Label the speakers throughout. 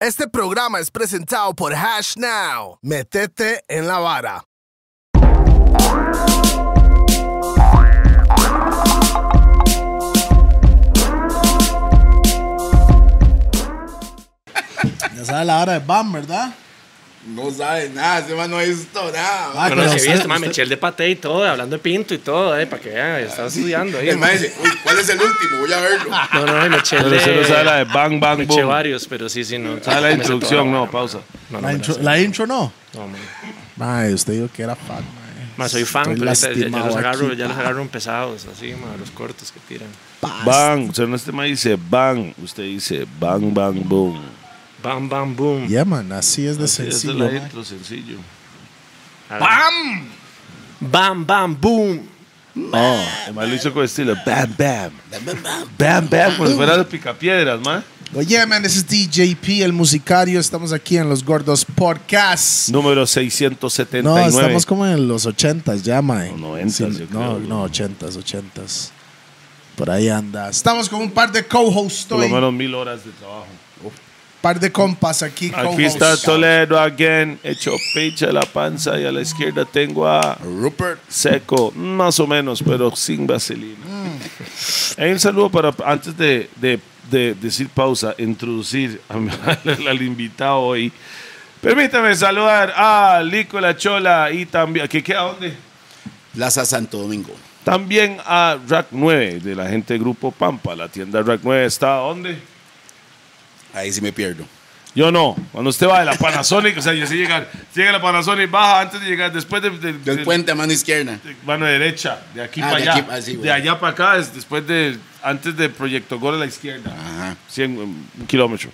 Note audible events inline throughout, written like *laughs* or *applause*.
Speaker 1: Este programa es presentado por Hash Now. Metete en la vara.
Speaker 2: Ya sabes la hora de BAM, ¿verdad?
Speaker 3: No sabe nada, ese man no ha visto nada.
Speaker 2: Ah,
Speaker 4: Pero no
Speaker 2: pero
Speaker 4: se
Speaker 2: usted-
Speaker 4: viste, man, me
Speaker 2: usted-
Speaker 4: eché el de paté y todo, hablando de pinto y todo, eh, para que vean, estaba estudiando ahí.
Speaker 3: El man dice, uy, ¿cuál es el último? Voy a verlo.
Speaker 4: No, no, me eché el
Speaker 5: Pero usted no sabe la
Speaker 4: de...
Speaker 5: de bang,
Speaker 4: Me
Speaker 5: bang,
Speaker 4: eché
Speaker 5: boom.
Speaker 4: varios, pero sí, sí, no.
Speaker 5: Sabe la
Speaker 4: me sé
Speaker 5: introducción,
Speaker 4: todo.
Speaker 5: no, pausa.
Speaker 4: No, no,
Speaker 2: la,
Speaker 4: no,
Speaker 2: intro,
Speaker 4: no,
Speaker 2: la intro no.
Speaker 4: no, man.
Speaker 2: Mae, usted dijo que era fan, mae.
Speaker 4: Man, soy fan,
Speaker 2: Estoy
Speaker 4: pero esta- ya, ya los
Speaker 2: lastimado
Speaker 4: agarro,
Speaker 2: aquí,
Speaker 4: ya los
Speaker 2: pa.
Speaker 4: agarro pesados, así, man, los cortos que tiran.
Speaker 5: Bang. Usted no este tema dice bang. Usted dice bang, bang, boom.
Speaker 4: Bam, bam, boom.
Speaker 2: Yeah, man, así es de
Speaker 5: Esa es
Speaker 2: sencillo.
Speaker 5: la
Speaker 2: mae.
Speaker 5: intro, sencillo.
Speaker 4: Bam, bam, boom.
Speaker 5: Oh, además lo hizo con estilo bam, bam. Bam, bam, como si fuera de picapiedras, man.
Speaker 2: Oye, man, this is DJP, el musicario. Estamos aquí en Los Gordos Podcast.
Speaker 5: Número
Speaker 2: No,
Speaker 5: 679.
Speaker 2: estamos como en los ochentas ya, mae.
Speaker 5: O noventas, yo creo,
Speaker 2: no,
Speaker 5: bro.
Speaker 2: no, ochentas, ochentas. Por ahí anda. Estamos con un par de co-hosts
Speaker 5: Por lo
Speaker 2: hoy.
Speaker 5: menos mil horas de trabajo.
Speaker 2: par de compas aquí.
Speaker 5: Aquí está Toledo again, hecho pecha la panza y a la izquierda tengo a
Speaker 3: Rupert.
Speaker 5: seco, más o menos, pero sin vaselina.
Speaker 3: Mm.
Speaker 5: Hay un saludo para, antes de, de- de decir pausa, introducir a mi- *laughs* al, al invitado hoy. Permítame saludar a Lico La Chola y también, ¿qué queda dónde?
Speaker 3: Plaza Santo Domingo.
Speaker 5: También a Rack 9 de la gente Grupo Pampa. La tienda Rack 9 está dónde?
Speaker 3: Ahí sí me pierdo.
Speaker 5: Yo no. Cuando usted va de la Panasonic, o sea, yo sí llegar, llega la Panasonic, baja antes de llegar, después de- de-
Speaker 3: Del
Speaker 5: de-
Speaker 3: puente a mano izquierda.
Speaker 5: mano derecha, de aquí
Speaker 3: Ah,
Speaker 5: para
Speaker 3: de
Speaker 5: allá.
Speaker 3: aquí, ah, sí,
Speaker 5: de
Speaker 3: bueno.
Speaker 5: allá para acá, es después de, antes de Proyecto Gol a la izquierda.
Speaker 3: Ajá.
Speaker 5: 100 um, *laughs* kilómetros.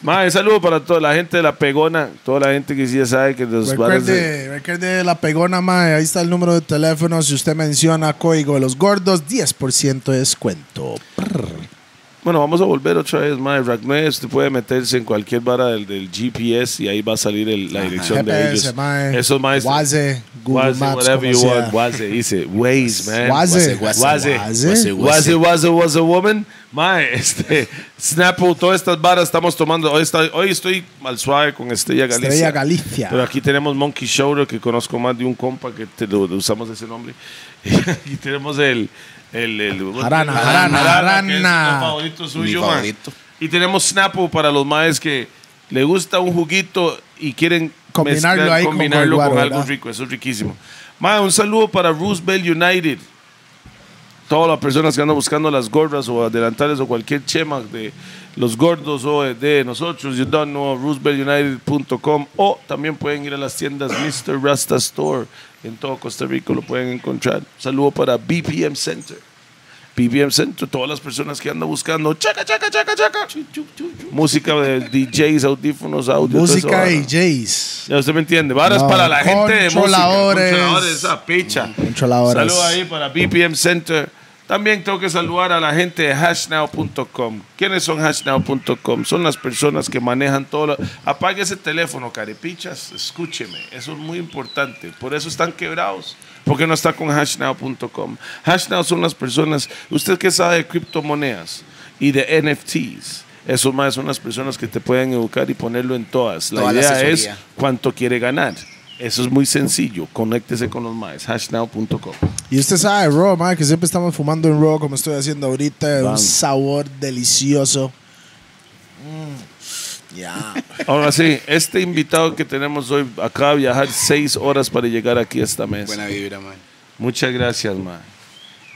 Speaker 5: Más, un saludo para toda la gente de La Pegona, toda la gente que sí ya sabe que los bares
Speaker 2: Recuerde,
Speaker 5: de-
Speaker 2: recuerde la pegona, mae. Ahí está el número de teléfono. Si usted menciona código de los gordos, 10% de descuento.
Speaker 5: Bueno, vamos a volver otra vez, más. Ragnar, usted puede meterse en cualquier vara del, del GPS y ahí va a salir el- la dirección de
Speaker 2: GPS,
Speaker 5: ellos.
Speaker 2: mae.
Speaker 5: Esos maestros.
Speaker 2: Waze, Google
Speaker 5: Waze,
Speaker 2: Maps,
Speaker 5: whatever
Speaker 2: como
Speaker 5: you
Speaker 2: sea.
Speaker 5: want. Waze, dice. Waze, man.
Speaker 2: Waze.
Speaker 3: Waze,
Speaker 5: Waze.
Speaker 2: Waze.
Speaker 5: Was it, was it, was a woman? Mae, *laughs* este, Snapple, todas estas varas estamos tomando. Hoy, está- hoy estoy al suave con Estrella Galicia.
Speaker 2: Estrella Galicia.
Speaker 5: Pero aquí tenemos Monkey Shoulder, que conozco más de un compa que te lo- usamos ese nombre. *laughs* y tenemos el... el, el-
Speaker 2: Jarana,
Speaker 5: el-
Speaker 2: jarana,
Speaker 5: que es lo
Speaker 2: jarana.
Speaker 5: favorito suyo,
Speaker 3: Mi
Speaker 5: mae.
Speaker 3: favorito.
Speaker 5: Y tenemos Snapple para los maes que le gusta un juguito y quieren
Speaker 2: Combinarlo
Speaker 5: mezclar-
Speaker 2: ahí con
Speaker 5: combinarlo con,
Speaker 2: guaro,
Speaker 5: algo
Speaker 2: ¿verdad?
Speaker 5: rico. Eso es riquísimo. Mae, un saludo para Roosevelt United todas las personas que andan buscando las gorras o adelantales o cualquier chema de los gordos o de nosotros, you don't know, rooseveltunited.com o también pueden ir a las tiendas Mr. Rasta Store en todo Costa Rica, lo pueden encontrar. Saludo para BPM Center. BPM Center, todas las personas que andan buscando chaca, chaca, chaca, chaca. Música de DJs, audífonos, audio. toda esa
Speaker 2: Música
Speaker 5: vara.
Speaker 2: y Jays.
Speaker 5: Ya usted me entiende. Varas
Speaker 2: No,
Speaker 5: para la gente de música.
Speaker 2: controladores. Mm,
Speaker 5: Controladores, esa picha.
Speaker 2: Controladores.
Speaker 5: Saludos ahí para BPM Center. También tengo que saludar a la gente de hashnow.com. ¿Quiénes son hashnow.com? Son las personas que manejan todo. Lo... Apague ese teléfono, carepichas. Escúcheme. Eso es muy importante. Por eso están quebrados. Porque no está con hashnow.com. Hashnow son las personas. ¿Usted qué sabe de criptomonedas y de NFTs? Eso más son las personas que te pueden educar y ponerlo en todas. La
Speaker 3: Toda la
Speaker 5: idea es
Speaker 3: asesoría.
Speaker 5: cuánto quiere ganar. Eso es muy sencillo. Conéctese con los maes. Hashnow.com.
Speaker 2: Y usted sabe, Raw, mae, que siempre estamos fumando en Raw, como estoy haciendo ahorita. Un
Speaker 5: Bam.
Speaker 2: sabor delicioso. Mm. Ya.
Speaker 5: Ahora sí, este invitado que tenemos hoy acaba de viajar seis horas para llegar aquí a esta mesa.
Speaker 3: Buena vibra, man.
Speaker 5: Muchas gracias, ma.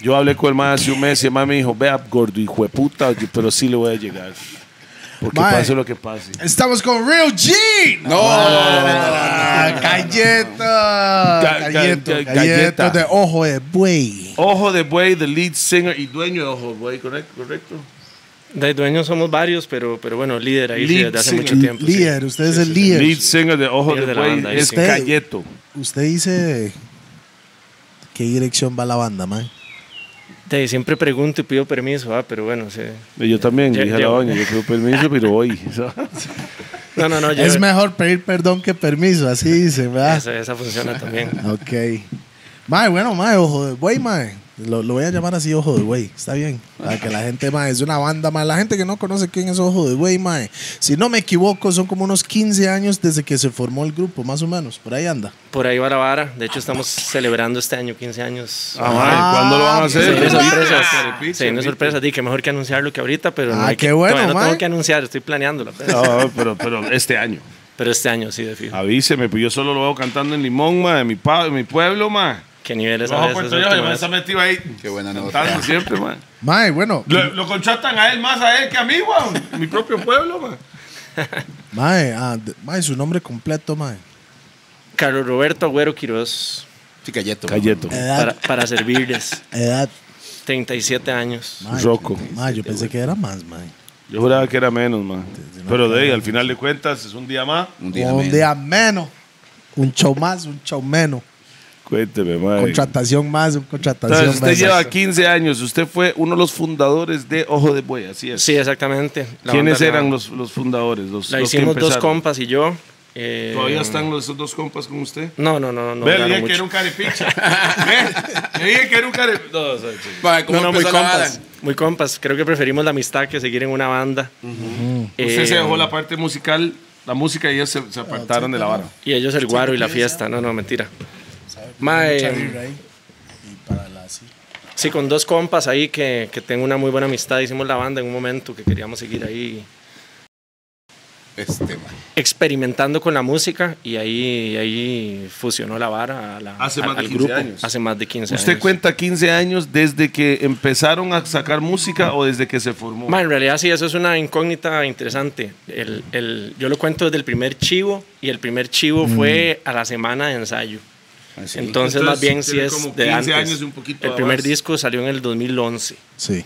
Speaker 5: Yo hablé con el ma hace un mes y el ma me dijo, vea, gordo, hijo de puta, yo- pero sí le voy a llegar. Porque
Speaker 2: Mae.
Speaker 5: pase lo que pase.
Speaker 2: Estamos con Real G.
Speaker 3: No,
Speaker 2: Ah, Galleto.
Speaker 5: Ga-
Speaker 2: Galleto.
Speaker 5: ga-
Speaker 2: Galleto
Speaker 5: galleta.
Speaker 2: de ojo de buey.
Speaker 5: Ojo de Buey, the lead singer y dueño de Ojo de Buey, ¿correcto? correcto?
Speaker 4: De dueños somos varios, pero, pero bueno, líder ahí sí,
Speaker 5: Lead
Speaker 4: desde hace
Speaker 5: singer.
Speaker 4: mucho tiempo. sí.
Speaker 2: Líder, usted es el líder.
Speaker 5: Lead singer de Ojo
Speaker 4: Líder
Speaker 5: de
Speaker 4: de la
Speaker 5: Buey
Speaker 4: banda, ahí
Speaker 5: es
Speaker 4: sí.
Speaker 5: Galleto.
Speaker 2: Usted dice qué dirección va la banda, man.
Speaker 4: Sí, siempre pregunto y pido permiso, ah, pero bueno, sí.
Speaker 5: Y Yo también,
Speaker 4: Ya-
Speaker 5: dije a la
Speaker 4: ya-
Speaker 5: doña, yo pido permiso, pero *laughs* hoy.
Speaker 4: No, no, no, yo,
Speaker 2: Es mejor pedir perdón que permiso,
Speaker 5: ah.
Speaker 2: así dice, ¿verdad?
Speaker 4: esa, esa funciona también.
Speaker 2: Ok. Mae, bueno, mae, ojo de buey, mae. Lo, lo voy a llamar así, Ojo de Güey. Está bien. Para que la gente, mae, es una banda, mae. La gente que no conoce quién es Ojo de Güey, mae. Si no me equivoco, son como unos 15 años desde que se formó el grupo, más o menos. Por ahí anda.
Speaker 4: Por ahí va la vara. De hecho, estamos celebrando este año 15 años.
Speaker 5: Ah, mae, ¿Cuándo lo van a
Speaker 4: Se vienen
Speaker 5: hacer?
Speaker 4: sorpresas.
Speaker 5: Piche,
Speaker 4: Se vienen
Speaker 5: piche.
Speaker 4: sorpresas. Di que mejor que anunciarlo que ahorita, pero no
Speaker 2: Ah,
Speaker 4: hay que-
Speaker 2: qué bueno,
Speaker 4: todavía no
Speaker 2: mae.
Speaker 4: tengo que anunciar, estoy planeándolo. apenas.
Speaker 5: Ah, pero, pero este año.
Speaker 4: Pero este año sí, de fijo.
Speaker 5: Avíseme, pues yo solo lo veo cantando en Limón, ma, en mi, pa- en mi pueblo, ma.
Speaker 4: ¿Qué niveles
Speaker 5: Bajo
Speaker 4: a
Speaker 5: Puerto Rico, pues, me
Speaker 4: veces?
Speaker 5: está metido ahí.
Speaker 3: Qué buena
Speaker 5: Cantando
Speaker 3: nota.
Speaker 5: siempre, ma.
Speaker 2: Mae, bueno.
Speaker 5: Lo, lo contratan a él más a él que a mí, weón. Mi propio pueblo, ma.
Speaker 2: Mae, ah, de- mae, su nombre completo, mae.
Speaker 4: Carlos Roberto Agüero Quiroz,
Speaker 3: Sí, Cayeto.
Speaker 5: Galleto.
Speaker 4: para,
Speaker 2: Edad,
Speaker 4: para servirles.
Speaker 2: edad.
Speaker 4: 37
Speaker 5: Ah.
Speaker 4: años.
Speaker 2: Mae,
Speaker 5: Rocco.
Speaker 2: Mae, yo pensé que era más, mae.
Speaker 5: Yo juraba que era menos, ma. Pero de ahí, al final de cuentas, es un día más.
Speaker 3: Un día
Speaker 2: Un
Speaker 3: men.
Speaker 2: día menos. Un show más, un show menos.
Speaker 5: Cuénteme, ma.
Speaker 2: Contratación más, un contratación
Speaker 5: Entonces, usted
Speaker 2: menos.
Speaker 5: lleva 15 años. Usted fue uno de los fundadores de Ojo de Buey, así es.
Speaker 4: Sí, exactamente. La
Speaker 5: ¿Quiénes
Speaker 4: banda la-
Speaker 5: eran los, los fundadores? Los,
Speaker 4: La
Speaker 5: los que
Speaker 4: hicimos dos
Speaker 5: empezaron?
Speaker 4: compas y yo. eh,
Speaker 5: ¿Todavía están los, esos dos compas con usted?
Speaker 4: No, no, no, no. ya
Speaker 5: Ve, le
Speaker 4: no
Speaker 5: dije que
Speaker 4: mucho.
Speaker 5: era un carepicha. *laughs* Ve, le dije que era un carepicha. No, soy chico.
Speaker 3: Mae, ¿Cómo
Speaker 4: No, no, muy
Speaker 3: empezó la vara?
Speaker 4: compas. Muy compas. Creo que preferimos la amistad que seguir en una banda. Eh,
Speaker 5: Usted se dejó la parte musical, la música, y ellos se, se apartaron de la vara.
Speaker 4: Y ellos el guaro y la fiesta. No, no, mentira.
Speaker 2: Mucha
Speaker 4: Mae,
Speaker 2: vibra ahí. Y para la sí.
Speaker 4: sí, con dos compas ahí que, que tengo una muy buena amistad. Hicimos la banda en un momento que queríamos seguir ahí
Speaker 3: Este, mae.
Speaker 4: experimentando con la música y ahí, ahí fusionó la vara a la-
Speaker 5: Hace
Speaker 4: al-
Speaker 5: más de
Speaker 4: al
Speaker 5: 15
Speaker 4: grupo.
Speaker 5: años.
Speaker 4: Hace más de 15
Speaker 5: ¿Usted
Speaker 4: años.
Speaker 5: cuenta 15 años desde que empezaron a sacar música o desde que se formó?
Speaker 4: Ma, en realidad sí, eso es una incógnita interesante. El, el- yo lo cuento desde el primer chivo y el primer chivo fue a la semana de ensayo.
Speaker 3: Así.
Speaker 4: Entonces, más
Speaker 5: Entonces,
Speaker 4: bien si
Speaker 5: tiene
Speaker 4: es
Speaker 5: como
Speaker 4: de
Speaker 5: 15
Speaker 4: antes.
Speaker 5: años y un poquito
Speaker 4: el primer
Speaker 5: más.
Speaker 4: disco salió en el 2011.
Speaker 2: Sí.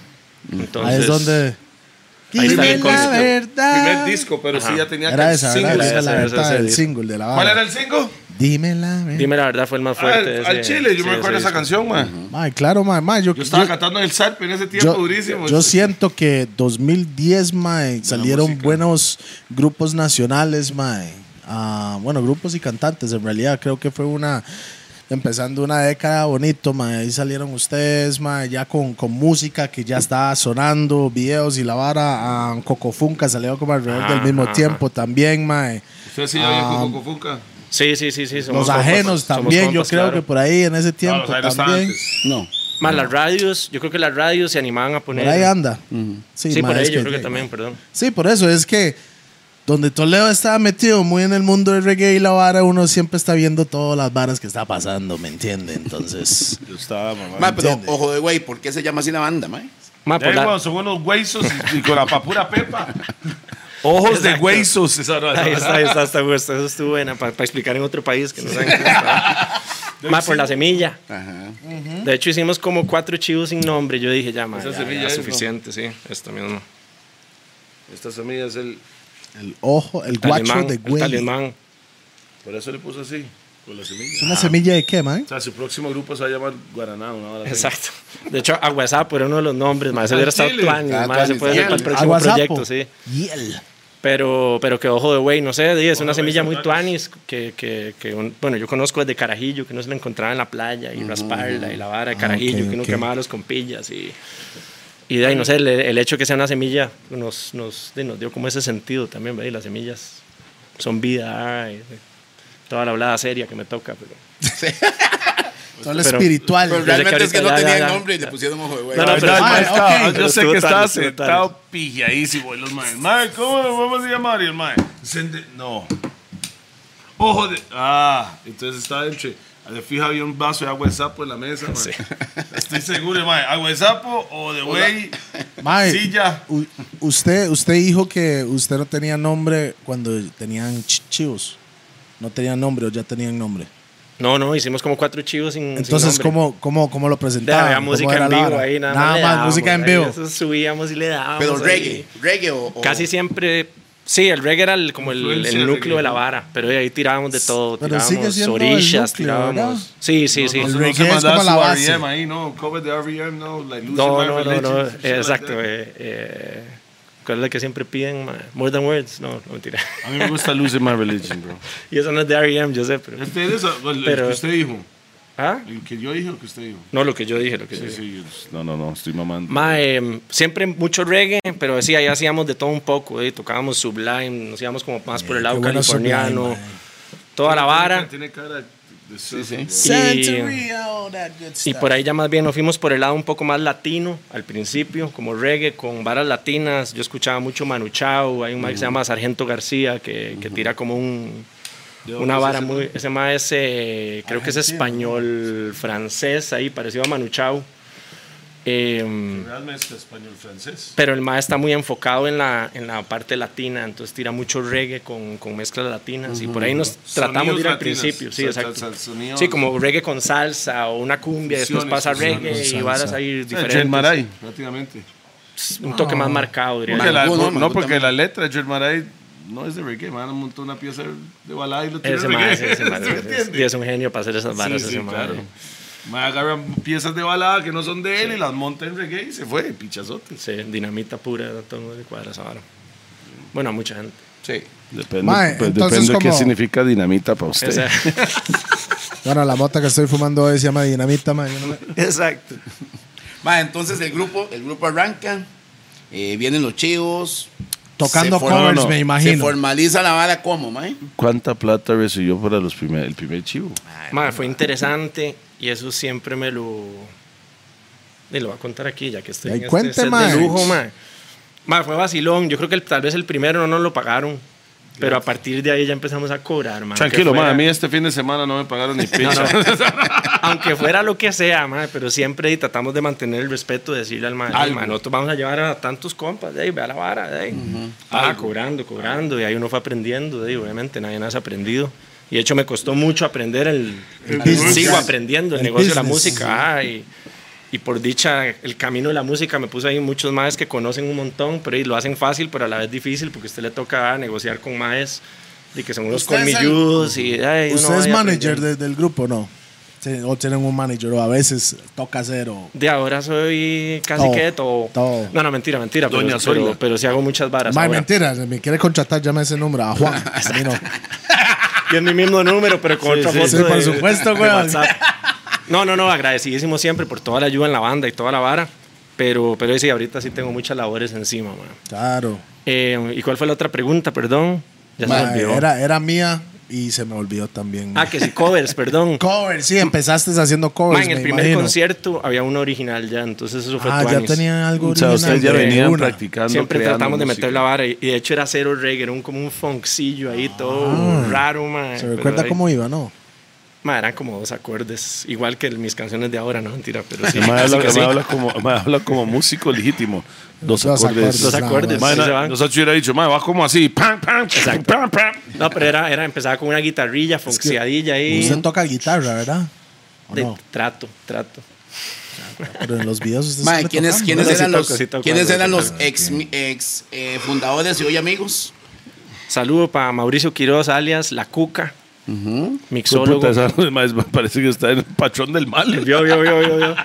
Speaker 4: Entonces,
Speaker 2: Ahí es donde.
Speaker 4: Ahí está
Speaker 2: Dime
Speaker 4: el
Speaker 2: la
Speaker 4: concepto.
Speaker 2: verdad.
Speaker 5: Primer disco, pero sí ya tenía
Speaker 2: Era esa,
Speaker 5: single.
Speaker 2: ¿verdad? Era
Speaker 4: Ese,
Speaker 2: esa, la
Speaker 4: ese,
Speaker 2: verdad,
Speaker 4: ese
Speaker 2: el
Speaker 4: disco.
Speaker 2: single de la banda.
Speaker 5: ¿Cuál era el single?
Speaker 2: Dime la verdad.
Speaker 4: Dime la verdad, fue el más
Speaker 5: Ah,
Speaker 4: fuerte.
Speaker 5: al,
Speaker 4: ese-
Speaker 5: al Chile, yo
Speaker 4: sí,
Speaker 5: me
Speaker 4: ese
Speaker 5: acuerdo esa
Speaker 4: disco.
Speaker 5: canción, man.
Speaker 2: Mae, claro, mae, mae, yo,
Speaker 5: Yo estaba
Speaker 2: yo-
Speaker 5: cantando en el SARP en ese tiempo durísimo.
Speaker 2: yo siento que 2010, mae, salieron
Speaker 3: música.
Speaker 2: buenos grupos nacionales, mae. Ah, bueno, grupos y cantantes, en realidad creo que fue una empezando una década bonito, mae. Ahí salieron ustedes, mae, ya con, con música que ya estaba sonando, videos y la vara, ah, Cocofunca salió como alrededor del
Speaker 4: Ajá,
Speaker 2: mismo
Speaker 4: ajá.
Speaker 2: tiempo también, mae.
Speaker 5: Usted sí había
Speaker 2: ah,
Speaker 5: con Coco Funka.
Speaker 4: Sí, sí, sí, sí. somos
Speaker 2: Los
Speaker 4: compas,
Speaker 2: ajenos
Speaker 4: somos
Speaker 2: también, yo
Speaker 4: compas,
Speaker 2: creo
Speaker 4: claro.
Speaker 2: que por ahí en ese tiempo
Speaker 5: Ah, los
Speaker 2: también.
Speaker 3: No.
Speaker 4: Más las radios, yo creo que las radios se animaban a poner.
Speaker 2: Por ahí anda.
Speaker 4: Sí,
Speaker 2: ma,
Speaker 4: por ahí
Speaker 2: es
Speaker 4: yo creo que
Speaker 2: eh,
Speaker 4: también, perdón.
Speaker 2: Sí, por eso es que donde Toledo estaba metido muy en el mundo del reggae y la vara, uno siempre está viendo todas las varas que está pasando, ¿me entiende? Entonces,
Speaker 4: *laughs*
Speaker 5: Yo estaba, mamá.
Speaker 3: Mae, pero
Speaker 2: Entiende.
Speaker 3: ojo de güey, ¿por qué se llama así la banda, mae?
Speaker 4: Ma,
Speaker 5: Ya
Speaker 4: por la-
Speaker 5: cuando son unos huesos y, y con la papura pepa. Ojos de huesos. Esa no, esa
Speaker 4: *laughs* Ahí
Speaker 5: no.
Speaker 4: está, ahí está, está, güey, está, eso estuvo buena para explicar en otro país que no saben cómo está. Ma, por la semilla.
Speaker 3: Ajá.
Speaker 4: De hecho, hicimos como cuatro chivos sin nombre. Yo dije, ya, ma,
Speaker 5: Esa
Speaker 4: ya,
Speaker 5: semilla
Speaker 4: ya
Speaker 5: es,
Speaker 4: es
Speaker 5: ¿no?
Speaker 4: suficiente, sí. Esto mismo.
Speaker 5: Esta semilla es el.
Speaker 2: el ojo, el guacho
Speaker 4: Talismán,
Speaker 2: de
Speaker 4: el
Speaker 2: güey.
Speaker 4: talismán.
Speaker 5: Por eso le puse así. Con la
Speaker 2: ¿Es
Speaker 5: semilla.
Speaker 2: una semilla de qué, man?
Speaker 5: O sea, su próximo grupo se va a llamar Guaraná. Una hora así.
Speaker 4: Exacto. De hecho, Aguasapo era uno de los nombres, más. Eso hubiera estado
Speaker 5: Chile.
Speaker 4: tuanis,
Speaker 3: Ah,
Speaker 4: ma, Se
Speaker 3: tuanis,
Speaker 4: puede hacer para el
Speaker 3: tuanis.
Speaker 4: próximo proyecto, sí.
Speaker 2: Hiel.
Speaker 4: Pero, pero que ojo de güey, no sé, di, es una
Speaker 5: de güey
Speaker 4: semilla
Speaker 5: son
Speaker 4: muy
Speaker 5: tuanis.
Speaker 4: tuanis que, que, que un- bueno, yo conozco desde Carajillo, que uno se la encontraba en la playa y rasparla y la vara de Carajillo,
Speaker 2: ok,
Speaker 4: que uno
Speaker 2: ok.
Speaker 4: quemaba los compillas y, y de ahí, no sé, el, el hecho de que sea una semilla nos, nos, di, nos dio como ese sentido también, ¿ve? Y las semillas son vida, ay, toda la hablada seria que me toca, pero...
Speaker 2: Todo lo
Speaker 4: Pero-
Speaker 2: espiritual.
Speaker 3: Pero
Speaker 4: desde que
Speaker 3: realmente es que no
Speaker 4: ahorita ya, ya,
Speaker 3: tenían
Speaker 4: ya.
Speaker 3: nombre y le pusieron ojo de güey.
Speaker 4: No, no,
Speaker 5: La
Speaker 4: pero-
Speaker 5: verdad, el
Speaker 2: Ah,
Speaker 5: mae estaba-
Speaker 2: ok.
Speaker 5: Yo
Speaker 4: Pero
Speaker 5: sé
Speaker 4: estuvo
Speaker 5: que estaba
Speaker 4: tarde, estuvo tarde.
Speaker 5: sentado pijadísimo. Y los maes, mae, ¿cómo vamos a llamar? Y el mae, "Sende- no. Ojo de. Ah, entonces estaba entre. a la fija había un vaso de agua de sapo en la mesa, mae. Estoy seguro, mae. ¿Agua de sapo o de güey?
Speaker 2: Mae,
Speaker 5: Silla.
Speaker 2: u- usted, usted dijo que usted no tenía nombre cuando tenían ch- chivos. No tenían nombre o ya tenían nombre.
Speaker 4: No, no, hicimos como cuatro chivos sin sin
Speaker 2: Entonces,
Speaker 4: nombre.
Speaker 2: ¿cómo, cómo, ¿cómo lo
Speaker 4: Ya,
Speaker 2: presentaban?
Speaker 4: había
Speaker 2: Ah, ¿Cómo
Speaker 4: música
Speaker 2: era
Speaker 4: en
Speaker 2: la
Speaker 4: vivo
Speaker 2: vara?
Speaker 4: ahí, nada,
Speaker 2: Nada
Speaker 4: le
Speaker 2: más,
Speaker 4: dábamos,
Speaker 2: música en
Speaker 4: ahí
Speaker 2: vivo.
Speaker 4: eso subíamos y le dábamos.
Speaker 3: Pero
Speaker 4: ahí.
Speaker 3: reggae, Oh. reggae o. o-
Speaker 4: Casi siempre, sí, el reggae era el- como el, el
Speaker 5: Influencia
Speaker 4: núcleo de la
Speaker 5: reggae.
Speaker 4: vara, pero de ahí tirábamos de todo,
Speaker 2: Pero sigue
Speaker 4: tirábamos
Speaker 2: siendo el
Speaker 4: orillas,
Speaker 2: núcleo, ¿verdad?
Speaker 4: tirábamos... Sí, sí, sí.
Speaker 5: No,
Speaker 2: El
Speaker 5: no
Speaker 2: reggae
Speaker 5: se
Speaker 2: es
Speaker 5: mandaba
Speaker 2: como la
Speaker 5: su
Speaker 2: base.
Speaker 5: R.E.M. ahí, no. Cover de R.E.M., no. Like Losing
Speaker 4: No, no,
Speaker 5: My
Speaker 4: no,
Speaker 5: Religion,
Speaker 4: no,
Speaker 5: shit like
Speaker 4: exacto.
Speaker 5: that.
Speaker 4: eh, eh, ¿Cuál es la que siempre piden? ma? More Than Words, no, no mentira. *laughs*
Speaker 5: A mí me gusta Losing My Religion, bro.
Speaker 4: Y eso no es de R.E.M., E yo sé, pero...
Speaker 5: Este es eso, el- el
Speaker 4: Pero-
Speaker 5: que usted dijo.
Speaker 4: ¿Ah?
Speaker 5: ¿El que yo dije o que usted dijo?
Speaker 4: No, lo que yo dije, lo que yo
Speaker 5: Sí,
Speaker 4: dije.
Speaker 5: sí, yo- no, no, no, estoy mamando.
Speaker 4: Mae, em, siempre mucho reggae, pero decía, ahí hacíamos de todo un poco, eh, tocábamos Sublime, nos íbamos como más por el lado
Speaker 2: Eh, qué bueno Sublime,
Speaker 4: californiano,
Speaker 2: mae.
Speaker 4: toda la vara.
Speaker 5: Tiene cara de
Speaker 3: Sí, sí.
Speaker 2: Santeria, all that good
Speaker 4: Y
Speaker 2: stuff.
Speaker 4: por ahí ya más bien nos fuimos por el lado un poco más latino al principio, como reggae con varas latinas. Yo escuchaba mucho Manu Chao, hay un
Speaker 2: Mm.
Speaker 4: mae que se llama Sargento García que, que tira como un, una vara muy... Ese mae es, eh, creo que es español, francés, ahí parecido a Manu Chao. Em,
Speaker 5: Realmente español-francés.
Speaker 4: pero el mae está muy enfocado en la, en la parte latina, entonces tira mucho reggae con, con mezclas latinas y por ahí nos tratamos de ir al
Speaker 5: latinos,
Speaker 4: principio, sí,
Speaker 5: sal-
Speaker 4: exacto.
Speaker 5: sal- sonidos.
Speaker 4: sí, como reggae con salsa o una cumbia, después
Speaker 5: Fusiones,
Speaker 4: pasa
Speaker 5: fusiones
Speaker 4: reggae
Speaker 2: con
Speaker 4: y
Speaker 2: salsa.
Speaker 4: varas ahí
Speaker 5: Chen
Speaker 4: diferentes.
Speaker 5: Eh, Maray, prácticamente.
Speaker 4: Un toque más marcado, diría.
Speaker 5: Ah.
Speaker 4: yo.
Speaker 5: Porque la-
Speaker 3: no,
Speaker 5: no,
Speaker 3: me
Speaker 5: no,
Speaker 3: gusta
Speaker 5: porque
Speaker 3: más.
Speaker 5: la letra de Chen Maray no es de reggae, man. Montó una pieza de balada y lo tiene
Speaker 4: Ese mae, sí,
Speaker 5: reggae.
Speaker 4: ese mae,
Speaker 5: *laughs* ¿Sí me
Speaker 4: es-
Speaker 5: entiende?
Speaker 4: y es un genio para hacer esas varas.
Speaker 5: Sí,
Speaker 4: ese
Speaker 5: sí,
Speaker 4: mae.
Speaker 5: claro. Me agarran piezas de balada que no son de él y las monta en reggae y se fue, pichazotes.
Speaker 4: Sí, dinamita pura, todo el mundo le cuadra esa vara. Bueno, a mucha gente.
Speaker 3: Sí.
Speaker 5: Depende,
Speaker 2: Mae, pues, entonces, depende ¿cómo? qué
Speaker 5: significa dinamita para usted.
Speaker 4: O sea,
Speaker 2: Bueno, la mota que estoy fumando hoy se llama dinamita, mae. Yo no me-
Speaker 5: Exacto.
Speaker 3: Ma, entonces el grupo, el grupo arranca, eh, vienen los chivos.
Speaker 2: Tocando
Speaker 3: se forma-
Speaker 2: covers,
Speaker 5: no, no.
Speaker 2: me
Speaker 3: Se
Speaker 2: imagino.
Speaker 3: formaliza la vara como, eh? mae.
Speaker 5: *laughs* ¿Cuánta plata recibió para los primer, el primer chivo?
Speaker 4: Mae, fue interesante y eso siempre me lo. Y lo voy a contar aquí, ya que estoy
Speaker 2: Ay,
Speaker 4: en
Speaker 2: cuente,
Speaker 4: este set
Speaker 2: mae.
Speaker 4: de lujo, mae. Mae, fue vacilón. Yo creo que el- tal vez el primero no nos lo pagaron, pero a partir de ahí ya empezamos a cobrar, mae.
Speaker 5: Tranquilo,
Speaker 4: Aunque
Speaker 5: man,
Speaker 4: fuera-
Speaker 5: a mí este fin de semana *laughs* no me pagaron ni
Speaker 4: No,
Speaker 5: pincha.
Speaker 4: no. Aunque fuera lo que sea, mae, pero siempre tratamos de mantener el respeto, de decirle al mae, "Ey,
Speaker 3: Algo.
Speaker 4: mae, nosotros vamos a llevar a tantos compas, de ahí, ve a la vara, de ahí. Ah, cobrando, cobrando, y ahí uno fue aprendiendo, de ahí, obviamente nadie más ha aprendido. Y de hecho me costó mucho aprender el...
Speaker 2: business.
Speaker 4: Sigo aprendiendo el,
Speaker 2: El
Speaker 4: negocio de la
Speaker 2: business.
Speaker 4: música. ah, y, y por dicha, el camino de la música me puso ahí muchos maes que conocen un montón, pero y lo hacen fácil, pero a la vez difícil, porque a usted le toca ah, negociar con maes de que son unos
Speaker 3: Ustedes han-
Speaker 4: colmilludos. Y, ay, uno
Speaker 2: ¿Usted es
Speaker 4: ahí
Speaker 2: manager
Speaker 4: aprendiendo.
Speaker 2: de- del grupo no? Sí, O tienen un manager, o a veces toca hacer, o
Speaker 4: De ahora soy casi
Speaker 2: Todo,
Speaker 4: que todo.
Speaker 2: todo.
Speaker 4: No, no, mentira, mentira.
Speaker 5: Doña
Speaker 4: pero,
Speaker 5: Zoila.
Speaker 4: pero, pero sí hago muchas varas.
Speaker 2: Mae,
Speaker 4: ahora.
Speaker 2: mentira, si me quiere contratar, llame ese número a
Speaker 4: *laughs*
Speaker 2: Juan. A mí no.
Speaker 4: Y es mi mismo número, pero con otra
Speaker 2: sí,
Speaker 4: foto
Speaker 2: sí,
Speaker 4: de-
Speaker 2: por supuesto,
Speaker 4: de
Speaker 2: weón.
Speaker 4: WhatsApp. No, no, no, agradecidísimo siempre por toda la ayuda en la banda y toda la vara. Pero, pero sí, ahorita sí tengo muchas labores encima, man.
Speaker 2: Claro.
Speaker 4: Eh, ¿Y cuál fue la otra pregunta? Perdón. Ya se me
Speaker 2: Mae,
Speaker 4: olvidó.
Speaker 2: era, era mía y se me olvidó también.
Speaker 4: Ah,
Speaker 2: mae.
Speaker 4: que sí, covers, perdón.
Speaker 2: Covers, sí, empezaste haciendo *laughs* covers.
Speaker 4: Ma, en el
Speaker 2: me
Speaker 4: primer
Speaker 2: imagino.
Speaker 4: concierto había uno original ya, entonces eso fue
Speaker 2: Ah, ya
Speaker 4: tuanis.
Speaker 2: tenía algo
Speaker 5: O sea, ustedes ya
Speaker 2: original.
Speaker 5: venían
Speaker 2: Una.
Speaker 5: practicando.
Speaker 4: Siempre
Speaker 5: creando
Speaker 4: tratamos de
Speaker 5: música. Ah.
Speaker 4: meter la vara y y de hecho era cero reggae, era un, como un foncillo ahí todo raro, man.
Speaker 2: Se recuerda cómo iba, ¿no?
Speaker 4: eran como dos acordes, igual que el- mis canciones de ahora, no mentira, pero sí.
Speaker 5: El mae
Speaker 4: así
Speaker 5: habla,
Speaker 4: que
Speaker 5: el
Speaker 4: *laughs*
Speaker 5: mae
Speaker 4: sí.
Speaker 5: habla como, el mae habla como músico legítimo. Dos
Speaker 2: Dos
Speaker 5: acordes.
Speaker 2: acordes,
Speaker 4: Dos
Speaker 2: nada más.
Speaker 4: acordes,
Speaker 5: Mae,
Speaker 4: sí
Speaker 5: na-
Speaker 4: se van.
Speaker 5: nosotros hubiera dicho, mae, va como así. Pam, pam,
Speaker 4: Exacto.
Speaker 5: pam, pam.
Speaker 4: No, pero era, era empezaba con una guitarrilla, fonciadilla ahí.
Speaker 2: Usted toca guitarra, ¿verdad? ¿O
Speaker 4: De-
Speaker 2: no?
Speaker 4: Trato, trato.
Speaker 2: Pero en los videos usted
Speaker 3: Mae,
Speaker 2: siempre
Speaker 3: ¿quiénes,
Speaker 2: tocando.
Speaker 3: ¿quiénes
Speaker 4: Bueno, sí
Speaker 3: eran
Speaker 4: toco,
Speaker 3: los,
Speaker 4: sí toco
Speaker 3: ¿quiénes
Speaker 4: algo,
Speaker 3: eran
Speaker 4: sí
Speaker 3: los
Speaker 4: toco.
Speaker 3: ex, mi- ex eh, fundadores y hoy amigos?
Speaker 4: Saludo para Mauricio Quiroz, alias La Cuca, mixólogo.
Speaker 5: Puta, esa- *laughs* mae, parece que está en el patrón del mal.
Speaker 4: *laughs* Vio, vio, vio, vio, vio.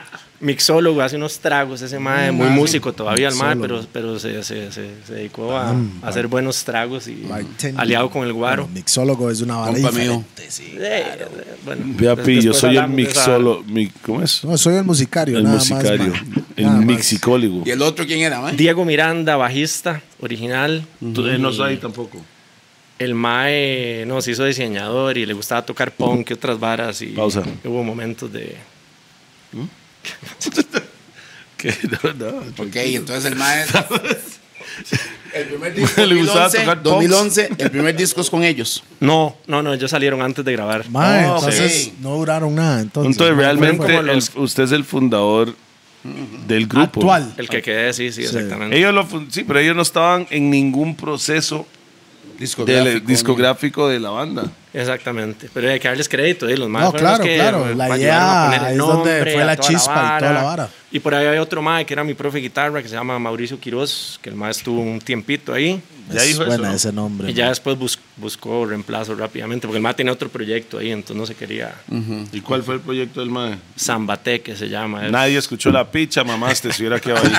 Speaker 4: Mixólogo, hace unos tragos ese mae, muy músico todavía el mae, pero, pero se, se, se, se dedicó a, a hacer buenos tragos y
Speaker 2: Bartender.
Speaker 4: aliado con el guaro.
Speaker 2: Bueno, mixólogo es una vara
Speaker 3: Compa mío.
Speaker 2: diferente, sí.
Speaker 4: Eh, bueno,
Speaker 5: Vea,
Speaker 4: des-
Speaker 5: Pi, yo
Speaker 4: después
Speaker 5: soy el
Speaker 4: hablamos de esa-
Speaker 5: mixólogo. mi- ¿Cómo es?
Speaker 2: No, soy el musicario,
Speaker 5: El
Speaker 2: nada
Speaker 5: musicario.
Speaker 2: más. mae.
Speaker 5: El
Speaker 2: Nada más.
Speaker 5: mixicólogo.
Speaker 3: ¿Y el otro quién era, eh? mae?
Speaker 4: Diego Miranda, bajista, original.
Speaker 5: Mm. eh, No soy tampoco.
Speaker 4: El mae, no, se hizo diseñador y le gustaba tocar punk y otras varas. Y
Speaker 5: Pausa.
Speaker 4: Hubo momentos de...
Speaker 5: Que no, no.
Speaker 3: Ok, entonces el
Speaker 5: *laughs*
Speaker 3: maestro. El primer disco.
Speaker 5: Le gustaba
Speaker 3: 2011,
Speaker 5: tocar pops.
Speaker 3: 2011, el primer disco es con ellos.
Speaker 4: No, no, no, ellos salieron antes de grabar.
Speaker 2: Mae,
Speaker 5: Oh,
Speaker 2: entonces
Speaker 3: ok.
Speaker 2: no duraron nada. Entonces,
Speaker 5: Entonces,
Speaker 2: mae,
Speaker 5: realmente,
Speaker 2: fue-
Speaker 4: como los-
Speaker 5: el- usted es el fundador del grupo.
Speaker 2: actual.
Speaker 4: El que quedé, sí, sí, exactamente.
Speaker 5: Ellos lo, fun- sí, pero ellos no estaban en ningún proceso del-
Speaker 3: Discográfico.
Speaker 5: discográfico de la banda.
Speaker 4: Exactamente. Pero hay que darles crédito, ¿eh? los más
Speaker 2: No, claro, claro. La idea es donde fue la chispa y toda la vara.
Speaker 4: Y por ahí había otro mae que era mi profe de guitarra que se llama Mauricio Quiroz, que el mae estuvo un tiempito ahí.
Speaker 5: Ya
Speaker 2: es
Speaker 5: dijo eso,
Speaker 2: buena
Speaker 5: ¿no?
Speaker 2: ese nombre.
Speaker 4: Y ya
Speaker 2: mae.
Speaker 4: después bus- buscó reemplazo rápidamente, porque el mae tenía otro proyecto ahí, entonces no se quería.
Speaker 2: Mm.
Speaker 5: ¿Y cuál fue el proyecto del MAE?
Speaker 4: Zambate, que se *laughs* llama. eh. es-
Speaker 5: Nadie escuchó la picha, mamá, te hubiera quedado ahí.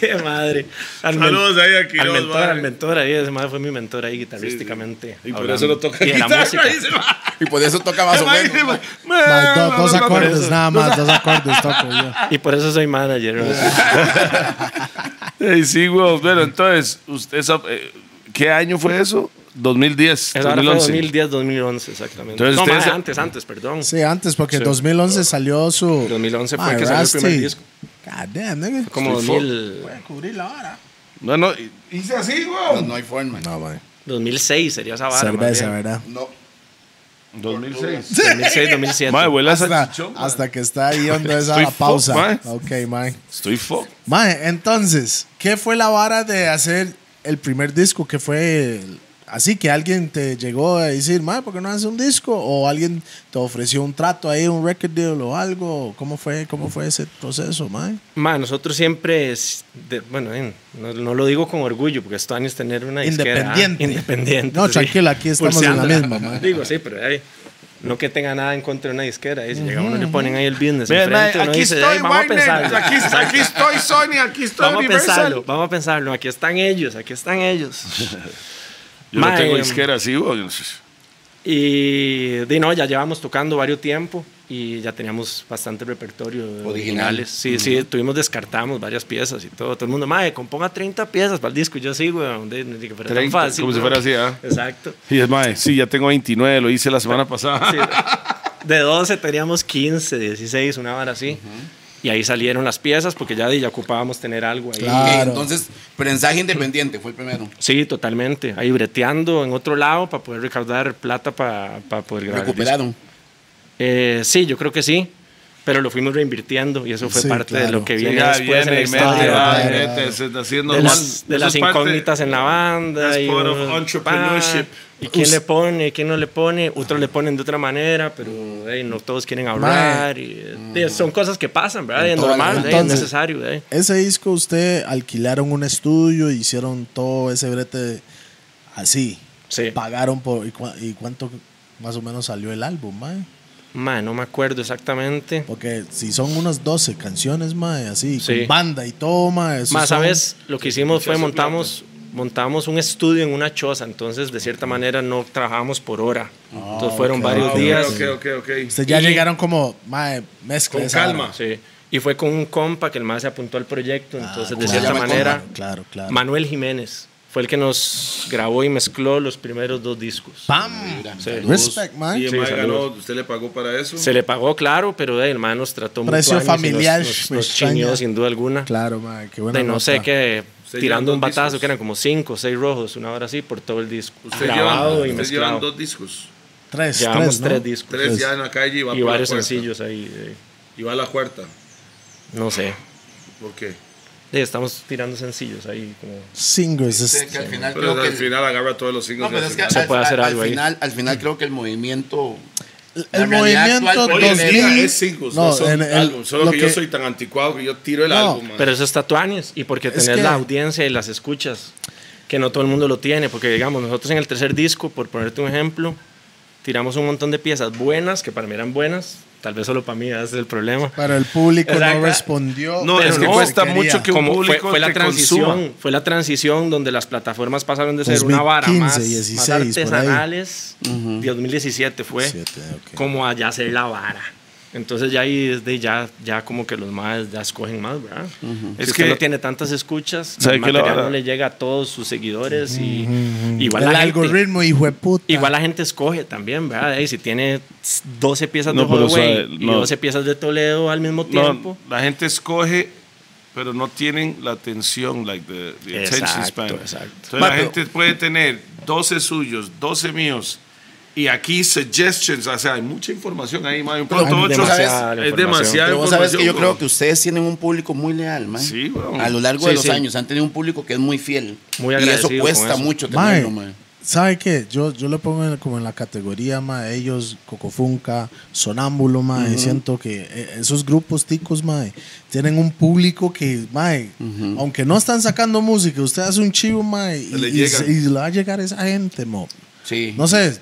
Speaker 4: Qué madre. Al men-
Speaker 5: Saludos ahí a Quiroz,
Speaker 4: Al mentor,
Speaker 5: madre.
Speaker 4: al mentor ahí, ese madre fue mi mentor ahí guitarrísticamente.
Speaker 5: Y por
Speaker 4: hablando.
Speaker 5: eso lo toca
Speaker 4: Y de la
Speaker 5: guitarra,
Speaker 4: música.
Speaker 5: ahí se va.
Speaker 3: Y por eso toca
Speaker 5: *laughs*
Speaker 3: más o menos.
Speaker 2: Ma,
Speaker 4: Ah,
Speaker 2: do- dos acordes,
Speaker 5: Eso.
Speaker 2: nada más, dos
Speaker 4: *laughs*
Speaker 2: acordes toco yo.
Speaker 4: Y por eso
Speaker 2: *laughs*
Speaker 4: soy manager. ¿no?
Speaker 5: Ey, sí, güey. Bueno, entonces, usted, esa- eh, ¿qué año fue eso? 2010,
Speaker 4: Esa hora fue
Speaker 5: 2011.
Speaker 4: 2010, 2011, exactamente.
Speaker 5: Entonces,
Speaker 4: no,
Speaker 5: ustedes-
Speaker 4: madre, antes, antes, perdón.
Speaker 2: Sí, antes, porque en 2011 salió su...
Speaker 4: 2011 fue
Speaker 2: Ma,
Speaker 4: que salió el primer
Speaker 2: Rusty.
Speaker 4: disco.
Speaker 2: God damn, nigga.
Speaker 4: Como
Speaker 5: Estoy
Speaker 4: 2000
Speaker 2: cubrir la hora.
Speaker 5: No, no, y- hice así,
Speaker 3: No,
Speaker 5: güey.
Speaker 3: no hay forma.
Speaker 2: No, man.
Speaker 4: 2006 sería esa vara. más
Speaker 2: Cerveza,
Speaker 4: bien.
Speaker 2: ¿verdad?
Speaker 3: No.
Speaker 5: 2006.
Speaker 4: 2006, 2007.
Speaker 5: Madre, huele a
Speaker 2: Hasta,
Speaker 5: salchichón, mae.
Speaker 2: hasta que está ahí
Speaker 4: *laughs*
Speaker 2: donde
Speaker 5: Estoy
Speaker 2: esa
Speaker 5: fuck,
Speaker 2: pausa.
Speaker 5: mae.
Speaker 2: Ok, man.
Speaker 5: Estoy fuck.
Speaker 2: Mae, entonces, ¿qué fue la vara de hacer el primer disco? que fue el- así que alguien te llegó a decir, mae, ¿por qué no haces un disco? ¿O alguien te ofreció un trato ahí, un record deal o algo? ¿Cómo fue, cómo fue ese proceso, mae?
Speaker 4: Ma, nosotros siempre, es de- bueno, en- no, no lo digo con orgullo, porque esto año es tener una disquera, ah,
Speaker 2: Independiente.
Speaker 4: independiente.
Speaker 2: No, tranquila, aquí estamos en la
Speaker 4: pulseándola.
Speaker 2: misma, ma.
Speaker 4: Digo, sí, pero eh, no que tenga nada en contra de una disquera. eh, si llega uno le ponen ahí el business.
Speaker 5: Mira,
Speaker 4: enfrente,
Speaker 5: mae,
Speaker 4: uno
Speaker 5: aquí
Speaker 4: dice,
Speaker 5: estoy,
Speaker 4: "Ey, vamos a
Speaker 5: Warner.
Speaker 4: pensarlo.
Speaker 5: Aquí, aquí estoy, Sony. Aquí estoy,
Speaker 4: Vamos a
Speaker 5: Universal.
Speaker 4: pensarlo, vamos a pensarlo. Aquí están ellos, aquí están ellos.
Speaker 5: Yo no
Speaker 4: Mae,
Speaker 5: tengo
Speaker 4: em,
Speaker 5: disquera así, güey.
Speaker 4: Y de no, ya llevamos tocando varios tiempo y ya teníamos bastante repertorio de
Speaker 3: Original.
Speaker 4: originales. Sí, sí, tuvimos, descartamos varias piezas y todo. Todo el mundo, madre, componga 30 piezas para el disco. Y yo sí, güey, donde que fuera tan
Speaker 5: 30,
Speaker 4: fácil.
Speaker 5: como si
Speaker 4: weón".
Speaker 5: fuera así, ¿ah? *laughs*
Speaker 4: Exacto.
Speaker 5: Y es mae, sí, ya tengo 29, lo hice la semana pasada. *laughs*
Speaker 4: Sí. De 12 teníamos 15, 16, una hora así. Y ahí salieron las piezas porque ya, ya ocupábamos tener algo ahí.
Speaker 2: Claro.
Speaker 3: Ok, entonces, prensaje independiente fue el primero.
Speaker 4: Sí, totalmente. Ahí breteando en otro lado para poder recaudar plata para, para poder grabar. el disco.
Speaker 3: Recuperaron.
Speaker 4: Eh, sí, yo creo que sí, pero lo fuimos reinvirtiendo y eso fue
Speaker 2: Sí,
Speaker 4: parte de
Speaker 2: claro.
Speaker 4: lo que
Speaker 5: Sí,
Speaker 4: viene
Speaker 5: ya
Speaker 4: después en
Speaker 5: viene,
Speaker 4: la
Speaker 5: mete,
Speaker 4: historia.
Speaker 2: claro,
Speaker 5: va,
Speaker 2: claro.
Speaker 5: mete, se está haciendo
Speaker 4: de
Speaker 5: mal.
Speaker 4: las, de
Speaker 5: Eso
Speaker 4: las
Speaker 5: es parte-
Speaker 4: incógnitas en la banda.
Speaker 5: That's
Speaker 4: y,
Speaker 5: part of
Speaker 4: uh,
Speaker 5: entrepreneurship.
Speaker 4: pa, ¿Y quién le pone? ¿Quién no le pone? Otros le ponen de otra manera, pero hey, no todos quieren ahorrar. y, eh,
Speaker 2: Mm.
Speaker 4: Son cosas que pasan, ¿verdad? Y es
Speaker 3: todas las-
Speaker 4: normal, eh, es
Speaker 2: Entonces-
Speaker 4: necesario. eh.
Speaker 2: Ese disco usted alquilaron un estudio, hicieron todo ese brete así.
Speaker 4: Sí.
Speaker 2: Pagaron por... ¿Y, cua- y cuánto más o menos salió el álbum, mae?
Speaker 4: Ma, no me acuerdo exactamente.
Speaker 2: Porque si son unas 12 canciones, mae, así,
Speaker 4: Sí.
Speaker 2: con banda y toma. eso
Speaker 4: Más,
Speaker 2: son-
Speaker 4: ¿sabes? Lo que hicimos fue montamos, montamos un estudio en una choza, entonces de cierta manera no trabajamos por hora. entonces fueron
Speaker 2: ok,
Speaker 4: varios
Speaker 5: Ah, ok,
Speaker 4: días.
Speaker 5: Ok, ok, ok.
Speaker 2: Ustedes ya
Speaker 4: Y-
Speaker 2: llegaron como, mae, mezcla.
Speaker 5: Con
Speaker 2: esa
Speaker 5: calma.
Speaker 2: vara.
Speaker 4: Sí. Y fue con un compa que el más se apuntó al proyecto,
Speaker 2: Ah,
Speaker 4: entonces de
Speaker 2: claro,
Speaker 4: cierta
Speaker 3: claro,
Speaker 4: manera
Speaker 2: claro, claro.
Speaker 4: Manuel Jiménez fue el que nos grabó y mezcló los primeros dos discos.
Speaker 2: ¡Pam!
Speaker 4: Sí.
Speaker 2: Respect, mae.
Speaker 5: Y el
Speaker 4: Sí,
Speaker 5: mae
Speaker 4: saludos.
Speaker 5: ganó, ¿usted le pagó para eso?
Speaker 4: Se le pagó, claro, pero eh, el man nos trató
Speaker 2: Precio
Speaker 4: mucho años y
Speaker 2: familiar,
Speaker 4: Nos, nos,
Speaker 2: me
Speaker 4: nos chineó,
Speaker 2: extraña.
Speaker 4: sin duda alguna.
Speaker 2: Claro, mae, qué bueno.
Speaker 4: De no sé qué,
Speaker 5: Usted
Speaker 4: tirando
Speaker 5: llevan
Speaker 4: un
Speaker 5: dos
Speaker 4: batazo,
Speaker 5: discos.
Speaker 4: que eran como cinco, seis rojos, una hora así, por todo el disco.
Speaker 5: Usted
Speaker 4: grabado
Speaker 5: lleva,
Speaker 4: y
Speaker 5: usted llevan
Speaker 4: mezclado.
Speaker 5: dos discos.
Speaker 2: Tres,
Speaker 4: Llevamos
Speaker 2: tres, ¿no?
Speaker 4: tres discos.
Speaker 5: Tres
Speaker 2: Pues,
Speaker 5: ya en la calle y va
Speaker 4: y
Speaker 5: por la
Speaker 4: varios
Speaker 5: cuarta.
Speaker 4: sencillos ahí. eh,
Speaker 5: Y va a la cuarta.
Speaker 4: no sé.
Speaker 5: ¿Por qué?
Speaker 4: Eh, estamos tirando sencillos ahí. Como,
Speaker 2: Singles.
Speaker 3: Sé que al final
Speaker 5: Pero
Speaker 3: creo
Speaker 5: al
Speaker 3: que-
Speaker 5: final agarra todos los
Speaker 3: No,
Speaker 5: singles.
Speaker 3: pero
Speaker 5: y
Speaker 3: es que
Speaker 5: hace-
Speaker 4: Se
Speaker 3: al-
Speaker 4: puede hacer
Speaker 3: al-
Speaker 4: algo
Speaker 3: al
Speaker 4: ahí.
Speaker 3: final, Al final creo que el movimiento...
Speaker 2: El,
Speaker 3: La realidad
Speaker 2: movimiento
Speaker 3: actual,
Speaker 5: Oye,
Speaker 2: 2000.
Speaker 5: neta, es singles, no,
Speaker 2: No,
Speaker 5: son
Speaker 2: en el-
Speaker 5: álbum. Solo
Speaker 2: lo
Speaker 5: que, yo
Speaker 2: que-
Speaker 5: soy tan anticuado que yo tiro el
Speaker 2: No,
Speaker 5: álbum. man.
Speaker 4: Pero eso es tatuanes y porque
Speaker 2: Es
Speaker 4: tenés
Speaker 2: que-
Speaker 4: la audiencia y las escuchas, que no todo el mundo lo tiene, porque digamos, nosotros en el tercer disco, por ponerte un ejemplo, tiramos un montón de piezas buenas, que para mí eran buenas, tal vez solo para mí, ese es el problema.
Speaker 2: Pero el público
Speaker 4: Exacto.
Speaker 2: no respondió.
Speaker 5: No,
Speaker 2: pero
Speaker 5: es que
Speaker 4: no,
Speaker 5: cuesta
Speaker 2: quería.
Speaker 5: mucho que un
Speaker 4: Como fue,
Speaker 5: público
Speaker 4: fue la
Speaker 5: te
Speaker 4: transición,
Speaker 5: consuma.
Speaker 4: fue la transición donde las plataformas pasaron de ser una
Speaker 2: 2015,
Speaker 4: vara más, más
Speaker 2: 16, por ahí.
Speaker 4: artesanales, 2017 fue,
Speaker 2: Siete, ok.
Speaker 4: como a ya ser la vara. Entonces ya ahí desde ya, ya como que los más ya escogen más, ¿verdad?
Speaker 5: Es
Speaker 4: Es que
Speaker 5: que-
Speaker 4: no tiene tantas escuchas,
Speaker 5: ¿Sabe
Speaker 4: el
Speaker 5: qué la
Speaker 4: material
Speaker 5: vara?
Speaker 4: no le llega a todos sus seguidores y
Speaker 2: El
Speaker 4: igual la gente,
Speaker 2: algoritmo, hijo de puta.
Speaker 4: igual la gente escoge también, ¿verdad? Y si tiene 12 piezas
Speaker 5: No,
Speaker 4: de
Speaker 5: pero, o sea,
Speaker 4: Huawei y
Speaker 5: no.
Speaker 4: 12 piezas de Toledo al mismo
Speaker 5: No,
Speaker 4: tiempo,
Speaker 5: la gente escoge, pero no tienen la atención, like the, the attention
Speaker 4: Exacto,
Speaker 5: span.
Speaker 4: exacto.
Speaker 5: Entonces
Speaker 2: Ma,
Speaker 5: la
Speaker 2: pero-
Speaker 5: gente puede tener 12 suyos, 12 míos. Y aquí suggestions, o sea, hay mucha información ahí, man. Un
Speaker 3: Pero
Speaker 5: pronto
Speaker 3: hay
Speaker 5: ocho,
Speaker 3: demasiada
Speaker 5: es
Speaker 4: información.
Speaker 5: demasiada
Speaker 3: Pero vos sabes que yo
Speaker 5: información,
Speaker 3: creo
Speaker 5: bro.
Speaker 3: que ustedes tienen un público muy leal, man.
Speaker 5: Sí, weón.
Speaker 3: A lo largo
Speaker 4: Sí,
Speaker 3: de los
Speaker 4: sí.
Speaker 3: años han tenido un público que es muy fiel.
Speaker 4: Muy
Speaker 3: y eso
Speaker 4: agradecido con
Speaker 3: cuesta
Speaker 4: eso.
Speaker 3: mucho
Speaker 2: Mae,
Speaker 3: tenerlo, man.
Speaker 2: ¿sabe qué? Yo, yo lo pongo en- como en la categoría, mae, ellos, Cocofunca, Sonámbulo, mae, siento que eh, esos grupos ticos, mae, tienen un público que, mae, aunque no están sacando música, usted hace un chivo, mae, y,
Speaker 5: Le
Speaker 2: y
Speaker 5: llega.
Speaker 2: se- y le va a llegar a esa gente, mo.
Speaker 3: Sí.
Speaker 2: No sé,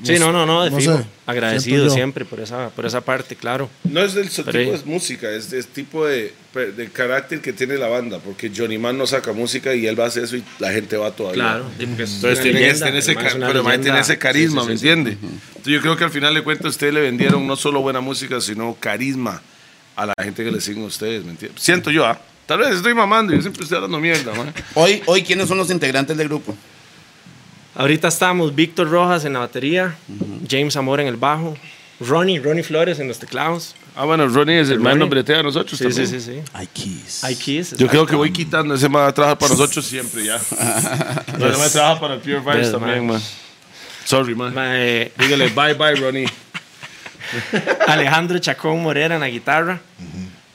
Speaker 4: Sí, no, no, no, de
Speaker 2: no
Speaker 4: fijo.
Speaker 2: sé. Siento
Speaker 4: Agradecido
Speaker 2: yo.
Speaker 4: siempre por esa, por esa parte, claro.
Speaker 5: No es del so-
Speaker 4: Pero
Speaker 5: tipo
Speaker 4: ahí-
Speaker 5: de música, es del tipo de, per- de carácter que tiene la banda, porque Johnny Man no saca música y él va a hacer eso y la gente va todavía. Entonces tiene que tener ese, ca- pero mae, tiene ese carisma, ¿me entiende? Entonces yo creo que al final de cuentas ustedes le vendieron no solo buena música, sino carisma a la gente que le siguen a ustedes, ¿me entiende? Siento yo, ah, tal vez estoy mamando, yo siempre estoy hablando mierda, mae.
Speaker 3: Hoy, hoy, ¿quiénes son los integrantes del grupo?
Speaker 4: Ahorita estamos Víctor Rojas en la batería, James Amor en el bajo, Ronnie, Ronnie Flores en los teclados.
Speaker 5: Ah, bueno, Ronnie es el
Speaker 4: ¿El
Speaker 5: más
Speaker 4: Ronnie?
Speaker 5: nos bretea a nosotros
Speaker 4: Sí, sí, sí,
Speaker 5: también.
Speaker 4: sí.
Speaker 2: I kiss.
Speaker 4: Hay keys.
Speaker 5: Yo creo que voy quitando ese más trabaja para nosotros siempre ya. No, no me trabaja para Pure Vibes
Speaker 4: Yes,
Speaker 5: también,
Speaker 4: man.
Speaker 5: man. Sorry, man.
Speaker 4: Mae,
Speaker 5: Dígale bye bye, Ronnie.
Speaker 4: Alejandro Chacón Morera en la guitarra.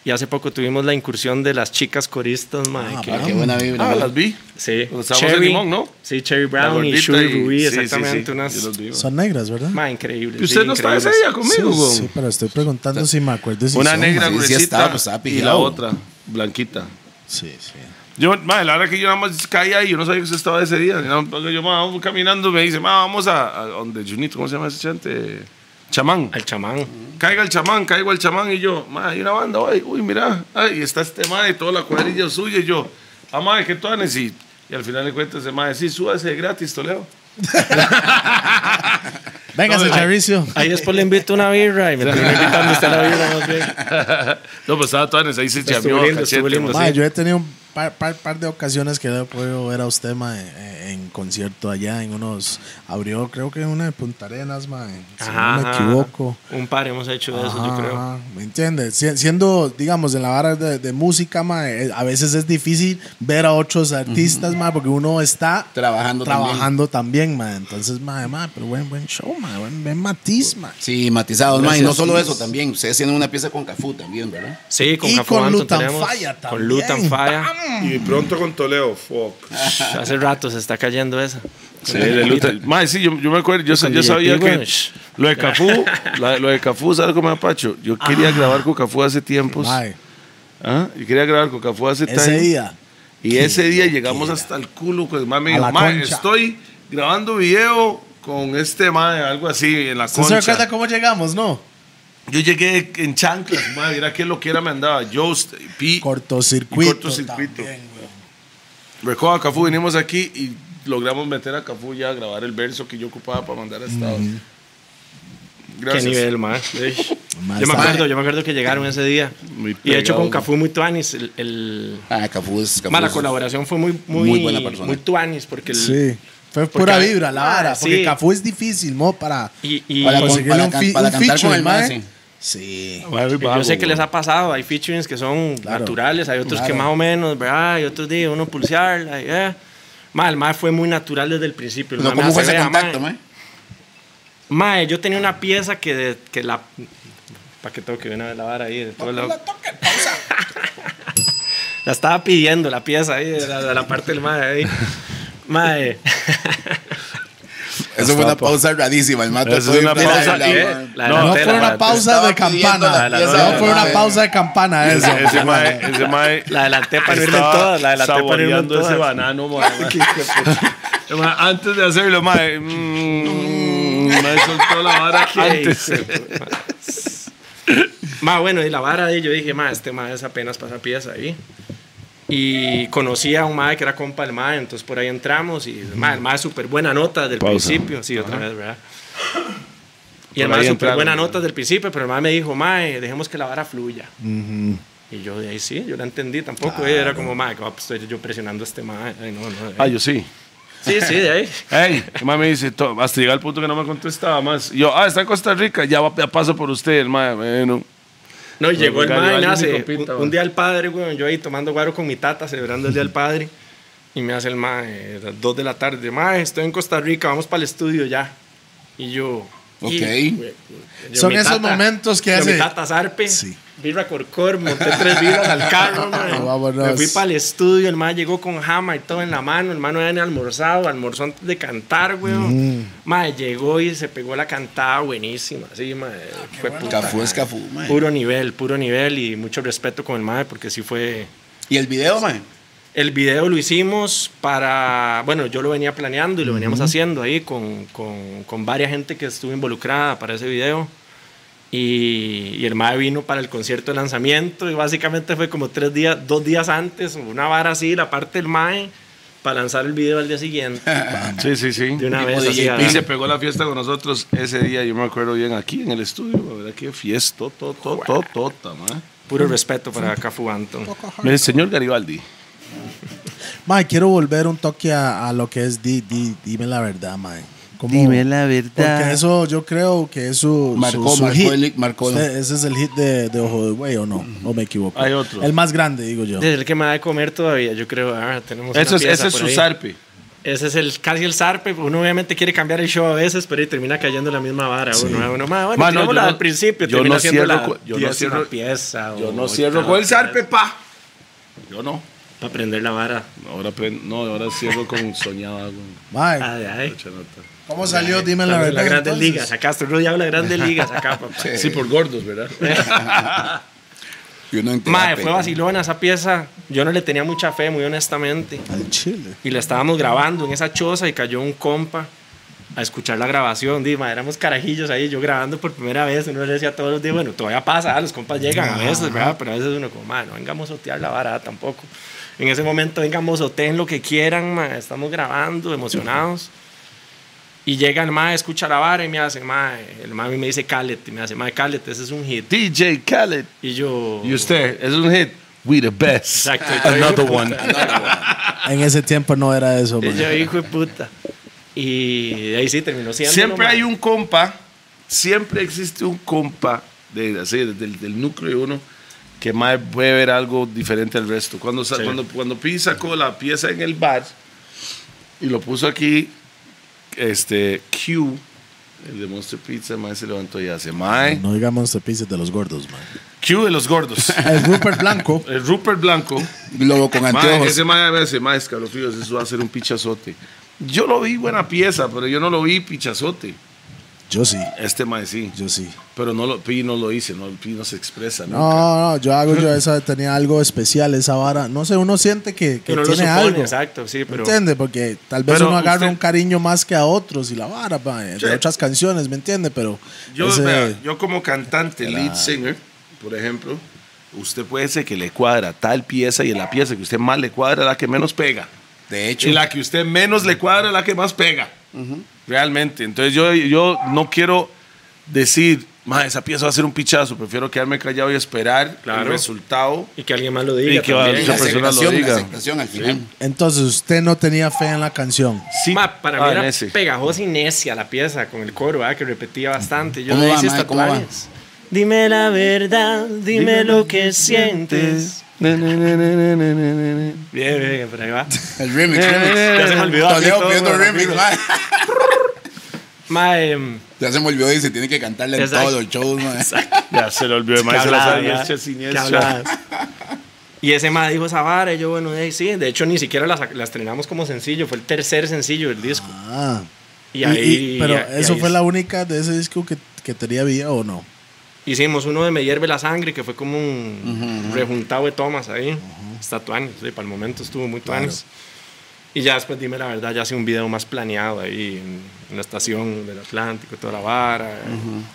Speaker 4: Y hace poco tuvimos la incursión de las chicas coristas, mae, que-
Speaker 3: Ah, qué buena vibra.
Speaker 5: Ah,
Speaker 3: mae.
Speaker 5: las vi.
Speaker 4: Sí.
Speaker 5: Cuando estábamos en Limón, ¿no?
Speaker 4: Sí, Cherry
Speaker 5: La
Speaker 4: Brown y
Speaker 5: gordita
Speaker 4: Shuri
Speaker 5: y-
Speaker 4: Rubí,
Speaker 5: sí, sí,
Speaker 4: exactamente
Speaker 5: sí.
Speaker 4: unas...
Speaker 5: Yo los vi, man.
Speaker 2: Son negras, ¿verdad?
Speaker 4: mae, increíbles.
Speaker 5: Y usted
Speaker 4: sí,
Speaker 5: no está ese
Speaker 4: increíbles.
Speaker 5: día conmigo,
Speaker 2: sí,
Speaker 5: güey.
Speaker 2: sí, pero estoy preguntando si me acuerdo si
Speaker 5: Una
Speaker 2: son,
Speaker 5: negra
Speaker 2: mae.
Speaker 3: sí,
Speaker 5: gruesita
Speaker 3: estaba, pues, estaba
Speaker 5: y la
Speaker 3: pillado.
Speaker 5: otra, blanquita.
Speaker 2: Sí, sí.
Speaker 5: Yo, madre, la verdad que yo nada más caía ahí, yo no sabía que usted estaba ese día. Yo, ma, vamos caminando, me dice, ma, vamos a, a donde Junito, ¿cómo se llama ese chante? Chamán.
Speaker 4: Al chamán.
Speaker 5: Caiga el chamán, caigo el chamán y yo, ma, hay una banda, ay, uy, mira, ay, y está este madre y toda la cuadrilla suya y yo, ah, madre, ¿qué tú Y, y al final le cuentas, ese madre, sí, súbase de gratis, Toledo.
Speaker 2: Véngase, Charicio.
Speaker 4: Ahí después le invito una birra y me terminó invitando usted a la birra más bien.
Speaker 5: *laughs* No, pues estaba Tuanes, ahí se
Speaker 4: Estuvo
Speaker 5: chameó,
Speaker 4: lindo,
Speaker 5: cachete,
Speaker 4: estuvo lindo,
Speaker 5: ma.
Speaker 2: Pues, Mae, yo he tenido un par, par- par de ocasiones que he podido ver a usted mae, eh, en, concierto allá, en unos... Abrió, creo que en una de Punta Arenas, mae, si no me
Speaker 4: Ajá,
Speaker 2: equivoco. Ah.
Speaker 4: Un par hemos hecho de eso, yo
Speaker 2: Ajá,
Speaker 4: creo.
Speaker 2: ajá, ¿Me entiendes? Si- Siendo, digamos, en la vara de, de música, mae, eh, a veces es difícil ver a otros artistas, mae, porque uno está
Speaker 3: Trabajando también.
Speaker 2: trabajando también, mae. Entonces, mae, mae, pero buen, buen show, mae, buen, buen matiz, mae.
Speaker 3: Sí, matizados, mae. Y
Speaker 2: Gracias,
Speaker 3: no solo
Speaker 2: Luis.
Speaker 3: eso, también. Ustedes tienen una pieza con Cafú también, ¿verdad?
Speaker 4: Sí, con
Speaker 2: Y
Speaker 4: Cafo
Speaker 2: con
Speaker 4: Anton
Speaker 2: Lutan
Speaker 4: tenemos,
Speaker 2: Falla
Speaker 4: Con Lutan
Speaker 2: también.
Speaker 4: Falla.
Speaker 5: Y pronto con Toledo, fuck.
Speaker 4: Hace rato se está cayendo esa.
Speaker 5: Sí, de luta. Mae, sí, yo, yo me acuerdo, yo,
Speaker 4: Y con
Speaker 5: yo
Speaker 4: DJ
Speaker 5: sabía
Speaker 4: Pigo,
Speaker 5: que
Speaker 4: sh.
Speaker 5: lo de Cafú, la- lo de Cafú, ¿sabes cómo me apacho? Yo quería grabar con Cafú hace tiempos.
Speaker 2: Mae,
Speaker 5: ¿ah? Y quería grabar con Cafú hace
Speaker 2: ese
Speaker 5: time.
Speaker 2: día.
Speaker 5: Y ese día llegamos hasta el culo, pues mami,
Speaker 2: A
Speaker 5: dijo,
Speaker 2: la
Speaker 5: "Mae,
Speaker 2: concha".
Speaker 5: estoy grabando video con este mae, algo así, en la
Speaker 2: ¿Usted se
Speaker 5: concha.
Speaker 2: acuerda cómo llegamos, no?
Speaker 5: Yo llegué en chanclas, mae, mira qué loquera me andaba. Yo, Pi,
Speaker 2: Cortocircuito.
Speaker 5: cortocircuito.
Speaker 2: también, weón.
Speaker 5: Recoja a Cafú, vinimos aquí y logramos meter a Cafú ya a grabar el verso que yo ocupaba para mandar a Estados.
Speaker 4: Qué
Speaker 5: Gracias.
Speaker 4: nivel, man.
Speaker 2: Mae,
Speaker 4: Yo me
Speaker 2: está-
Speaker 4: acuerdo, yo me acuerdo que llegaron ese día.
Speaker 5: Muy
Speaker 4: Y de hecho
Speaker 5: pegado,
Speaker 4: con
Speaker 5: ¿no?
Speaker 4: Cafú muy tuanis. El, el-
Speaker 3: Ah, Cafú es. Cafú
Speaker 4: ma, la
Speaker 3: es-
Speaker 4: colaboración fue muy, muy,
Speaker 3: Muy buena persona.
Speaker 4: muy tuanis porque el-
Speaker 2: Sí. Fue
Speaker 4: Porque
Speaker 2: pura
Speaker 4: hay-
Speaker 2: vibra, la vara.
Speaker 4: Ah,
Speaker 2: Porque
Speaker 4: sí.
Speaker 2: Cafú es difícil, ¿no? Para
Speaker 4: y, y- pues
Speaker 3: Para
Speaker 4: y
Speaker 3: con-
Speaker 2: conseguirle
Speaker 3: para
Speaker 2: un,
Speaker 3: can-
Speaker 2: fi-
Speaker 3: para
Speaker 2: un
Speaker 3: cantar con
Speaker 2: feature,
Speaker 3: el
Speaker 2: mae.
Speaker 3: mae,
Speaker 2: Sí.
Speaker 4: yo sé que les ha pasado, hay featurings que son
Speaker 2: Claro.
Speaker 4: naturales, hay otros que
Speaker 2: Claro.
Speaker 4: más o menos, ¿verdad? Y otros días uno pulsearla, y, eh. Ma, el mae fue muy natural desde el principio. el
Speaker 3: Pero
Speaker 4: mae me
Speaker 3: ¿Cómo fue
Speaker 4: hace,
Speaker 3: ese
Speaker 4: "Vea,
Speaker 3: contacto,
Speaker 4: mae,
Speaker 3: mae?
Speaker 4: Mae, yo tenía una pieza que, de- que la. Para que toque una de la vara ahí, de todo lado. *laughs* la estaba pidiendo la pieza ahí, de la, de la parte del mae ahí. eh, Mae.
Speaker 3: Eso fue una pausa rarísima, el mate.
Speaker 5: Eso es una pausa,
Speaker 4: eh, la de la
Speaker 5: No,
Speaker 2: No
Speaker 4: tela,
Speaker 2: fue una
Speaker 4: mae,
Speaker 2: pausa de
Speaker 3: Estaba pidiendo
Speaker 2: campana.
Speaker 3: la
Speaker 4: pieza
Speaker 2: No
Speaker 4: de
Speaker 2: fue
Speaker 3: la
Speaker 2: una
Speaker 3: madre.
Speaker 2: pausa de campana eso.
Speaker 5: Ese, ese mae, ese mae.
Speaker 4: *laughs* La adelanté para no irme en
Speaker 5: estaba
Speaker 4: todas, la adelanté para no irme en
Speaker 5: saboreando ese
Speaker 4: todas.
Speaker 5: banano, mae.
Speaker 4: *laughs*
Speaker 5: El mae, Antes de hacerlo, mae. mm, el mae soltó la vara antes.
Speaker 4: Más bueno, y la vara de yo dije, más este mae es apenas pasa pieza ahí. Y conocí a un mae que era compa del mae, entonces por ahí entramos y mae, el mae súper buena nota del
Speaker 5: Pausa.
Speaker 4: principio. Sí, otra vez, ¿verdad? Y
Speaker 5: Por
Speaker 4: el
Speaker 5: ahí
Speaker 4: mae súper
Speaker 5: entraron,
Speaker 4: buena
Speaker 5: ¿verdad?
Speaker 4: nota del principio, pero el mae me dijo, mae, dejemos que la vara fluya. Y yo de ahí sí, yo la entendí tampoco. eh, Era como, mae, que va, pues, estoy yo presionando a este mae. Ay, no, no, eh.
Speaker 5: Ah, yo sí.
Speaker 4: Sí, sí, de ahí.
Speaker 5: Ey, el mae me dice, to- hasta llegar al punto que no me contestaba más. Yo, ah, está en Costa Rica, ya, va- ya paso por usted, el mae. Bueno.
Speaker 4: No, y llegó el
Speaker 5: Garibaldi
Speaker 4: mae,
Speaker 5: ni
Speaker 4: nace.
Speaker 5: compita,
Speaker 4: un,
Speaker 5: man.
Speaker 4: un día el padre, weón, yo ahí tomando guaro con mi tata, celebrando el día del padre. Y me hace el mae, las 2 de la tarde, mae, estoy en Costa Rica, vamos para el estudio ya. Y yo. y,
Speaker 3: Ok.
Speaker 4: we- yo,
Speaker 2: Son
Speaker 4: mi
Speaker 2: esos momentos que
Speaker 4: yo,
Speaker 2: hace-
Speaker 4: Mi tata zarpe,
Speaker 2: Sí. Ah,
Speaker 4: birra corcor, monté tres birras al
Speaker 2: *laughs*
Speaker 4: carro, mae.
Speaker 2: Vámonos.
Speaker 4: Me fui para el estudio, el mae llegó con jama y todo en la mano, el mae no había ni almorzado, almorzó antes de cantar, weón.
Speaker 2: Mm.
Speaker 4: Mae, llegó y se pegó la cantada buenísima, así, mae.
Speaker 2: Ah,
Speaker 4: fue puta,
Speaker 3: Cafú
Speaker 4: mae.
Speaker 3: es Cafú, mae.
Speaker 4: Puro nivel, puro nivel y mucho respeto con el MAE porque sí fue...
Speaker 3: ¿Y el video, mae?
Speaker 4: El video lo hicimos para, bueno, yo lo venía planeando y lo veníamos haciendo ahí con, con, con varias gente que estuvo involucrada para ese video. Y, y el MAE vino para el concierto de lanzamiento y básicamente fue como tres días, dos días antes, una vara así, la parte del MAE, para lanzar el video al
Speaker 3: *laughs*
Speaker 4: día siguiente.
Speaker 5: Sí, sí, sí.
Speaker 4: De una
Speaker 3: Tipo
Speaker 4: vez. así,
Speaker 3: DJ
Speaker 4: a-
Speaker 5: Y se pegó la fiesta con nosotros ese día, yo me acuerdo bien, aquí en el estudio, la ¿verdad? Qué fiesta, to, to, to, tota, ma.
Speaker 3: "Mm".
Speaker 4: Puro respeto para
Speaker 3: *laughs*
Speaker 4: Cafu Anton.
Speaker 5: El señor Garibaldi.
Speaker 2: Mae, quiero volver un toque a, a lo que es di, di- Dime la verdad, mae. ¿Cómo-
Speaker 6: Dime la verdad.
Speaker 2: Porque eso yo creo que es su,
Speaker 3: Marcó,
Speaker 2: su- su
Speaker 3: marcó
Speaker 2: hit.
Speaker 3: el- marcó el-
Speaker 2: Usted- ese es el hit de, de Ojo de Güey, ¿o no? No me equivoco.
Speaker 5: Hay otro.
Speaker 2: El más grande, digo yo.
Speaker 4: Desde el que me da de comer todavía, yo creo. ah, tenemos
Speaker 5: Eso
Speaker 4: una
Speaker 5: es,
Speaker 4: pieza
Speaker 5: ese es
Speaker 4: por
Speaker 5: su
Speaker 4: ahí.
Speaker 5: zarpe.
Speaker 4: Ese es el, casi el zarpe. Uno obviamente quiere cambiar el show a veces, pero ahí termina cayendo en la misma vara. Uno, ah, uno, "Ma, bueno,
Speaker 5: Ma, no,
Speaker 4: tirémosla
Speaker 5: yo no-
Speaker 4: al principio.
Speaker 5: yo
Speaker 4: termina
Speaker 5: no
Speaker 4: siendo
Speaker 5: cierro
Speaker 4: la
Speaker 5: con- yo no
Speaker 4: décima
Speaker 5: cierro-
Speaker 4: pieza.
Speaker 5: Yo
Speaker 4: o
Speaker 5: no cierro
Speaker 4: octava
Speaker 5: con el
Speaker 4: pieza,
Speaker 5: zarpe, pa. Yo no.
Speaker 4: Para aprender la vara.
Speaker 5: Ahora, pre- no, ahora cierro con soñada, güey.
Speaker 2: Mae,
Speaker 4: Ah, de
Speaker 5: Eh.
Speaker 4: ahí.
Speaker 2: ¿cómo salió? Dime la
Speaker 4: La,
Speaker 2: verdad.
Speaker 4: la Grandes
Speaker 2: entonces?
Speaker 4: Ligas, acá estoy rodeado de la
Speaker 5: *laughs*
Speaker 4: Grandes Ligas, acá, papá.
Speaker 5: Sí, por gordos, *laughs* ¿verdad?
Speaker 3: Y uno en
Speaker 4: Mae,
Speaker 3: terapia,
Speaker 4: fue
Speaker 3: ¿no?
Speaker 4: vacilona esa pieza. Yo no le tenía mucha fe, muy honestamente.
Speaker 2: Al chile.
Speaker 4: Y la estábamos grabando en esa choza y cayó un compa a escuchar la grabación. Dima, éramos carajillos ahí, yo grabando por primera vez. Uno le decía a todos los días, bueno, todavía pasa, ah, los compas llegan a veces, ¿verdad? Pero a veces uno como, "Ma, no vengamos a sotear la vara tampoco. En ese momento, vengamos, soteen lo que quieran, ma, estamos grabando, emocionados. Y llega el mae, escucha la vara y me hace, mae, el mae a mí me dice, Calet, y me hace, mae, Calet, ese es un hit.
Speaker 5: DJ Khaled.
Speaker 4: Y yo...
Speaker 5: Y usted, es un hit. We the best.
Speaker 4: Exacto.
Speaker 5: Another
Speaker 4: Puta.
Speaker 5: one.
Speaker 2: En ese tiempo no era eso, mae.
Speaker 4: Y yo, hijo de puta. Y de ahí sí terminó siendo.
Speaker 5: Siempre
Speaker 4: ¿no,
Speaker 5: hay
Speaker 4: mae?
Speaker 5: un compa, siempre existe un compa de, así, del, del núcleo de uno que más puede ver algo diferente al resto. Cuando, sa-
Speaker 4: Sí.
Speaker 5: cuando, cuando Pi sacó la pieza en el bar y lo puso aquí, este Q, el de Monster Pizza, mae se levantó y hace, mae,
Speaker 2: No digamos tapices de los gordos, mae.
Speaker 5: Q de los gordos. *laughs*
Speaker 2: El Rupert Blanco.
Speaker 5: el Rupert Blanco.
Speaker 3: Lobo con
Speaker 5: Mae,
Speaker 3: anteojos.
Speaker 5: ese mae me dice, mae, escalofríos, eso va a ser un pichazote. Yo lo vi buena pieza, pero yo no lo vi pichazote.
Speaker 2: Yo sí,
Speaker 5: Este mae sí.
Speaker 2: yo sí.
Speaker 5: Pero no lo, Pi no lo dice, no, Pi no se expresa.
Speaker 2: No, no, yo hago, yo esa tenía algo especial, esa vara. No sé, uno siente que, que
Speaker 4: Que uno lo
Speaker 2: tiene
Speaker 4: supone,
Speaker 2: algo.
Speaker 4: Exacto, sí, pero.
Speaker 2: ¿Entiende? Porque tal vez
Speaker 5: Pero
Speaker 2: uno agarra
Speaker 5: usted-
Speaker 2: un cariño más que a otros y la vara, mae,
Speaker 5: Sí.
Speaker 2: de otras canciones, ¿me entiende? Pero
Speaker 5: Yo,
Speaker 2: ese-
Speaker 5: vea, yo como cantante, lead singer, por ejemplo, usted puede ser que le cuadra tal pieza y la pieza que usted más le cuadra la que menos pega.
Speaker 3: De hecho,
Speaker 5: Y la que usted menos le cuadra la que más pega. Realmente. Entonces yo, yo no quiero decir, "Ma, esa pieza va a ser un pichazo. Prefiero quedarme callado y esperar el
Speaker 4: Claro.
Speaker 5: resultado.
Speaker 4: Y que alguien más lo diga.
Speaker 5: Y que
Speaker 4: también.
Speaker 5: esa
Speaker 3: la
Speaker 5: otra persona lo
Speaker 3: aceptación, la
Speaker 5: diga.
Speaker 3: aceptación al final.
Speaker 2: entonces usted no tenía fe en la canción.
Speaker 5: Sí.
Speaker 4: Ma, para mí
Speaker 5: Ah, en
Speaker 4: era
Speaker 5: ese.
Speaker 4: pegajosa y necia la pieza con el coro, ¿verdad? que repetía bastante. Yo
Speaker 3: ¿Cómo
Speaker 4: le
Speaker 3: va,
Speaker 4: hice
Speaker 3: mae? ¿Cómo va?
Speaker 4: tatuajes. Dime la verdad, dime lo que sientes.
Speaker 5: Na, na, na, na, na, na, na, na.
Speaker 4: Bien, bien, por ahí va.
Speaker 3: El remix,
Speaker 5: Eh, eh,
Speaker 3: remix.
Speaker 4: Ya se me olvidó. así
Speaker 3: Toledo
Speaker 4: todo,
Speaker 3: pidiendo
Speaker 4: bueno,
Speaker 3: remix,
Speaker 4: amigos.
Speaker 3: mae.
Speaker 4: Ma, em,
Speaker 3: Ya se me olvidó y se tiene que cantarle en
Speaker 4: Exacto.
Speaker 3: todos los shows, mae.
Speaker 5: Ya se le *laughs* olvidó,
Speaker 4: que
Speaker 5: *laughs* maestro.
Speaker 4: hablaba, ¿verdad? Que hablaba. Y ese ma dijo esa vara, y yo, bueno, de ahí sí. De hecho, ni siquiera la, sa- la estrenamos como sencillo, fue el tercer sencillo del disco.
Speaker 2: Ah.
Speaker 4: Y ahí.
Speaker 2: Y- y- pero
Speaker 4: y ahí
Speaker 2: eso fue
Speaker 4: es-
Speaker 2: la única de ese disco que, que tenía vida o no.
Speaker 4: Hicimos uno de Me Hierve la Sangre, que fue como un rejuntado de tomas ahí. Está tuanis, sí, para el momento estuvo muy tuanis. Y ya después, dime la verdad, ya hice un video más planeado ahí en, en la estación del Atlántico, toda la vara,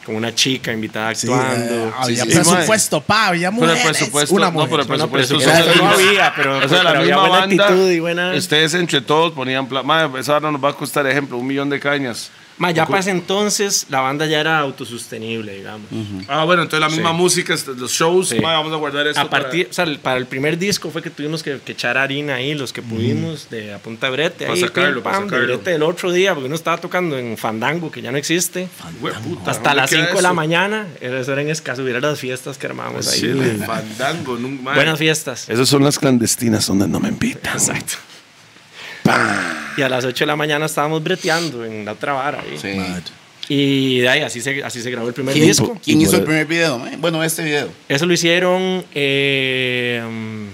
Speaker 4: con una chica invitada
Speaker 2: Sí,
Speaker 4: actuando.
Speaker 2: eh, había
Speaker 5: sí, sí.
Speaker 2: presupuesto, pa, había
Speaker 5: Por el
Speaker 2: mujeres.
Speaker 5: presupuesto,
Speaker 2: una
Speaker 5: no
Speaker 2: mujer.
Speaker 5: por el
Speaker 4: Bueno,
Speaker 5: presupuesto.
Speaker 4: pero eso-
Speaker 5: o sea,
Speaker 4: eso no
Speaker 5: la-
Speaker 4: había, pero-
Speaker 5: o sea,
Speaker 4: pero
Speaker 5: la
Speaker 4: había
Speaker 5: misma
Speaker 4: buena
Speaker 5: banda,
Speaker 4: actitud y buena-
Speaker 5: Ustedes entre todos ponían plan. Madre, esa ahora nos va a costar, ejemplo, un millón de cañas.
Speaker 4: Ma, ya para ese entonces, la banda ya era autosostenible, digamos.
Speaker 5: Ah, bueno, entonces la misma música, este, los shows.
Speaker 4: Sí.
Speaker 5: madre, vamos a guardar esto.
Speaker 4: a partir, o sea, el- para el primer disco fue que tuvimos que, que echar harina ahí, los que pudimos, de a punta de brete.
Speaker 5: Pa'
Speaker 4: ahí,
Speaker 5: sacarlo,
Speaker 4: pim,
Speaker 5: pa'
Speaker 4: pam, de
Speaker 5: sacarlo.
Speaker 4: brete el otro día, porque uno estaba tocando en Fandango, que ya no existe.
Speaker 5: para- Güey, puta,
Speaker 4: Hasta
Speaker 5: ¿dónde
Speaker 4: las
Speaker 5: queda
Speaker 4: 5 de la
Speaker 5: eso?
Speaker 4: mañana, era- eso era en escaso, hubiera las fiestas que armábamos ahí.
Speaker 5: Sí, el fandango, nunca más.
Speaker 4: Buenas fiestas.
Speaker 5: Esas son las clandestinas donde no me invitan.
Speaker 4: Exacto. Y a las 8 de la mañana estábamos breteando en la otra vara. ahí.
Speaker 3: Sí.
Speaker 4: Y de ahí así se, así se grabó el primer
Speaker 3: ¿Quién,
Speaker 4: disco.
Speaker 3: quién
Speaker 5: Y
Speaker 3: hizo
Speaker 5: por-
Speaker 3: el primer video? mae? Bueno, este video.
Speaker 4: Eso lo hicieron. Eh, mm,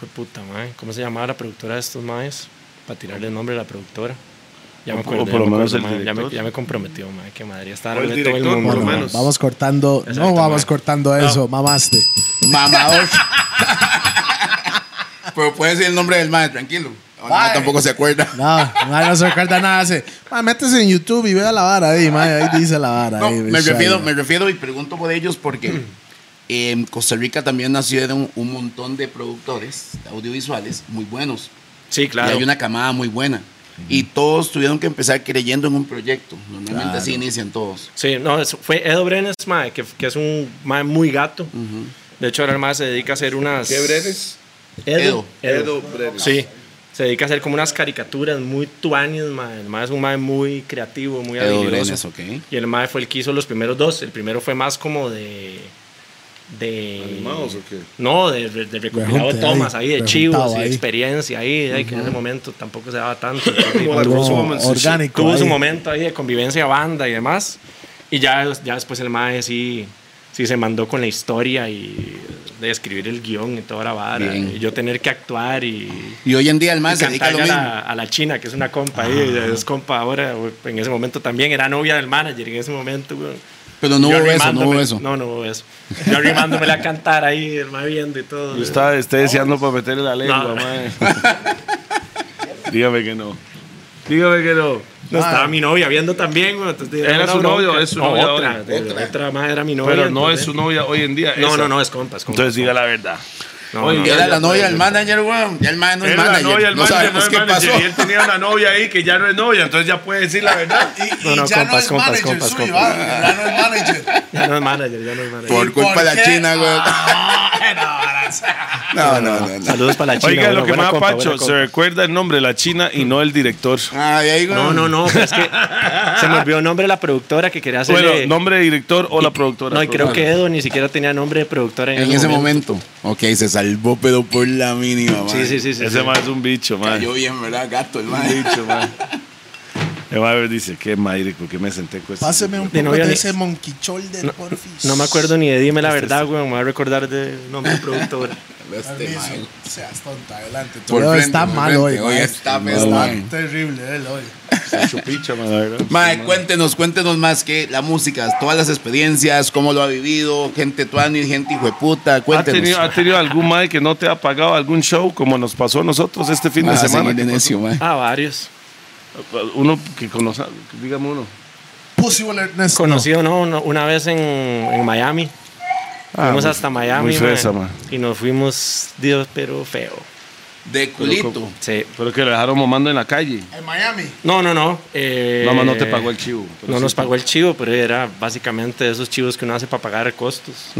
Speaker 4: fue puta, mae, ¿Cómo se llamaba la productora de estos maes? Para tirarle el nombre a la productora. Ya me
Speaker 5: O-
Speaker 4: acuerdo.
Speaker 5: o por
Speaker 4: ya
Speaker 5: lo
Speaker 4: me
Speaker 5: menos
Speaker 4: acuerdo,
Speaker 5: el
Speaker 4: mae, ya, me,
Speaker 5: director.
Speaker 4: ya me comprometió, mae. Que madre, está
Speaker 5: O
Speaker 4: de
Speaker 5: el
Speaker 4: todo el
Speaker 5: director, por
Speaker 4: mundo.
Speaker 5: lo
Speaker 4: mae.
Speaker 5: menos.
Speaker 2: Vamos cortando, no
Speaker 4: Exacto,
Speaker 2: vamos
Speaker 4: mae.
Speaker 2: cortando eso, mamaste.
Speaker 3: Mamador. Pero puede decir el nombre del mae, tranquilo. No,
Speaker 2: Mae.
Speaker 3: tampoco se acuerda.
Speaker 2: No, mae, no se recuerda nada. Hace, mae, métese en YouTube y vea la vara ahí, mae, ahí dice la vara.
Speaker 3: No,
Speaker 2: ahí,
Speaker 3: me
Speaker 2: visual,
Speaker 3: refiero,
Speaker 2: mae.
Speaker 3: me refiero y pregunto por ellos porque *clears throat* en Costa Rica también nació de un, un montón de productores audiovisuales muy buenos.
Speaker 4: Sí,
Speaker 3: Y
Speaker 4: claro.
Speaker 3: hay una camada muy buena. Y todos tuvieron que empezar creyendo en un proyecto. Normalmente así inician todos.
Speaker 4: Sí, no, eso fue Edo Brenes, mae, que, que es un mae muy gato. De hecho, ahora el mae se dedica a hacer unas...
Speaker 5: ¿Qué breves?
Speaker 4: Edo.
Speaker 5: Edo Brenes.
Speaker 4: Sí. Se dedica a hacer como unas caricaturas muy tuanis, mae. El mae es un mae muy creativo, muy
Speaker 3: Edo
Speaker 4: habilidoso.
Speaker 3: Brenes, ok.
Speaker 4: Y el mae fue el que hizo los primeros dos. El primero fue más como de... De...
Speaker 5: ¿Animados o qué?
Speaker 4: No, de, de, de recopilado de
Speaker 2: Rejunte ahí,
Speaker 4: tomas ahí, de
Speaker 2: rejuntado
Speaker 4: chivos y de
Speaker 2: ahí.
Speaker 4: experiencia ahí, de que en ese momento tampoco se daba
Speaker 3: *laughs*
Speaker 4: tanto.
Speaker 5: Como la
Speaker 4: Tuvo-
Speaker 5: Rose
Speaker 2: Como
Speaker 5: Woman, sí, sí.
Speaker 2: orgánico.
Speaker 4: tuvo
Speaker 2: ahí.
Speaker 4: su momento ahí de convivencia banda y demás. Y ya, ya después el mae sí, sí se mandó con la historia y de escribir el guión y toda la vara.
Speaker 3: Bien.
Speaker 4: Y yo tener que actuar y,
Speaker 3: Y hoy en día el
Speaker 4: y
Speaker 3: mae se dedica a lo
Speaker 4: cantarle a
Speaker 3: mismo. Ah.
Speaker 4: la, a la china, que es una compa ahí, es compa ahora, güey, en ese momento también, era novia del manager en ese momento, güey.
Speaker 3: Pero no
Speaker 4: Yo
Speaker 3: hubo eso, no hubo
Speaker 4: arrimándome-
Speaker 3: eso.
Speaker 4: No, no hubo eso. Yo arrimándome a cantar ahí, el mae viendo y todo.
Speaker 5: Yo estaba esté deseando para meterle la lengua,
Speaker 4: No.
Speaker 5: *laughs* mae. Dígame que no. Dígame que no.
Speaker 4: No, estaba mi novia viendo también, güey, entonces,
Speaker 5: Ah. Era
Speaker 4: una
Speaker 5: su novio,
Speaker 4: bronca.
Speaker 5: es su
Speaker 4: No,
Speaker 5: novia
Speaker 4: Otra,
Speaker 5: ahora.
Speaker 4: de-
Speaker 3: Otra.
Speaker 4: otra más era mi novia.
Speaker 5: Pero no
Speaker 4: entonces-
Speaker 5: es su novia hoy en día.
Speaker 4: No,
Speaker 5: esa.
Speaker 4: no, no, es compas.
Speaker 5: Entonces diga la verdad. Oye,
Speaker 4: no,
Speaker 3: Era
Speaker 5: ya-
Speaker 3: la novia del manager, weón. Ya el mae no es
Speaker 5: Era la
Speaker 3: manager.
Speaker 5: novia, el
Speaker 3: no
Speaker 5: manager,
Speaker 3: sabemos
Speaker 5: no el
Speaker 3: qué
Speaker 5: manager,
Speaker 3: pasó.
Speaker 5: Y él tenía una novia ahí que ya no es novia, entonces ya puede decir la verdad.
Speaker 2: Y,
Speaker 4: *laughs* No,
Speaker 2: y
Speaker 4: no,
Speaker 2: ya no
Speaker 4: compas,
Speaker 2: es
Speaker 4: compas,
Speaker 2: manager
Speaker 4: compas,
Speaker 2: suyo,
Speaker 4: compas.
Speaker 2: ah, ya no es manager.
Speaker 4: Ya no es manager, ya no es manager.
Speaker 3: Por culpa de la
Speaker 2: qué?
Speaker 3: china, weón. No, no, no. no.
Speaker 4: Saludos para la chica.
Speaker 5: Oiga, lo que más Pacho,
Speaker 4: Pacho,
Speaker 5: se recuerda el nombre de la china y no el director.
Speaker 3: Ah, y ahí, weón.
Speaker 4: No, no, no, pero
Speaker 3: *laughs*
Speaker 4: es que se me olvidó el nombre de la productora que quería hacerle.
Speaker 5: Bueno, nombre de director o la productora.
Speaker 4: No, y creo que Edo ni siquiera tenía nombre de productora en,
Speaker 3: En ese momento. Ok, se salvó, pero por la mínima, mae.
Speaker 4: Sí, sí, sí. sí,
Speaker 5: Ese
Speaker 4: sí.
Speaker 5: más es un bicho, man.
Speaker 3: Cayó bien, ¿verdad? Gato, el mae.
Speaker 5: El mae dice, qué madre, ¿por qué me senté con esto?
Speaker 2: Páseme un
Speaker 4: De
Speaker 2: poco
Speaker 4: novia
Speaker 2: de
Speaker 4: ni-
Speaker 2: ese monquichol del porfis.
Speaker 4: No me acuerdo ni de Dime la verdad, güey. Me voy a recordar de nombre de productora.
Speaker 3: Este mae.
Speaker 2: Seas tonta, adelante.
Speaker 3: Por
Speaker 2: Toledo
Speaker 3: frente,
Speaker 2: está
Speaker 3: por
Speaker 2: mal
Speaker 3: frente.
Speaker 2: hoy.
Speaker 3: Hoy
Speaker 2: mae.
Speaker 3: está
Speaker 2: Está
Speaker 3: mal.
Speaker 2: terrible él hoy.
Speaker 5: "Pues, Chupicha, man, la verdad.
Speaker 3: Mae, cuéntenos, cuéntenos más que la música, todas las experiencias, cómo lo ha vivido, gente tuani, gente hijueputa,
Speaker 5: ¿Ha tenido,
Speaker 3: cuéntenos.
Speaker 5: ¿Ha tenido algún mae que no te ha pagado algún show como nos pasó a nosotros este fin de
Speaker 3: Ah,
Speaker 5: semana?
Speaker 3: seguir de necio, mae.
Speaker 4: *laughs* Ah, varios.
Speaker 5: Uno que conoce, dígame uno.
Speaker 2: Pussy Waller Ernesto.
Speaker 4: Conocido, no, no, una vez en, en Miami. fuimos
Speaker 5: Ah, muy-
Speaker 4: hasta Miami.
Speaker 5: muy fresa,
Speaker 4: mae,
Speaker 5: mae.
Speaker 4: Y nos fuimos, Dios, pero feo.
Speaker 3: De culito.
Speaker 4: Sí.
Speaker 5: Pero que lo dejaron mamando en la calle.
Speaker 2: En Miami.
Speaker 4: No, no, no. eh,
Speaker 5: Mamá no te pagó el chivo. pero
Speaker 4: No
Speaker 5: sí
Speaker 4: nos
Speaker 5: te-
Speaker 4: pagó el chivo, pero era básicamente de esos chivos que uno hace para pagar costos.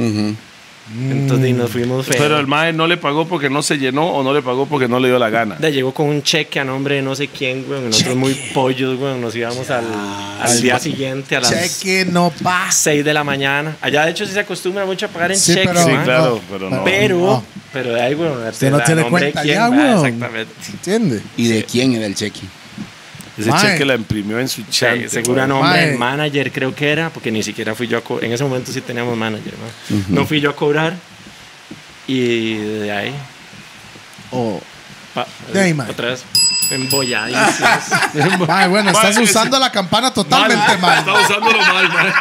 Speaker 4: Entonces y nos fuimos feo.
Speaker 5: Pero Mm. el mae no le pagó porque no se llenó o no le pagó porque no le dio la gana.
Speaker 4: De- llegó con un cheque a nombre de no sé quién, güey. Nosotros muy pollos, güey. Nos íbamos al, al día siguiente a las
Speaker 2: Cheque no pasa.
Speaker 4: 6 de la mañana. Allá, de hecho, sí se acostumbra mucho a pagar en
Speaker 2: Sí,
Speaker 4: cheques,
Speaker 2: pero,
Speaker 5: Sí,
Speaker 4: mae.
Speaker 5: claro, pero no.
Speaker 4: Pero,
Speaker 2: No,
Speaker 4: pero de ahí, güey.
Speaker 2: Usted no
Speaker 4: la
Speaker 2: tiene
Speaker 4: nombre de
Speaker 2: cuenta
Speaker 4: quién,
Speaker 2: ya,
Speaker 4: mae,
Speaker 2: güey.
Speaker 4: Exactamente.
Speaker 2: ¿Entiende?
Speaker 3: ¿Y de quién era el cheque?
Speaker 5: Ese
Speaker 2: Mae.
Speaker 5: cheque la imprimió en su chante.
Speaker 4: Sí, seguro a
Speaker 5: mae.
Speaker 4: nombre del
Speaker 2: Mae.
Speaker 4: manager creo que era, porque ni siquiera fui yo a cobrar. En ese momento sí teníamos manager, mae. No fui yo a cobrar y de ahí.
Speaker 2: O.
Speaker 4: pa-
Speaker 2: De ahí, mae.
Speaker 4: Otra vez.
Speaker 2: *laughs*
Speaker 4: Embolladísimos.
Speaker 2: Mae, bueno,
Speaker 5: Mae,
Speaker 2: estás
Speaker 5: ese-
Speaker 2: usando la campana totalmente mal.
Speaker 5: Está usándolo mal, mae.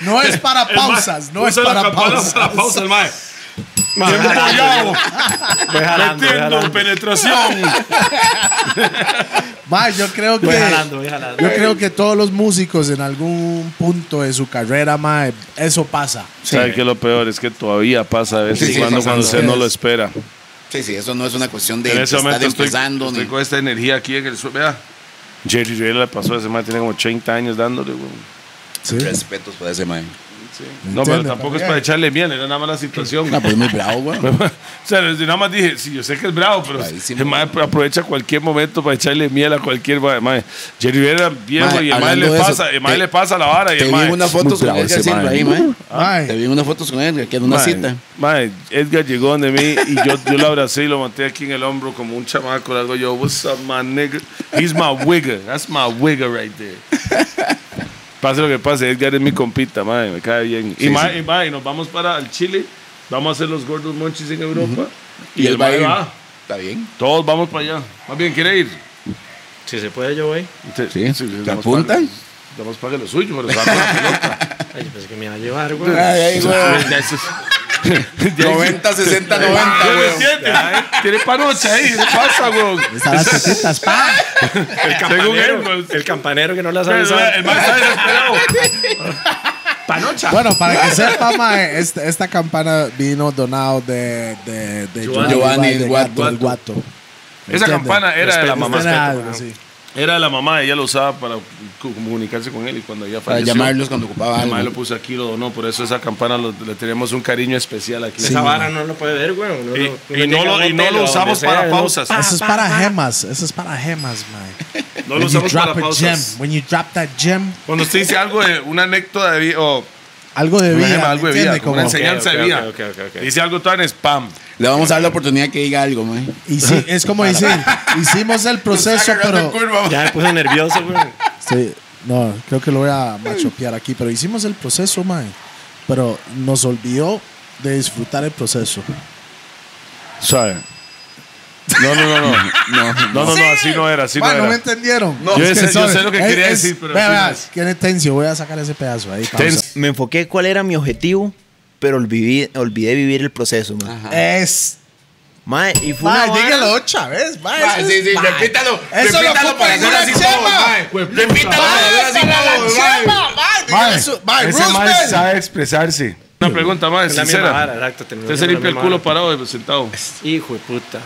Speaker 2: No es para pausas, no es
Speaker 5: Usa la
Speaker 2: para
Speaker 5: campana
Speaker 2: pausas.
Speaker 5: para pausas, mae.
Speaker 4: Mae, voy jalando, voy jalando, voy
Speaker 5: Metiendo
Speaker 4: jalando.
Speaker 5: penetración.
Speaker 2: Mae, yo creo que.
Speaker 4: Voy jalando, voy jalando.
Speaker 2: Yo creo que todos los músicos en algún punto de su carrera, mae, eso pasa.
Speaker 5: ¿Sabe que lo peor? Es que todavía pasa a veces
Speaker 3: Sí, sigue
Speaker 5: cuando, cuando
Speaker 3: pasando.
Speaker 5: usted no lo espera.
Speaker 3: Sí, sí, eso no es una cuestión de
Speaker 5: En ese
Speaker 3: estar
Speaker 5: momento estoy,
Speaker 3: empezando.
Speaker 5: estoy
Speaker 3: ni-
Speaker 5: con esta energía aquí en el suelo. Vea, Jerry Rivera le pasó ese man, tiene como 80 años dándole, güey.
Speaker 2: Sí.
Speaker 3: Respetos para ese mae.
Speaker 5: No, pero
Speaker 2: Entiendo,
Speaker 5: tampoco es
Speaker 2: también.
Speaker 5: para echarle miel, era nada más la situación.
Speaker 3: No, pues muy bravo, weón.
Speaker 5: *laughs* o sea, desde nada más dije, sí, yo sé que es bravo, pero
Speaker 3: Bravísimo.
Speaker 5: el mae aprovecha cualquier momento para echarle miel a cualquier mae. mae. Jerry Rivera era viejo
Speaker 3: Mae,
Speaker 5: y el mae
Speaker 3: hablando
Speaker 5: le
Speaker 3: de eso,
Speaker 5: pasa, el mae
Speaker 3: te-
Speaker 5: le pasa la vara y
Speaker 3: Te
Speaker 5: el
Speaker 3: vi
Speaker 5: mae.
Speaker 3: unas fotos con Edgar siempre ahí, mae.
Speaker 2: Mae,
Speaker 3: Te vi unas fotos con Edgar, que era una
Speaker 5: Mae,
Speaker 3: cita.
Speaker 5: mae, Edgar llegó donde mí y yo, yo lo abracé y lo manté aquí en el hombro como un chamaco. Le hago yo, what's up, my nigga? He's my wigger. That's my wigger right there. Pase lo que pase, Edgar es mi compita, mae, me cae bien. y, mae, y mae, nos vamos para el Chile, vamos a hacer los gordos monchis en Europa. Y, el
Speaker 3: él va a
Speaker 5: mae
Speaker 3: ir.
Speaker 5: va.
Speaker 3: Está
Speaker 5: *laughs*
Speaker 3: bien.
Speaker 5: Todos vamos para allá. Más bien, ¿quiere ir?
Speaker 4: Si se puede, yo voy.
Speaker 5: Entonces,
Speaker 3: Sí, ¿te
Speaker 5: nada más
Speaker 3: apuntan?
Speaker 5: pague- nada
Speaker 3: *laughs*
Speaker 5: más pague lo suyo, pero se va a la pelota.
Speaker 4: Ay, yo pensé que me iba a llevar, güey.
Speaker 3: Ay, ay, weón.
Speaker 5: Eso es-
Speaker 3: 90, 60, 90,
Speaker 5: Yo
Speaker 3: weón.
Speaker 5: entiendo. Tiene panocha ahí. ¿Qué pasa, weón?
Speaker 2: Están las tetitas, pa.
Speaker 4: El
Speaker 5: él,
Speaker 4: campanero,
Speaker 5: güey.
Speaker 4: el campanero que no las
Speaker 5: El
Speaker 4: avisaba.
Speaker 5: el man está desesperado.
Speaker 4: Panocha.
Speaker 2: Bueno, para que sepa, mae, esta, esta campana vino donado de, de, de
Speaker 4: Giovanni
Speaker 2: del
Speaker 3: del
Speaker 2: Gato, del
Speaker 3: Guato.
Speaker 2: Guato. ¿Me
Speaker 5: Esa
Speaker 2: entiende?
Speaker 5: campana era de la
Speaker 4: Respeto,
Speaker 5: mamá.
Speaker 2: Usted era algo, sí.
Speaker 5: Era de la mamá. Ella lo usaba para cu- comunicarse con él. Y cuando ella
Speaker 3: Para
Speaker 5: falleció,
Speaker 3: llamarlos cuando ocupaba
Speaker 5: mi madre
Speaker 3: algo.
Speaker 5: lo puso aquí, lo donó. Por eso esa campana lo- le tenemos un cariño especial aquí.
Speaker 4: Esa vara no lo puede ver, güey. Uno
Speaker 5: Y-
Speaker 4: uno
Speaker 5: y
Speaker 4: llega
Speaker 5: no lo-
Speaker 4: a un
Speaker 5: y no
Speaker 4: hotel
Speaker 5: lo
Speaker 4: o a donde
Speaker 5: usamos para
Speaker 4: uno-
Speaker 5: pausas.
Speaker 4: pa,
Speaker 2: Ah, Eso es
Speaker 4: pa,
Speaker 2: para
Speaker 4: pa.
Speaker 2: gemas. Eso es para gemas, mae.
Speaker 5: No lo
Speaker 2: When you
Speaker 5: usamos para
Speaker 2: drop a
Speaker 5: pausas.
Speaker 2: gem, when you drop that gem,
Speaker 5: Cuando usted dice algo de una anécdota de vida o
Speaker 2: algo de
Speaker 5: una gema,
Speaker 2: vida.
Speaker 5: algo de
Speaker 2: ¿me
Speaker 5: vida,
Speaker 2: entiende?
Speaker 5: como una
Speaker 2: Como-
Speaker 5: enseñanza
Speaker 4: ok,
Speaker 5: de
Speaker 4: ok,
Speaker 5: vida.
Speaker 4: ok, ok, ok.
Speaker 5: Dice algo tan spam.
Speaker 3: Le vamos a dar la oportunidad que diga algo, man.
Speaker 2: Y sí, es como
Speaker 5: *laughs*
Speaker 2: decir, hicimos el proceso, pero.
Speaker 4: *laughs* Ya me puse nervioso, güey.
Speaker 2: Sí, no, creo que lo voy a machopear aquí, pero hicimos el proceso, mae. Pero nos olvidó de disfrutar el proceso.
Speaker 5: Suave. No, no, no, no.
Speaker 3: No,
Speaker 5: No, no, no, así no era, así
Speaker 2: Mae,
Speaker 5: no
Speaker 2: no me
Speaker 5: era.
Speaker 2: entendieron.
Speaker 5: No, yo sé- yo
Speaker 2: sabe,
Speaker 5: sé lo que quería
Speaker 2: es-
Speaker 5: decir, pero
Speaker 2: vea,
Speaker 5: sí
Speaker 2: vea,
Speaker 5: no es.
Speaker 2: tiene tensión, voy a sacar ese pedazo ahí. pausa.
Speaker 5: Tenso.
Speaker 6: Me enfoqué cuál era mi objetivo, pero olvidé, olvidé vivir el proceso, mae.
Speaker 2: Es.
Speaker 6: Mae, y fue una
Speaker 2: Ah. Mae,
Speaker 6: vara-
Speaker 2: dígalo ocho veces, mae.
Speaker 3: Ma,
Speaker 2: eso
Speaker 3: sí,
Speaker 2: es-
Speaker 3: sí,
Speaker 2: mae.
Speaker 3: repítalo.
Speaker 2: Eso lo
Speaker 3: repítalo para
Speaker 2: compartió
Speaker 3: hacer
Speaker 2: la
Speaker 3: así
Speaker 2: chema.
Speaker 3: todo, ma. Repítalo para hacer así todo, ma.
Speaker 2: Mae, mae, Roosevelt.
Speaker 5: expresarse. Una pregunta más,
Speaker 4: Es la misma vara,
Speaker 5: sincera.
Speaker 4: exacto. terminó
Speaker 5: Usted se
Speaker 4: siendo la
Speaker 5: limpia el
Speaker 4: misma
Speaker 5: culo
Speaker 4: vara.
Speaker 5: parado y sentado.
Speaker 4: Hijo de puta.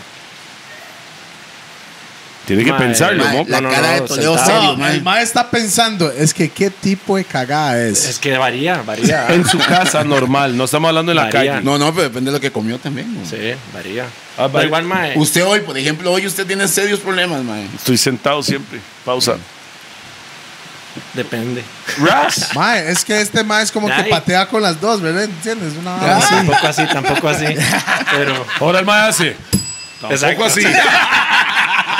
Speaker 5: Tiene que
Speaker 4: Madre,
Speaker 5: pensarlo,
Speaker 4: madre,
Speaker 5: ¿no?
Speaker 3: La
Speaker 4: no,
Speaker 3: cara
Speaker 4: no,
Speaker 3: de Toledo
Speaker 4: sentado.
Speaker 3: serio,
Speaker 2: No, el
Speaker 3: man.
Speaker 2: mae está pensando, es que qué tipo de cagada es.
Speaker 4: Es que varía, varía.
Speaker 5: En su casa normal, no estamos hablando en la
Speaker 4: Varía.
Speaker 5: calle.
Speaker 3: No, no, pero depende de lo que comió también. ma.
Speaker 4: *laughs* Sí, varía.
Speaker 5: Ah,
Speaker 4: Pero
Speaker 5: varía.
Speaker 4: igual, mae.
Speaker 3: Usted hoy, por ejemplo, hoy usted tiene serios problemas, man.
Speaker 5: Estoy sentado siempre. Pausa.
Speaker 4: Depende.
Speaker 5: Ras.
Speaker 2: Mae, es que este mae es como que
Speaker 4: Ay.
Speaker 2: patea con las dos, ¿verdad? ¿Entiendes? Una vara así.
Speaker 4: Tampoco así, tampoco
Speaker 5: *laughs*
Speaker 4: así. Pero.
Speaker 5: Ahora el más hace.
Speaker 4: Exacto.
Speaker 5: Tampoco así.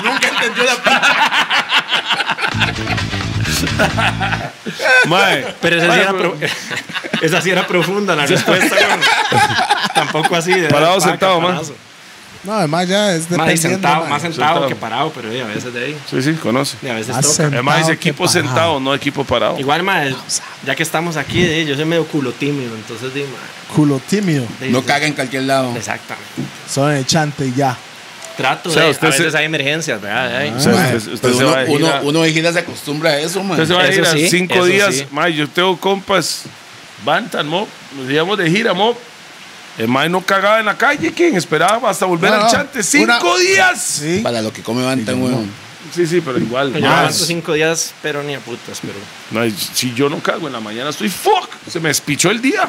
Speaker 3: Nunca entendió la parte.
Speaker 5: Mae.
Speaker 4: Pero esa sí, era pro- *laughs* esa sí era profunda la respuesta, güey. Tampoco así. de-
Speaker 5: Parado,
Speaker 4: paca,
Speaker 5: sentado, mae.
Speaker 4: parazo.
Speaker 2: No, además ya es
Speaker 4: Más de
Speaker 2: dependiendo,
Speaker 4: sentado,
Speaker 2: mae.
Speaker 4: más sentado,
Speaker 5: Sentado.
Speaker 4: que parado, pero eh, a veces de ahí.
Speaker 5: Sí, sí, conoce.
Speaker 4: Y a veces
Speaker 2: Más
Speaker 4: toca.
Speaker 2: sentado
Speaker 5: Además,
Speaker 2: que
Speaker 5: dice equipo
Speaker 2: parado.
Speaker 5: sentado, no equipo parado.
Speaker 4: Igual, mae, ya que estamos aquí, eh, yo soy medio culo tímido, entonces, di, mae,
Speaker 2: Culo tímido.
Speaker 4: di,
Speaker 3: No
Speaker 4: di,
Speaker 3: caga en cualquier lado.
Speaker 4: Exactamente.
Speaker 2: Son el chante y ya.
Speaker 4: Trato,
Speaker 5: O sea,
Speaker 4: de,
Speaker 5: usted
Speaker 4: a
Speaker 5: se-
Speaker 4: veces hay emergencias, ¿verdad? De ahí.
Speaker 2: Ah,
Speaker 5: O sea,
Speaker 3: Ma,
Speaker 5: usted, usted
Speaker 4: pues
Speaker 3: pero
Speaker 5: se
Speaker 3: Pues uno,
Speaker 5: va a ir
Speaker 3: uno,
Speaker 5: a-
Speaker 3: uno de gira se acostumbra a eso, man.
Speaker 5: Usted se va a
Speaker 4: Eso
Speaker 5: ir a
Speaker 4: sí,
Speaker 5: cinco
Speaker 4: eso
Speaker 5: días.
Speaker 4: sí.
Speaker 5: Mae, yo tengo compas. Van tan mob. Nos íbamos de gira, mob. El mae no cagaba en la calle, ¿quién? Esperaba hasta volver
Speaker 2: No,
Speaker 5: al
Speaker 2: no.
Speaker 5: chante. ¡Cinco
Speaker 2: Una-
Speaker 5: días!
Speaker 2: Sí.
Speaker 3: Para lo que come van tan weón.
Speaker 5: Sí, sí, pero igual.
Speaker 4: Yo
Speaker 5: mae.
Speaker 4: aguanto cinco días, pero ni a putas, pero.
Speaker 5: No, si yo no cago en la mañana, estoy fuck. Se me despichó el día.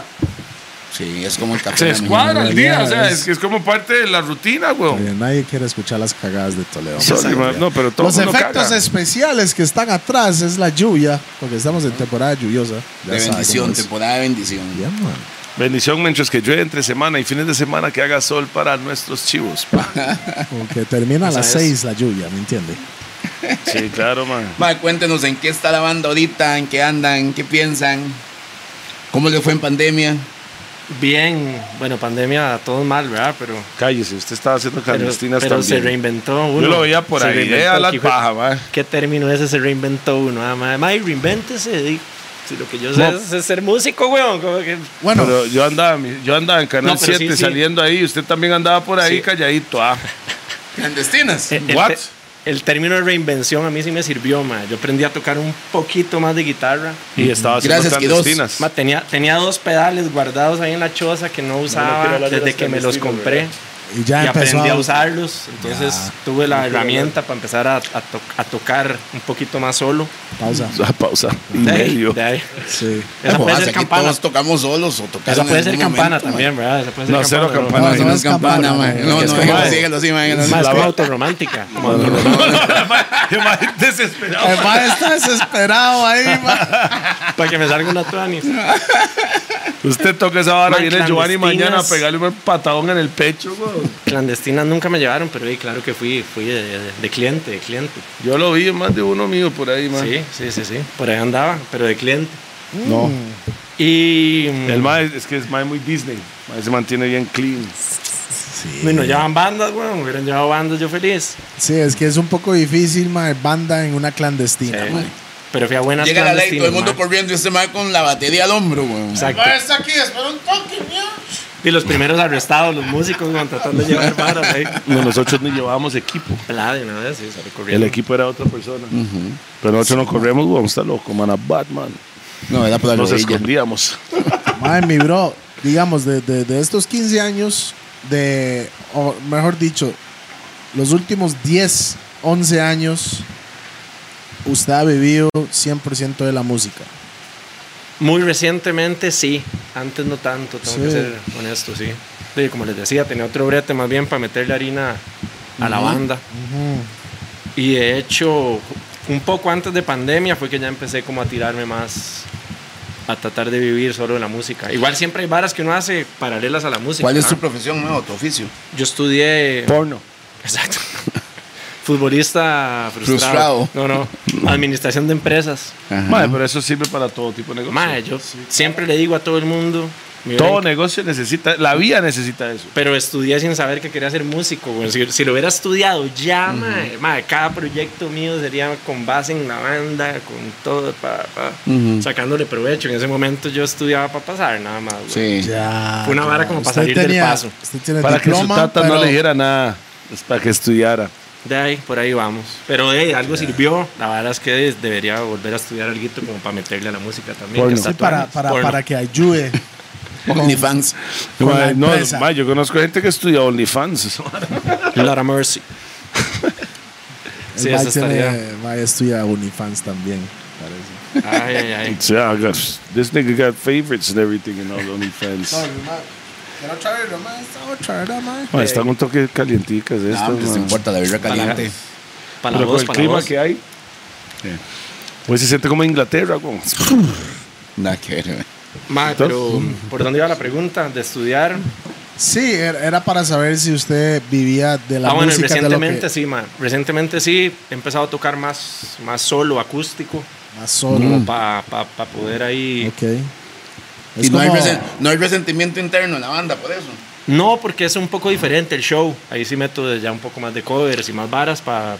Speaker 3: Sí, es como el café.
Speaker 5: Se
Speaker 3: de la mañana,
Speaker 5: descuadra el día. O sea,
Speaker 2: es-
Speaker 5: es que es como parte de la rutina, güey.
Speaker 2: Oye, nadie quiere escuchar las cagadas de Toledo.
Speaker 5: Sorry,
Speaker 2: mae.
Speaker 5: ma- no, pero todo
Speaker 2: Los
Speaker 5: mundo
Speaker 2: efectos
Speaker 5: caga.
Speaker 2: especiales que están atrás es la lluvia, porque estamos en temporada lluviosa. Ya
Speaker 3: De
Speaker 2: sabe
Speaker 3: bendición,
Speaker 2: cómo es.
Speaker 3: temporada de bendición.
Speaker 2: Ya, man.
Speaker 5: Bendición mientras que llueve entre semana y fines de semana que haga sol para nuestros chivos.
Speaker 2: *laughs*
Speaker 5: pa.
Speaker 2: Como que
Speaker 4: *laughs*
Speaker 2: termina a las
Speaker 4: Esa es.
Speaker 2: seis la lluvia, ¿me entiende?
Speaker 5: Sí, claro, man.
Speaker 3: Ma, cuéntenos en qué está la banda ahorita, en qué andan, qué piensan, cómo le fue en pandemia.
Speaker 4: Bien, bueno, pandemia, todo mal, ¿verdad? Pero.
Speaker 5: Cállese, usted estaba haciendo
Speaker 4: Pero,
Speaker 5: clandestinas
Speaker 4: pero se
Speaker 5: también.
Speaker 4: reinventó uno.
Speaker 5: Yo lo veía por
Speaker 4: Se
Speaker 5: ahí.
Speaker 4: reinventó,
Speaker 5: Vea la
Speaker 4: hijo de-
Speaker 5: paja, man.
Speaker 4: ¿Qué término ese se reinventó uno? Ah, mae, mae, reinvéntese. di. Si lo que yo sé
Speaker 5: No.
Speaker 4: es, es ser músico, weón. como que-
Speaker 2: Bueno,
Speaker 5: Pero yo andaba, en mi- yo andaba en Canal
Speaker 4: No, pero sí,
Speaker 5: 7
Speaker 4: sí.
Speaker 5: saliendo ahí. Usted también andaba por ahí
Speaker 4: Sí.
Speaker 5: calladito. Ah.
Speaker 3: Clandestinas.
Speaker 4: El- el
Speaker 5: What?
Speaker 4: te- El término de reinvención a mí sí me sirvió, mae. Yo aprendí a tocar un poquito más de guitarra.
Speaker 5: Y estaba haciendo
Speaker 3: Gracias, Quiroz.
Speaker 5: clandestinas.
Speaker 4: Ma, tenía, tenía dos pedales guardados ahí en la choza que no
Speaker 5: quiero
Speaker 4: usaba
Speaker 5: hablar de
Speaker 4: desde
Speaker 5: los
Speaker 4: que me los
Speaker 5: clandestinos,
Speaker 4: compré.
Speaker 5: ¿verdad?
Speaker 2: y ya
Speaker 4: y
Speaker 2: empezó
Speaker 4: aprendí a usarlos. Entonces tuve la herramienta para empezar a, a to- a tocar un poquito más solo.
Speaker 2: Pausa.
Speaker 5: Ah, pausa. Y
Speaker 4: De ahí-
Speaker 5: medio.
Speaker 4: de ahí.
Speaker 2: Sí.
Speaker 4: Esa
Speaker 3: Ah,
Speaker 4: puede
Speaker 3: pues,
Speaker 4: ser
Speaker 3: aquí
Speaker 4: campana.
Speaker 3: Todos tocamos solos o tocamos.
Speaker 4: Esa puede
Speaker 3: en
Speaker 4: ser
Speaker 3: algún
Speaker 4: campana
Speaker 3: momento, ma.
Speaker 4: también, ¿verdad? Esa puede ser
Speaker 5: No, cero
Speaker 4: campana,
Speaker 5: campana.
Speaker 3: No, eso
Speaker 2: No,
Speaker 3: no es
Speaker 2: no es
Speaker 3: campana,
Speaker 2: campana,
Speaker 3: ma.
Speaker 2: ma.
Speaker 3: No,
Speaker 5: Es
Speaker 3: no, *laughs*
Speaker 5: que
Speaker 3: déjalo,
Speaker 5: ma-
Speaker 3: síguelo así, ma.
Speaker 4: ¿no?
Speaker 3: déjalo.
Speaker 4: Más
Speaker 5: La-
Speaker 4: como autorromántica. como autorromántica.
Speaker 5: Yo más desesperado.
Speaker 2: El mae está desesperado ahí,
Speaker 4: *laughs*
Speaker 2: mae.
Speaker 4: para que me salga una
Speaker 5: *laughs*
Speaker 4: tuanis.
Speaker 5: Usted toca esa vara,
Speaker 4: Man,
Speaker 5: viene Giovanni mañana a
Speaker 4: clandestinas.
Speaker 5: pegarle un patadón en el pecho, güey.
Speaker 4: Clandestinas nunca me llevaron, pero eh, claro que fui, fui de, de- de cliente, de cliente.
Speaker 5: Yo lo vi en más de uno mío por ahí, man.
Speaker 4: Sí, sí, sí, sí. Por ahí andaba, pero de cliente. No. Y mm,
Speaker 5: El mae es que es mae muy Disney. Mae se mantiene bien clean.
Speaker 4: y no llevaban bandas, güey. Me hubieran llevado bandas, yo feliz.
Speaker 2: Sí, es que es un poco difícil, mae, banda en una clandestina,
Speaker 4: Sí.
Speaker 2: mae.
Speaker 4: Eh, Pero fui a buenas
Speaker 3: Llega la ley, todo el
Speaker 4: clandestinas,
Speaker 3: mundo
Speaker 4: ma.
Speaker 3: corriendo y este ma con la batería al hombro, weón.
Speaker 4: Exacto.
Speaker 7: Está aquí, espera un toque, mío.
Speaker 4: Y los primeros arrestados, los músicos, man, tratando de
Speaker 5: *laughs*
Speaker 4: llevar varas ahí.
Speaker 5: No, nosotros ni llevábamos equipo.
Speaker 4: Pelada de una vez, sí, sale
Speaker 5: El
Speaker 4: corriendo.
Speaker 5: equipo era otra persona. Pero nosotros no corremos, weón, está loco, man, a Batman.
Speaker 3: No, era por la
Speaker 5: Nos
Speaker 3: rodilla.
Speaker 5: escondíamos.
Speaker 2: Mae, mi bro, digamos, de, de- de estos 15 años, de, o mejor dicho, los últimos 10, 11 años, usted ha vivido 100% de la música.
Speaker 4: Muy recientemente sí, antes no tanto, tengo que
Speaker 2: Sí.
Speaker 4: ser honesto, sí. Sí, Como les decía, tenía otro brete más bien para meterle harina a la banda. Y de hecho, un poco antes de pandemia fue que ya empecé como a tirarme más a tratar de vivir solo de la música. Igual siempre hay varas que uno hace paralelas a la música.
Speaker 3: ¿Cuál es tu
Speaker 4: ¿verdad?
Speaker 3: profesión, nuevo, tu oficio?
Speaker 4: Yo estudié
Speaker 5: Porno.
Speaker 4: Exacto. *laughs* Futbolista
Speaker 3: Frustrado.
Speaker 4: frustrado.
Speaker 3: Ah,
Speaker 4: No,
Speaker 3: *laughs*
Speaker 4: no. Administración de empresas.
Speaker 5: Mae, pero eso sirve para todo tipo de negocio.
Speaker 4: Mae, yo siempre le digo a todo el mundo. me
Speaker 5: todo
Speaker 4: hubiera-
Speaker 5: negocio necesita, la vida necesita eso.
Speaker 4: Pero estudié sin saber que quería ser músico, güey. Si, si lo hubiera estudiado ya, mae, mae, cada proyecto mío sería con base en la banda, con todo, pa, pa, sacándole provecho. En ese momento yo estudiaba para pasar, nada más, güey.
Speaker 3: Sí.
Speaker 2: Ya.
Speaker 4: Fue una vara como para salir del paso.
Speaker 2: Usted tiene
Speaker 5: Para que su
Speaker 2: diploma,
Speaker 5: tata no
Speaker 2: pero-
Speaker 5: le dijera nada, es para que estudiara.
Speaker 4: De ahí, por ahí vamos. Pero de ahí, algo sirvió. La verdad es que des- debería volver a estudiar algo como para meterle a la música también.
Speaker 5: Porno.
Speaker 4: que es
Speaker 2: Sí, para,
Speaker 4: tatuarme.
Speaker 2: para,
Speaker 4: Porno.
Speaker 2: para que ayude.
Speaker 3: OnlyFans.
Speaker 2: Con la
Speaker 5: Mae, no,
Speaker 2: empresa.
Speaker 5: mae, yo conozco gente que estudia OnlyFans.
Speaker 2: *laughs*
Speaker 4: Laura Mercy. *laughs* Sí,
Speaker 2: El
Speaker 4: eso
Speaker 2: mae tiene-
Speaker 4: estaría.
Speaker 2: mae estudia Unifans también, parece.
Speaker 4: Ay, ay, ay.
Speaker 5: yeah, I got, this nigga got favorites and everything and all OnlyFans. Mae, están un toque calienticas
Speaker 3: Ah,
Speaker 5: estas.
Speaker 3: pues te
Speaker 5: mae.
Speaker 3: importa la birra caliente.
Speaker 4: Para la
Speaker 5: Pero con
Speaker 4: voz,
Speaker 5: el
Speaker 4: para la
Speaker 5: clima
Speaker 4: voz.
Speaker 5: que hay. Pues se siente como Inglaterra, güey.
Speaker 3: Nada que ver, güey.
Speaker 4: Ma, pero, ¿por dónde iba la pregunta? De estudiar.
Speaker 2: Sí, era era para saber si usted vivía de la
Speaker 4: ah, bueno, y
Speaker 2: música de lo
Speaker 4: recientemente
Speaker 2: que,
Speaker 4: sí, ma. Recientemente sí, he empezado a tocar más, más solo, acústico,
Speaker 2: más solo.
Speaker 4: como para poder ahí.
Speaker 2: Ok. Es
Speaker 3: Y no hay,
Speaker 2: como-
Speaker 3: resen- no hay resentimiento interno en la banda, por eso.
Speaker 4: No, porque es un poco diferente el show. Ahí sí meto ya un poco más de covers y más varas para.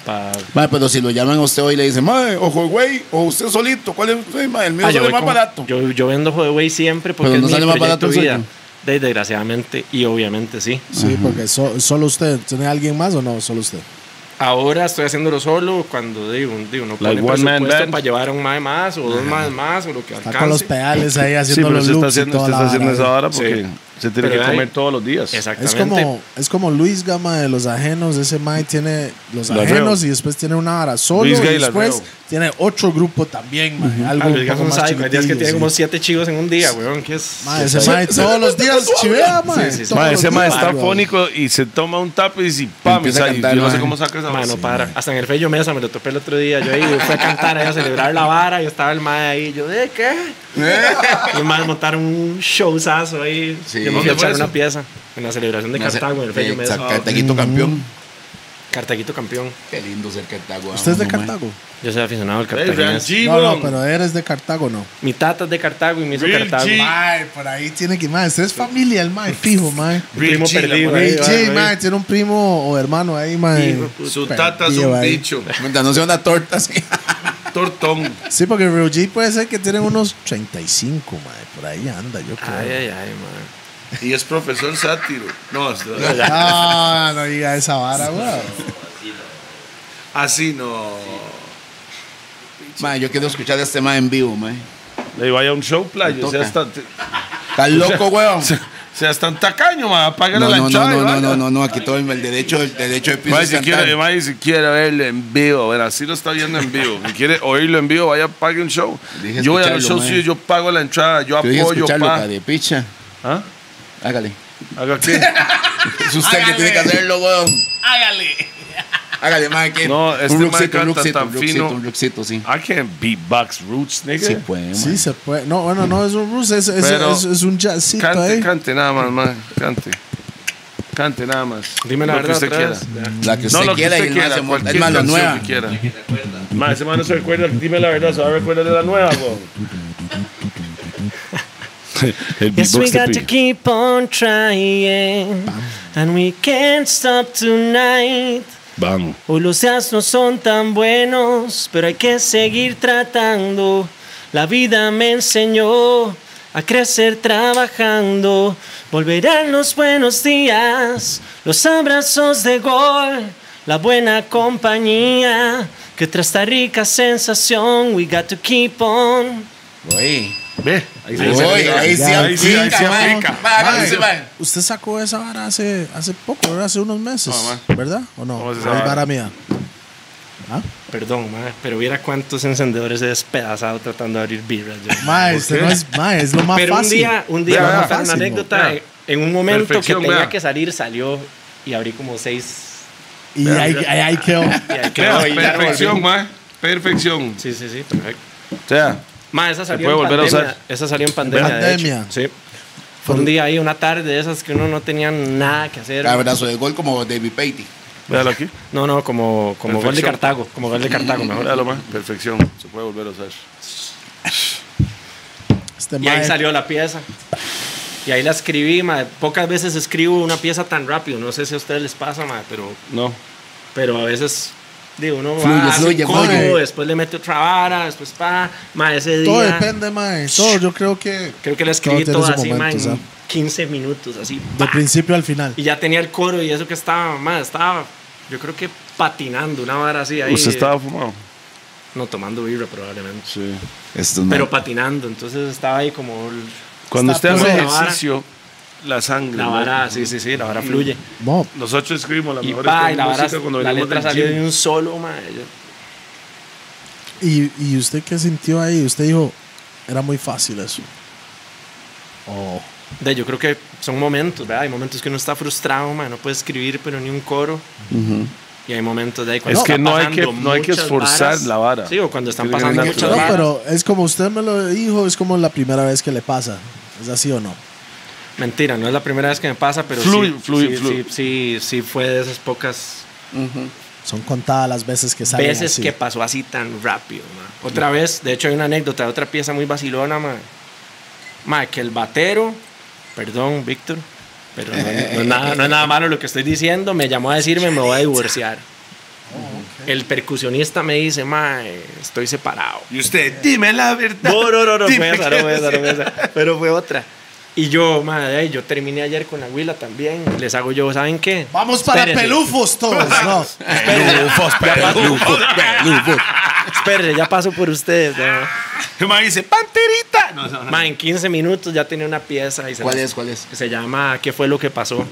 Speaker 3: Mae, pero si lo llaman a usted hoy y le dicen, mae, ojo, güey, o usted solito, ¿cuál es usted, mae? El
Speaker 5: Ah,
Speaker 3: mío sale más barato.
Speaker 4: Ah, Yo, yo vendo Jodeway siempre porque
Speaker 3: Pero no
Speaker 4: es
Speaker 3: sale
Speaker 4: mi
Speaker 3: más barato
Speaker 4: proyecto
Speaker 3: el
Speaker 4: de vida.
Speaker 3: suyo.
Speaker 4: De- desgraciadamente y obviamente sí.
Speaker 2: Sí, porque so- solo usted. ¿Tiene alguien más o no? Solo usted.
Speaker 4: Ahora estoy haciéndolo solo cuando digo, digo no
Speaker 5: Like
Speaker 4: pone
Speaker 5: one man
Speaker 4: presupuesto
Speaker 5: band.
Speaker 4: para llevar a un mae más o dos más más o lo que
Speaker 2: Está con los
Speaker 4: alcance.
Speaker 2: pedales ahí
Speaker 5: Sí,
Speaker 2: haciendo
Speaker 5: pero
Speaker 2: los
Speaker 5: usted está
Speaker 2: loops y
Speaker 5: haciendo,
Speaker 2: toda
Speaker 5: usted
Speaker 2: la
Speaker 5: está haciendo
Speaker 2: vara.
Speaker 5: esa hora
Speaker 4: Sí.
Speaker 5: porque se tiene
Speaker 4: Pero
Speaker 5: que
Speaker 4: ahí-
Speaker 5: comer todos los días.
Speaker 2: Es
Speaker 4: Exactamente.
Speaker 2: como, es como Luis Gama de los ajenos. Ese Mae tiene los
Speaker 5: La
Speaker 2: ajenos
Speaker 5: Reo.
Speaker 2: y después tiene una vara solo.
Speaker 5: Luis
Speaker 2: y
Speaker 5: Gay, La
Speaker 2: después
Speaker 5: Reo.
Speaker 2: tiene otro grupo también, Mae. Algo
Speaker 4: Ah,
Speaker 2: un
Speaker 4: Luis Gas
Speaker 2: poco
Speaker 4: un
Speaker 2: más
Speaker 4: psycho, hay días que
Speaker 2: chiquitillo,
Speaker 4: tiene
Speaker 2: sí.
Speaker 4: como siete chivos en un día, weón. ¿Qué es?
Speaker 2: Mae, ese Mae todos los días chivea, Mae.
Speaker 4: Sí, sí, sí.
Speaker 2: todos
Speaker 5: Mae,
Speaker 2: los
Speaker 5: ese mae
Speaker 2: días,
Speaker 5: está
Speaker 2: bro.
Speaker 5: fónico y se toma un tapiz y pam,
Speaker 3: Empieza a
Speaker 5: y
Speaker 3: cantar,
Speaker 5: yo no sé
Speaker 3: mae.
Speaker 5: cómo saca esa
Speaker 4: Mae, no
Speaker 5: mano.
Speaker 4: para. Hasta en el Fello Mesa me lo topé el otro día. Yo ahí fui a cantar, ahí a celebrar la vara. Yo estaba el mae ahí. Yo, ¿de qué? *laughs* Los maes montaron un showzazo ahí.
Speaker 3: Sí.
Speaker 4: Yo me fui
Speaker 5: ¿Dónde
Speaker 4: a
Speaker 5: fue
Speaker 4: echar una
Speaker 5: eso?
Speaker 4: pieza en la celebración de Cartago, en el Fello Mesa.
Speaker 3: Exacto, Cartaguito campeón.
Speaker 4: Cartaguito campeón.
Speaker 3: Qué lindo ser Cartago.
Speaker 2: ¿Usted es de
Speaker 3: no, mae.
Speaker 2: Cartago?
Speaker 4: Yo soy aficionado al
Speaker 5: Hey,
Speaker 4: cartaginés.
Speaker 2: No, no, pero eres de Cartago, no.
Speaker 4: Mi tata es de Cartago y me hizo
Speaker 5: Real
Speaker 4: Cartago.
Speaker 5: G.
Speaker 2: Mae, por ahí tiene que. Mae, usted es familia, el Mae, fijo, Mae.
Speaker 4: primo perdido.
Speaker 2: Mae,
Speaker 4: Ahí va,
Speaker 2: sí,
Speaker 4: ahí.
Speaker 2: mae, tiene un primo o hermano ahí, Mae.
Speaker 4: Hijo de puta.
Speaker 5: Su tata es
Speaker 2: Perdido
Speaker 5: un
Speaker 2: ahí.
Speaker 5: bicho.
Speaker 3: Mientras no sea una torta así.
Speaker 5: Tortón.
Speaker 2: Sí, porque Real G puede ser que tienen unos 35, Mae. Por ahí anda, yo
Speaker 5: *laughs*
Speaker 2: creo.
Speaker 4: Ay, ay, ay, man.
Speaker 5: Y es profesor sátiro. No, es-
Speaker 2: Ah, no diga esa vara, weón.
Speaker 5: así no.
Speaker 3: *laughs* Mae, yo quiero escuchar a este mae en vivo, mae.
Speaker 5: Le vaya a un show playo.
Speaker 3: Me
Speaker 5: Seas
Speaker 3: toca.
Speaker 5: tan,
Speaker 3: ¿Estás loco, weón?
Speaker 5: seas tan tacaño, man. Apágale
Speaker 3: No,
Speaker 5: la
Speaker 3: no, no,
Speaker 5: entrada. y
Speaker 3: no, no,
Speaker 5: vaya.
Speaker 3: no, no, no, aquí todo el el derecho, el derecho de piso.
Speaker 5: Mae,
Speaker 3: es
Speaker 5: si
Speaker 3: cantar.
Speaker 5: quiere, mae, si quiere verlo en vivo, ver, así lo está viendo en vivo. Si quiere oírlo en vivo, vaya, pague un show.
Speaker 3: Dije
Speaker 5: yo voy a los
Speaker 3: escucharlo,
Speaker 5: shows,
Speaker 3: mae.
Speaker 5: sí, yo pago la entrada, yo
Speaker 3: Yo dije
Speaker 5: apoyo,
Speaker 3: escucharlo,
Speaker 5: pa.
Speaker 3: de picha.
Speaker 5: ¿Ah?
Speaker 3: Hágale. *laughs*
Speaker 5: ¿Haga qué?
Speaker 3: Es usted que tiene que hacerlo, weón. Hágale. Hágale, mae, que.
Speaker 5: No, este mae
Speaker 3: un
Speaker 5: canta
Speaker 3: luxito,
Speaker 5: tan
Speaker 3: un luxito,
Speaker 5: fino.
Speaker 3: un luxito, sí.
Speaker 5: I can't beatbox roots, nigga.
Speaker 3: Sí, pues. puede, mae.
Speaker 2: Sí, se puede. No, bueno, no es un rus, es, es,
Speaker 5: Pero-
Speaker 2: es, es un jazzcito
Speaker 5: Cante,
Speaker 2: ahí.
Speaker 5: cante nada más, man. Cante. Cante nada más.
Speaker 4: Dime la
Speaker 5: Lo que
Speaker 4: verdad
Speaker 5: usted
Speaker 4: otra
Speaker 5: quiera.
Speaker 4: vez.
Speaker 3: La que usted
Speaker 5: No, lo que
Speaker 3: quiera
Speaker 5: usted
Speaker 3: y el mae
Speaker 5: quiera.
Speaker 3: se monta. Es
Speaker 5: cualquier
Speaker 3: más, la
Speaker 5: canción
Speaker 3: nueva.
Speaker 5: que quiera. Mae, ese man no se recuerda. Dime la verdad, se va a recordar de la nueva, weón. El
Speaker 4: Yes, we got to keep on trying. And we can't stop tonight.
Speaker 5: Vamos.
Speaker 4: Hoy los días no son tan buenos, pero hay que seguir tratando. La vida me enseñó a crecer trabajando. Volverán los buenos días, los abrazos de gol, la buena compañía. Que tras esta rica sensación, we got to keep on.
Speaker 3: Oye.
Speaker 5: Ve, ahí
Speaker 3: Ahí,
Speaker 5: se
Speaker 3: oye, ahí sí
Speaker 2: Ya,
Speaker 5: ahí sí, ahí sí
Speaker 3: aplica, mae.
Speaker 5: aplica.
Speaker 3: Mae,
Speaker 2: Mae,
Speaker 3: hágase, mae.
Speaker 2: usted sacó esa vara hace, hace poco, ¿verdad? hace unos meses, ¿verdad? ¿O no?
Speaker 5: ¿Cómo es
Speaker 2: es
Speaker 5: esa vara?
Speaker 2: vara mía.
Speaker 4: Perdón, ma, pero viera cuántos encendedores he despedazado tratando de abrir birras. yo.
Speaker 2: Mae, usted no es, mae, es lo más
Speaker 4: pero
Speaker 2: fácil.
Speaker 4: un día, un día,
Speaker 5: Vea,
Speaker 4: voy a
Speaker 5: vea.
Speaker 4: contar una
Speaker 2: Fácil,
Speaker 4: anécdota.
Speaker 5: vea.
Speaker 4: En un momento que
Speaker 5: Perfección,
Speaker 4: tenía
Speaker 5: vea.
Speaker 4: que salir, salió y abrí como
Speaker 5: *laughs*
Speaker 4: seis.
Speaker 2: Y ahí, ahí, ahí quedó. Este
Speaker 4: y ahí quedó,
Speaker 5: Vea,
Speaker 4: y ya no
Speaker 5: perfección,
Speaker 4: volví.
Speaker 5: mae. Perfección.
Speaker 4: Sí, sí, sí, perfecto.
Speaker 5: O sea,
Speaker 4: Ma, esa salió
Speaker 5: puede
Speaker 4: en
Speaker 5: volver a
Speaker 4: pandemia.
Speaker 5: usar.
Speaker 4: Esa salió en pandemia. de hecho.
Speaker 2: Pandemia.
Speaker 4: Sí. Fue un día ahí, una tarde de esas que uno no tenía nada que hacer.
Speaker 3: Abrazo de gol como David Patey.
Speaker 5: véalo aquí.
Speaker 4: No, no, como, como gol de
Speaker 5: Perfección.
Speaker 4: Cartago. Como gol de Cartago, mejor.
Speaker 5: Véalo, mae. Perfección. Se puede volver a usar.
Speaker 2: Este
Speaker 4: Y ahí
Speaker 2: mae-
Speaker 4: salió la pieza. Y ahí la escribí, ma. Pocas veces escribo una pieza tan rápido. No sé si a ustedes les pasa, ma, pero,
Speaker 5: No.
Speaker 4: pero a veces digo, uno va,
Speaker 3: Fluye,
Speaker 4: hace
Speaker 3: fluye,
Speaker 4: un coro,
Speaker 2: fluye.
Speaker 4: después le mete otra vara, después pa, ma, ese día.
Speaker 2: Todo depende, mae. Todo, yo creo que
Speaker 4: Creo que
Speaker 2: Todo
Speaker 4: la escribí
Speaker 2: tiene
Speaker 4: toda
Speaker 2: su
Speaker 4: así, ma, en
Speaker 2: momento, o sea.
Speaker 4: 15 minutos, así.
Speaker 2: ¿ah? de
Speaker 4: pa.
Speaker 2: principio al final.
Speaker 4: Y ya tenía el coro y eso que estaba, ma, estaba, yo creo que patinando una vara así ahí.
Speaker 5: ¿Usted estaba fumado?
Speaker 4: No, tomando vibra probablemente.
Speaker 5: Sí.
Speaker 3: Esto es
Speaker 4: Pero patinando, entonces estaba ahí como el-
Speaker 5: Cuando
Speaker 2: Está
Speaker 5: usted hace
Speaker 4: pura la pues vara.
Speaker 5: ejercicio, la sangre.
Speaker 4: la
Speaker 5: ¿no?
Speaker 4: vara, sí, sí, sí, la
Speaker 2: Mm.
Speaker 4: vara fluye.
Speaker 2: Mo,
Speaker 5: Nosotros escribimos la
Speaker 4: Y,
Speaker 5: mejor
Speaker 4: pa, y la, vara,
Speaker 5: cuando
Speaker 4: la
Speaker 5: venimos
Speaker 4: letra
Speaker 5: del
Speaker 4: salió de
Speaker 5: gym.
Speaker 4: un solo, ma. yo-
Speaker 2: ¿Y, ¿Y usted qué sintió ahí? Usted dijo, era muy fácil eso. Oh.
Speaker 4: de- yo creo que son momentos, ¿verdad? Hay momentos que uno está frustrado, ma, no puede escribir, pero ni un coro. Y hay momentos de ahí cuando
Speaker 5: Es que
Speaker 4: está
Speaker 5: no hay
Speaker 4: pasando
Speaker 5: que- no hay que
Speaker 4: muchas
Speaker 5: esforzar
Speaker 4: varas.
Speaker 5: la vara.
Speaker 4: Sí, o cuando están
Speaker 5: Tiene que
Speaker 4: pasando
Speaker 5: venir
Speaker 4: muchas
Speaker 2: No,
Speaker 5: natural.
Speaker 4: varas.
Speaker 2: pero es como usted me lo dijo, es como la primera vez que le pasa. ¿Es así o no?
Speaker 4: Mentira, no es la primera vez que me pasa, pero
Speaker 5: Fluye,
Speaker 4: sí,
Speaker 5: fluye,
Speaker 4: sí,
Speaker 5: fluye.
Speaker 4: sí, sí, sí fue de esas pocas
Speaker 2: Son contadas las veces que salen
Speaker 4: veces
Speaker 2: así.
Speaker 4: que pasó así tan rápido. ma. Otra vez, de hecho hay una anécdota de otra pieza muy vacilona, ma. Ma, que el batero, perdón, Víctor, pero no, no es nada, no es nada malo lo que estoy diciendo, me llamó a decirme me voy a divorciar. El percusionista me dice, ma, eh, estoy separado.
Speaker 5: Y usted, dime la verdad.
Speaker 4: No, no, no, no
Speaker 5: Dime
Speaker 4: fue esa, no
Speaker 5: qué
Speaker 4: fue esa, no
Speaker 5: decir.
Speaker 4: fue esa. Pero fue otra. Y yo, madre, ay, yo terminé ayer con la huila también. Les hago yo, ¿saben qué?
Speaker 2: Vamos para
Speaker 4: Espérense,
Speaker 2: pelufos todos. *laughs* No.
Speaker 5: Pelufos, pelufos, pelufos.
Speaker 4: Espérense, ya paso por ustedes. ¿no?
Speaker 5: El mae dice, panterita. No, no, no.
Speaker 4: Ma, en 15 minutos ya tenía una pieza. Y se
Speaker 3: ¿Cuál
Speaker 4: las-
Speaker 3: es? ¿Cuál es?
Speaker 4: Se llama ¿Qué fue lo que pasó?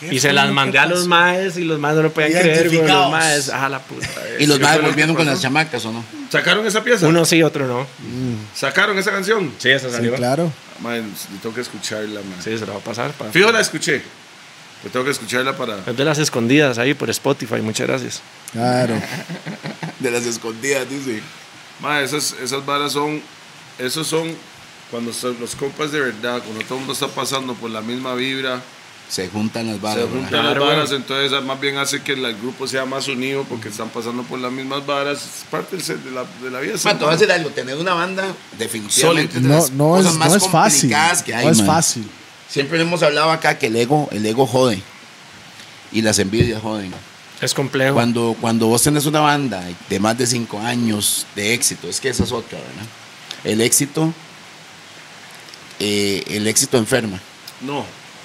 Speaker 4: Y
Speaker 2: fue
Speaker 4: se
Speaker 2: lo
Speaker 4: las
Speaker 2: que
Speaker 4: mandé a los
Speaker 2: pasó?
Speaker 4: maes y los maes no lo podían creer. güey, Los
Speaker 2: Identificados.
Speaker 4: maes, ah, la puta.
Speaker 3: Y los más volviendo con las chamacas, ¿o no?
Speaker 5: ¿Sacaron esa pieza?
Speaker 4: Uno sí, otro no.
Speaker 5: ¿Sacaron esa canción?
Speaker 4: Sí, esa
Speaker 2: Sí, claro.
Speaker 5: Mae, le tengo que escucharla, mae.
Speaker 4: Sí, se la va a pasar. pa.
Speaker 5: Fijo la escuché. Pero tengo que escucharla para...
Speaker 4: Es de las escondidas ahí por Spotify, muchas gracias.
Speaker 2: Claro.
Speaker 3: De las escondidas, dice.
Speaker 5: Mae, esas, esas varas son... Esos son cuando son los compas de verdad, cuando todo el mundo está pasando por la misma vibra,
Speaker 3: Se juntan las
Speaker 5: se
Speaker 3: barras,
Speaker 5: juntan
Speaker 3: ¿verdad?
Speaker 4: Claro,
Speaker 5: las varas, entonces ah, más bien hace que el, el grupo sea más unido porque están pasando por las mismas varas. Es parte del ser- de la, de la vida.
Speaker 3: Bueno, te voy a
Speaker 5: hermano.
Speaker 3: decir algo, tener una banda definitivamente es de
Speaker 2: No,
Speaker 3: las
Speaker 2: no,
Speaker 3: cosas
Speaker 2: es,
Speaker 3: más
Speaker 2: no es fácil.
Speaker 3: complicadas que hay,
Speaker 2: no es
Speaker 3: man.
Speaker 2: fácil.
Speaker 3: Siempre hemos hablado acá que el ego, el ego jode y las envidias joden.
Speaker 4: Es complejo.
Speaker 3: Cuando, cuando vos tenés una banda de más de cinco años de éxito, es que esa es otra, ¿verdad? El éxito, eh, el éxito enferma.
Speaker 5: No,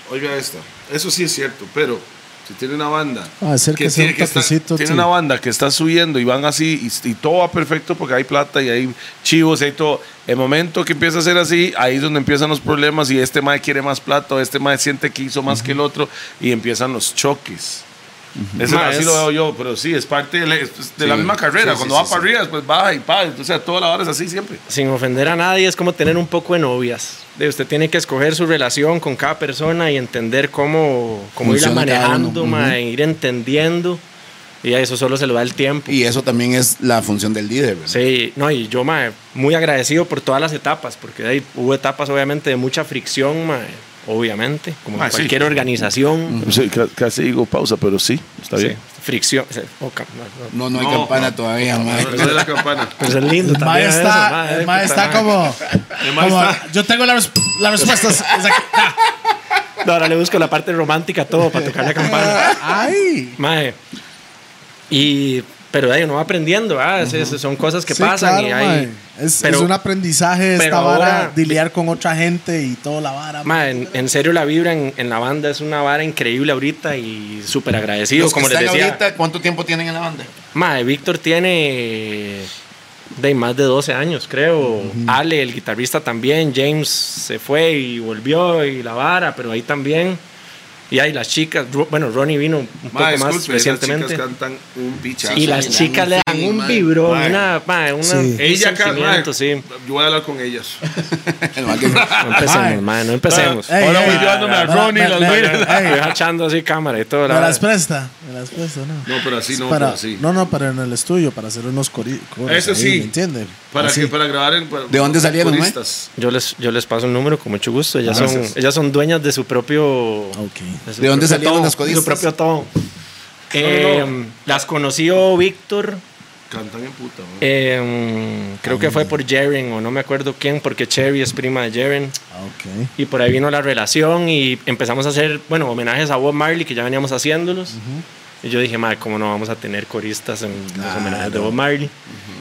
Speaker 5: oiga esta. Eso sí es cierto, pero si tiene una banda.
Speaker 2: Ah, acérquese
Speaker 5: tiene
Speaker 2: un
Speaker 5: estar-
Speaker 2: toquecito,
Speaker 5: tiene
Speaker 2: sí.
Speaker 5: una banda que está subiendo y van así y, y todo va perfecto porque hay plata y hay chivos y hay todo. El momento que empieza a ser así, ahí es donde empiezan los problemas y este mae quiere más plata o este mae siente que hizo más que el otro y empiezan los choques. Eso,
Speaker 4: Ma,
Speaker 5: así
Speaker 4: es-
Speaker 5: lo veo yo, pero sí, es parte de la, es de la
Speaker 3: Sí,
Speaker 5: misma
Speaker 3: sí,
Speaker 5: carrera.
Speaker 3: sí,
Speaker 5: Cuando
Speaker 3: sí,
Speaker 5: va
Speaker 3: sí.
Speaker 5: para arriba, después baja y pa. O sea, toda la hora es así siempre.
Speaker 4: sin ofender a nadie, es como tener un poco de novias. De usted tiene que escoger su relación con cada persona y entender cómo, cómo irla
Speaker 3: Funciona cada
Speaker 4: manejando,
Speaker 3: uno,
Speaker 4: ma, ir entendiendo. Y a eso solo se lo da el tiempo.
Speaker 3: Y eso también es la función del líder, ¿verdad?
Speaker 4: Sí, no, y yo, mae, muy agradecido por todas las etapas, porque de ahí hubo etapas, obviamente, de mucha fricción, mae, obviamente, como
Speaker 5: Ah,
Speaker 4: en
Speaker 5: sí.
Speaker 4: cualquier organización.
Speaker 5: casi digo pausa, pero sí, Mm, está
Speaker 4: Sí, fricción. sí, oh, cam-
Speaker 3: No,
Speaker 4: no, no.
Speaker 3: no hay
Speaker 5: No,
Speaker 3: campana todavía, mae.
Speaker 5: Eso de la campana.
Speaker 4: Pero es lindo
Speaker 2: El mae
Speaker 4: también eso,
Speaker 2: está,
Speaker 4: mae,
Speaker 2: el
Speaker 4: puta
Speaker 2: mae está
Speaker 4: madre.
Speaker 2: como.
Speaker 5: mae
Speaker 2: como,
Speaker 5: está-
Speaker 2: Yo tengo las, las respuestas. Es aquí.
Speaker 4: *laughs* No, ahora le busco la parte romántica a todo para tocar la campana.
Speaker 2: Ay.
Speaker 4: Mae. Y Pero ahí uno va aprendiendo, ¿verdad? Es- es- son cosas que
Speaker 2: Sí,
Speaker 4: pasan y
Speaker 2: claro,
Speaker 4: hay.
Speaker 2: mae. Es,
Speaker 4: pero,
Speaker 2: es un aprendizaje
Speaker 4: pero
Speaker 2: esta vara
Speaker 4: ahora-
Speaker 2: de lidiar con otra gente y toda la vara.
Speaker 4: mae, en, en serio, la vibra en, en la banda es una vara increíble ahorita y súper agradecido,
Speaker 3: Los que
Speaker 4: como les
Speaker 3: están
Speaker 4: decía.
Speaker 3: ahorita, ¿cuánto tiempo tienen en la
Speaker 4: *laughs*
Speaker 3: banda?
Speaker 4: Mae, Víctor tiene de más de 12 años, creo. Ale, el guitarrista también. James se fue y volvió y la vara, pero ahí también. Y hay las chicas. Ro- bueno, Ronnie vino un
Speaker 5: Ma,
Speaker 4: poco más
Speaker 5: disculpe, esas
Speaker 4: recientemente.
Speaker 5: chicas cantan un pichazo.
Speaker 4: Y las
Speaker 3: Sí, le dan
Speaker 4: chicas
Speaker 3: un
Speaker 4: le dan
Speaker 3: feeling,
Speaker 4: un
Speaker 3: mae.
Speaker 4: vibro,
Speaker 5: Mae.
Speaker 4: una, mae, una,
Speaker 2: Sí.
Speaker 4: un
Speaker 5: Ella canta.
Speaker 4: sentimiento, sí.
Speaker 5: Yo voy a hablar
Speaker 4: *laughs*
Speaker 5: con ellas.
Speaker 3: El mal que-
Speaker 4: No empecemos, mae, no empecemos.
Speaker 2: Ey,
Speaker 5: Ahora
Speaker 2: ey,
Speaker 5: voy yo dándome a
Speaker 2: me-
Speaker 5: Ronnie
Speaker 2: me-
Speaker 5: las
Speaker 2: me-
Speaker 5: vainas.
Speaker 2: ey,
Speaker 4: Voy echando así cámara y todo.
Speaker 2: me
Speaker 4: la
Speaker 2: las
Speaker 4: vara.
Speaker 2: presta, me las presta, ¿no?
Speaker 5: No, pero así no,
Speaker 2: para,
Speaker 5: pero así.
Speaker 2: No, no, para en el estudio, para hacer unos cori- coros.
Speaker 5: Eso
Speaker 2: ahí,
Speaker 5: sí.
Speaker 2: ¿Me entiendes?
Speaker 4: Ah,
Speaker 5: Para, que, para grabar en. para-
Speaker 3: ¿De dónde salieron, mae?
Speaker 5: coristas.
Speaker 4: Yo les, yo les paso el número con mucho gusto. Ellas, son,
Speaker 5: Gracias.
Speaker 4: ellas son dueñas de su propio
Speaker 2: Ok.
Speaker 4: su
Speaker 3: ¿De dónde
Speaker 4: propio
Speaker 3: salieron
Speaker 4: todo,
Speaker 3: las codistas?
Speaker 4: Su propio todo. Eh, Las conoció Víctor,
Speaker 5: Cantan en puta, ma.
Speaker 4: eh, creo que fue por Jaren o no me acuerdo quién, porque Cherry es prima de Jaren.
Speaker 2: Ah, ok.
Speaker 4: Y por ahí vino la relación y empezamos a hacer, bueno, homenajes a Bob Marley, que ya veníamos haciéndolos. Y yo dije, madre, ¿cómo no vamos a tener coristas en los homenajes de Bob Marley?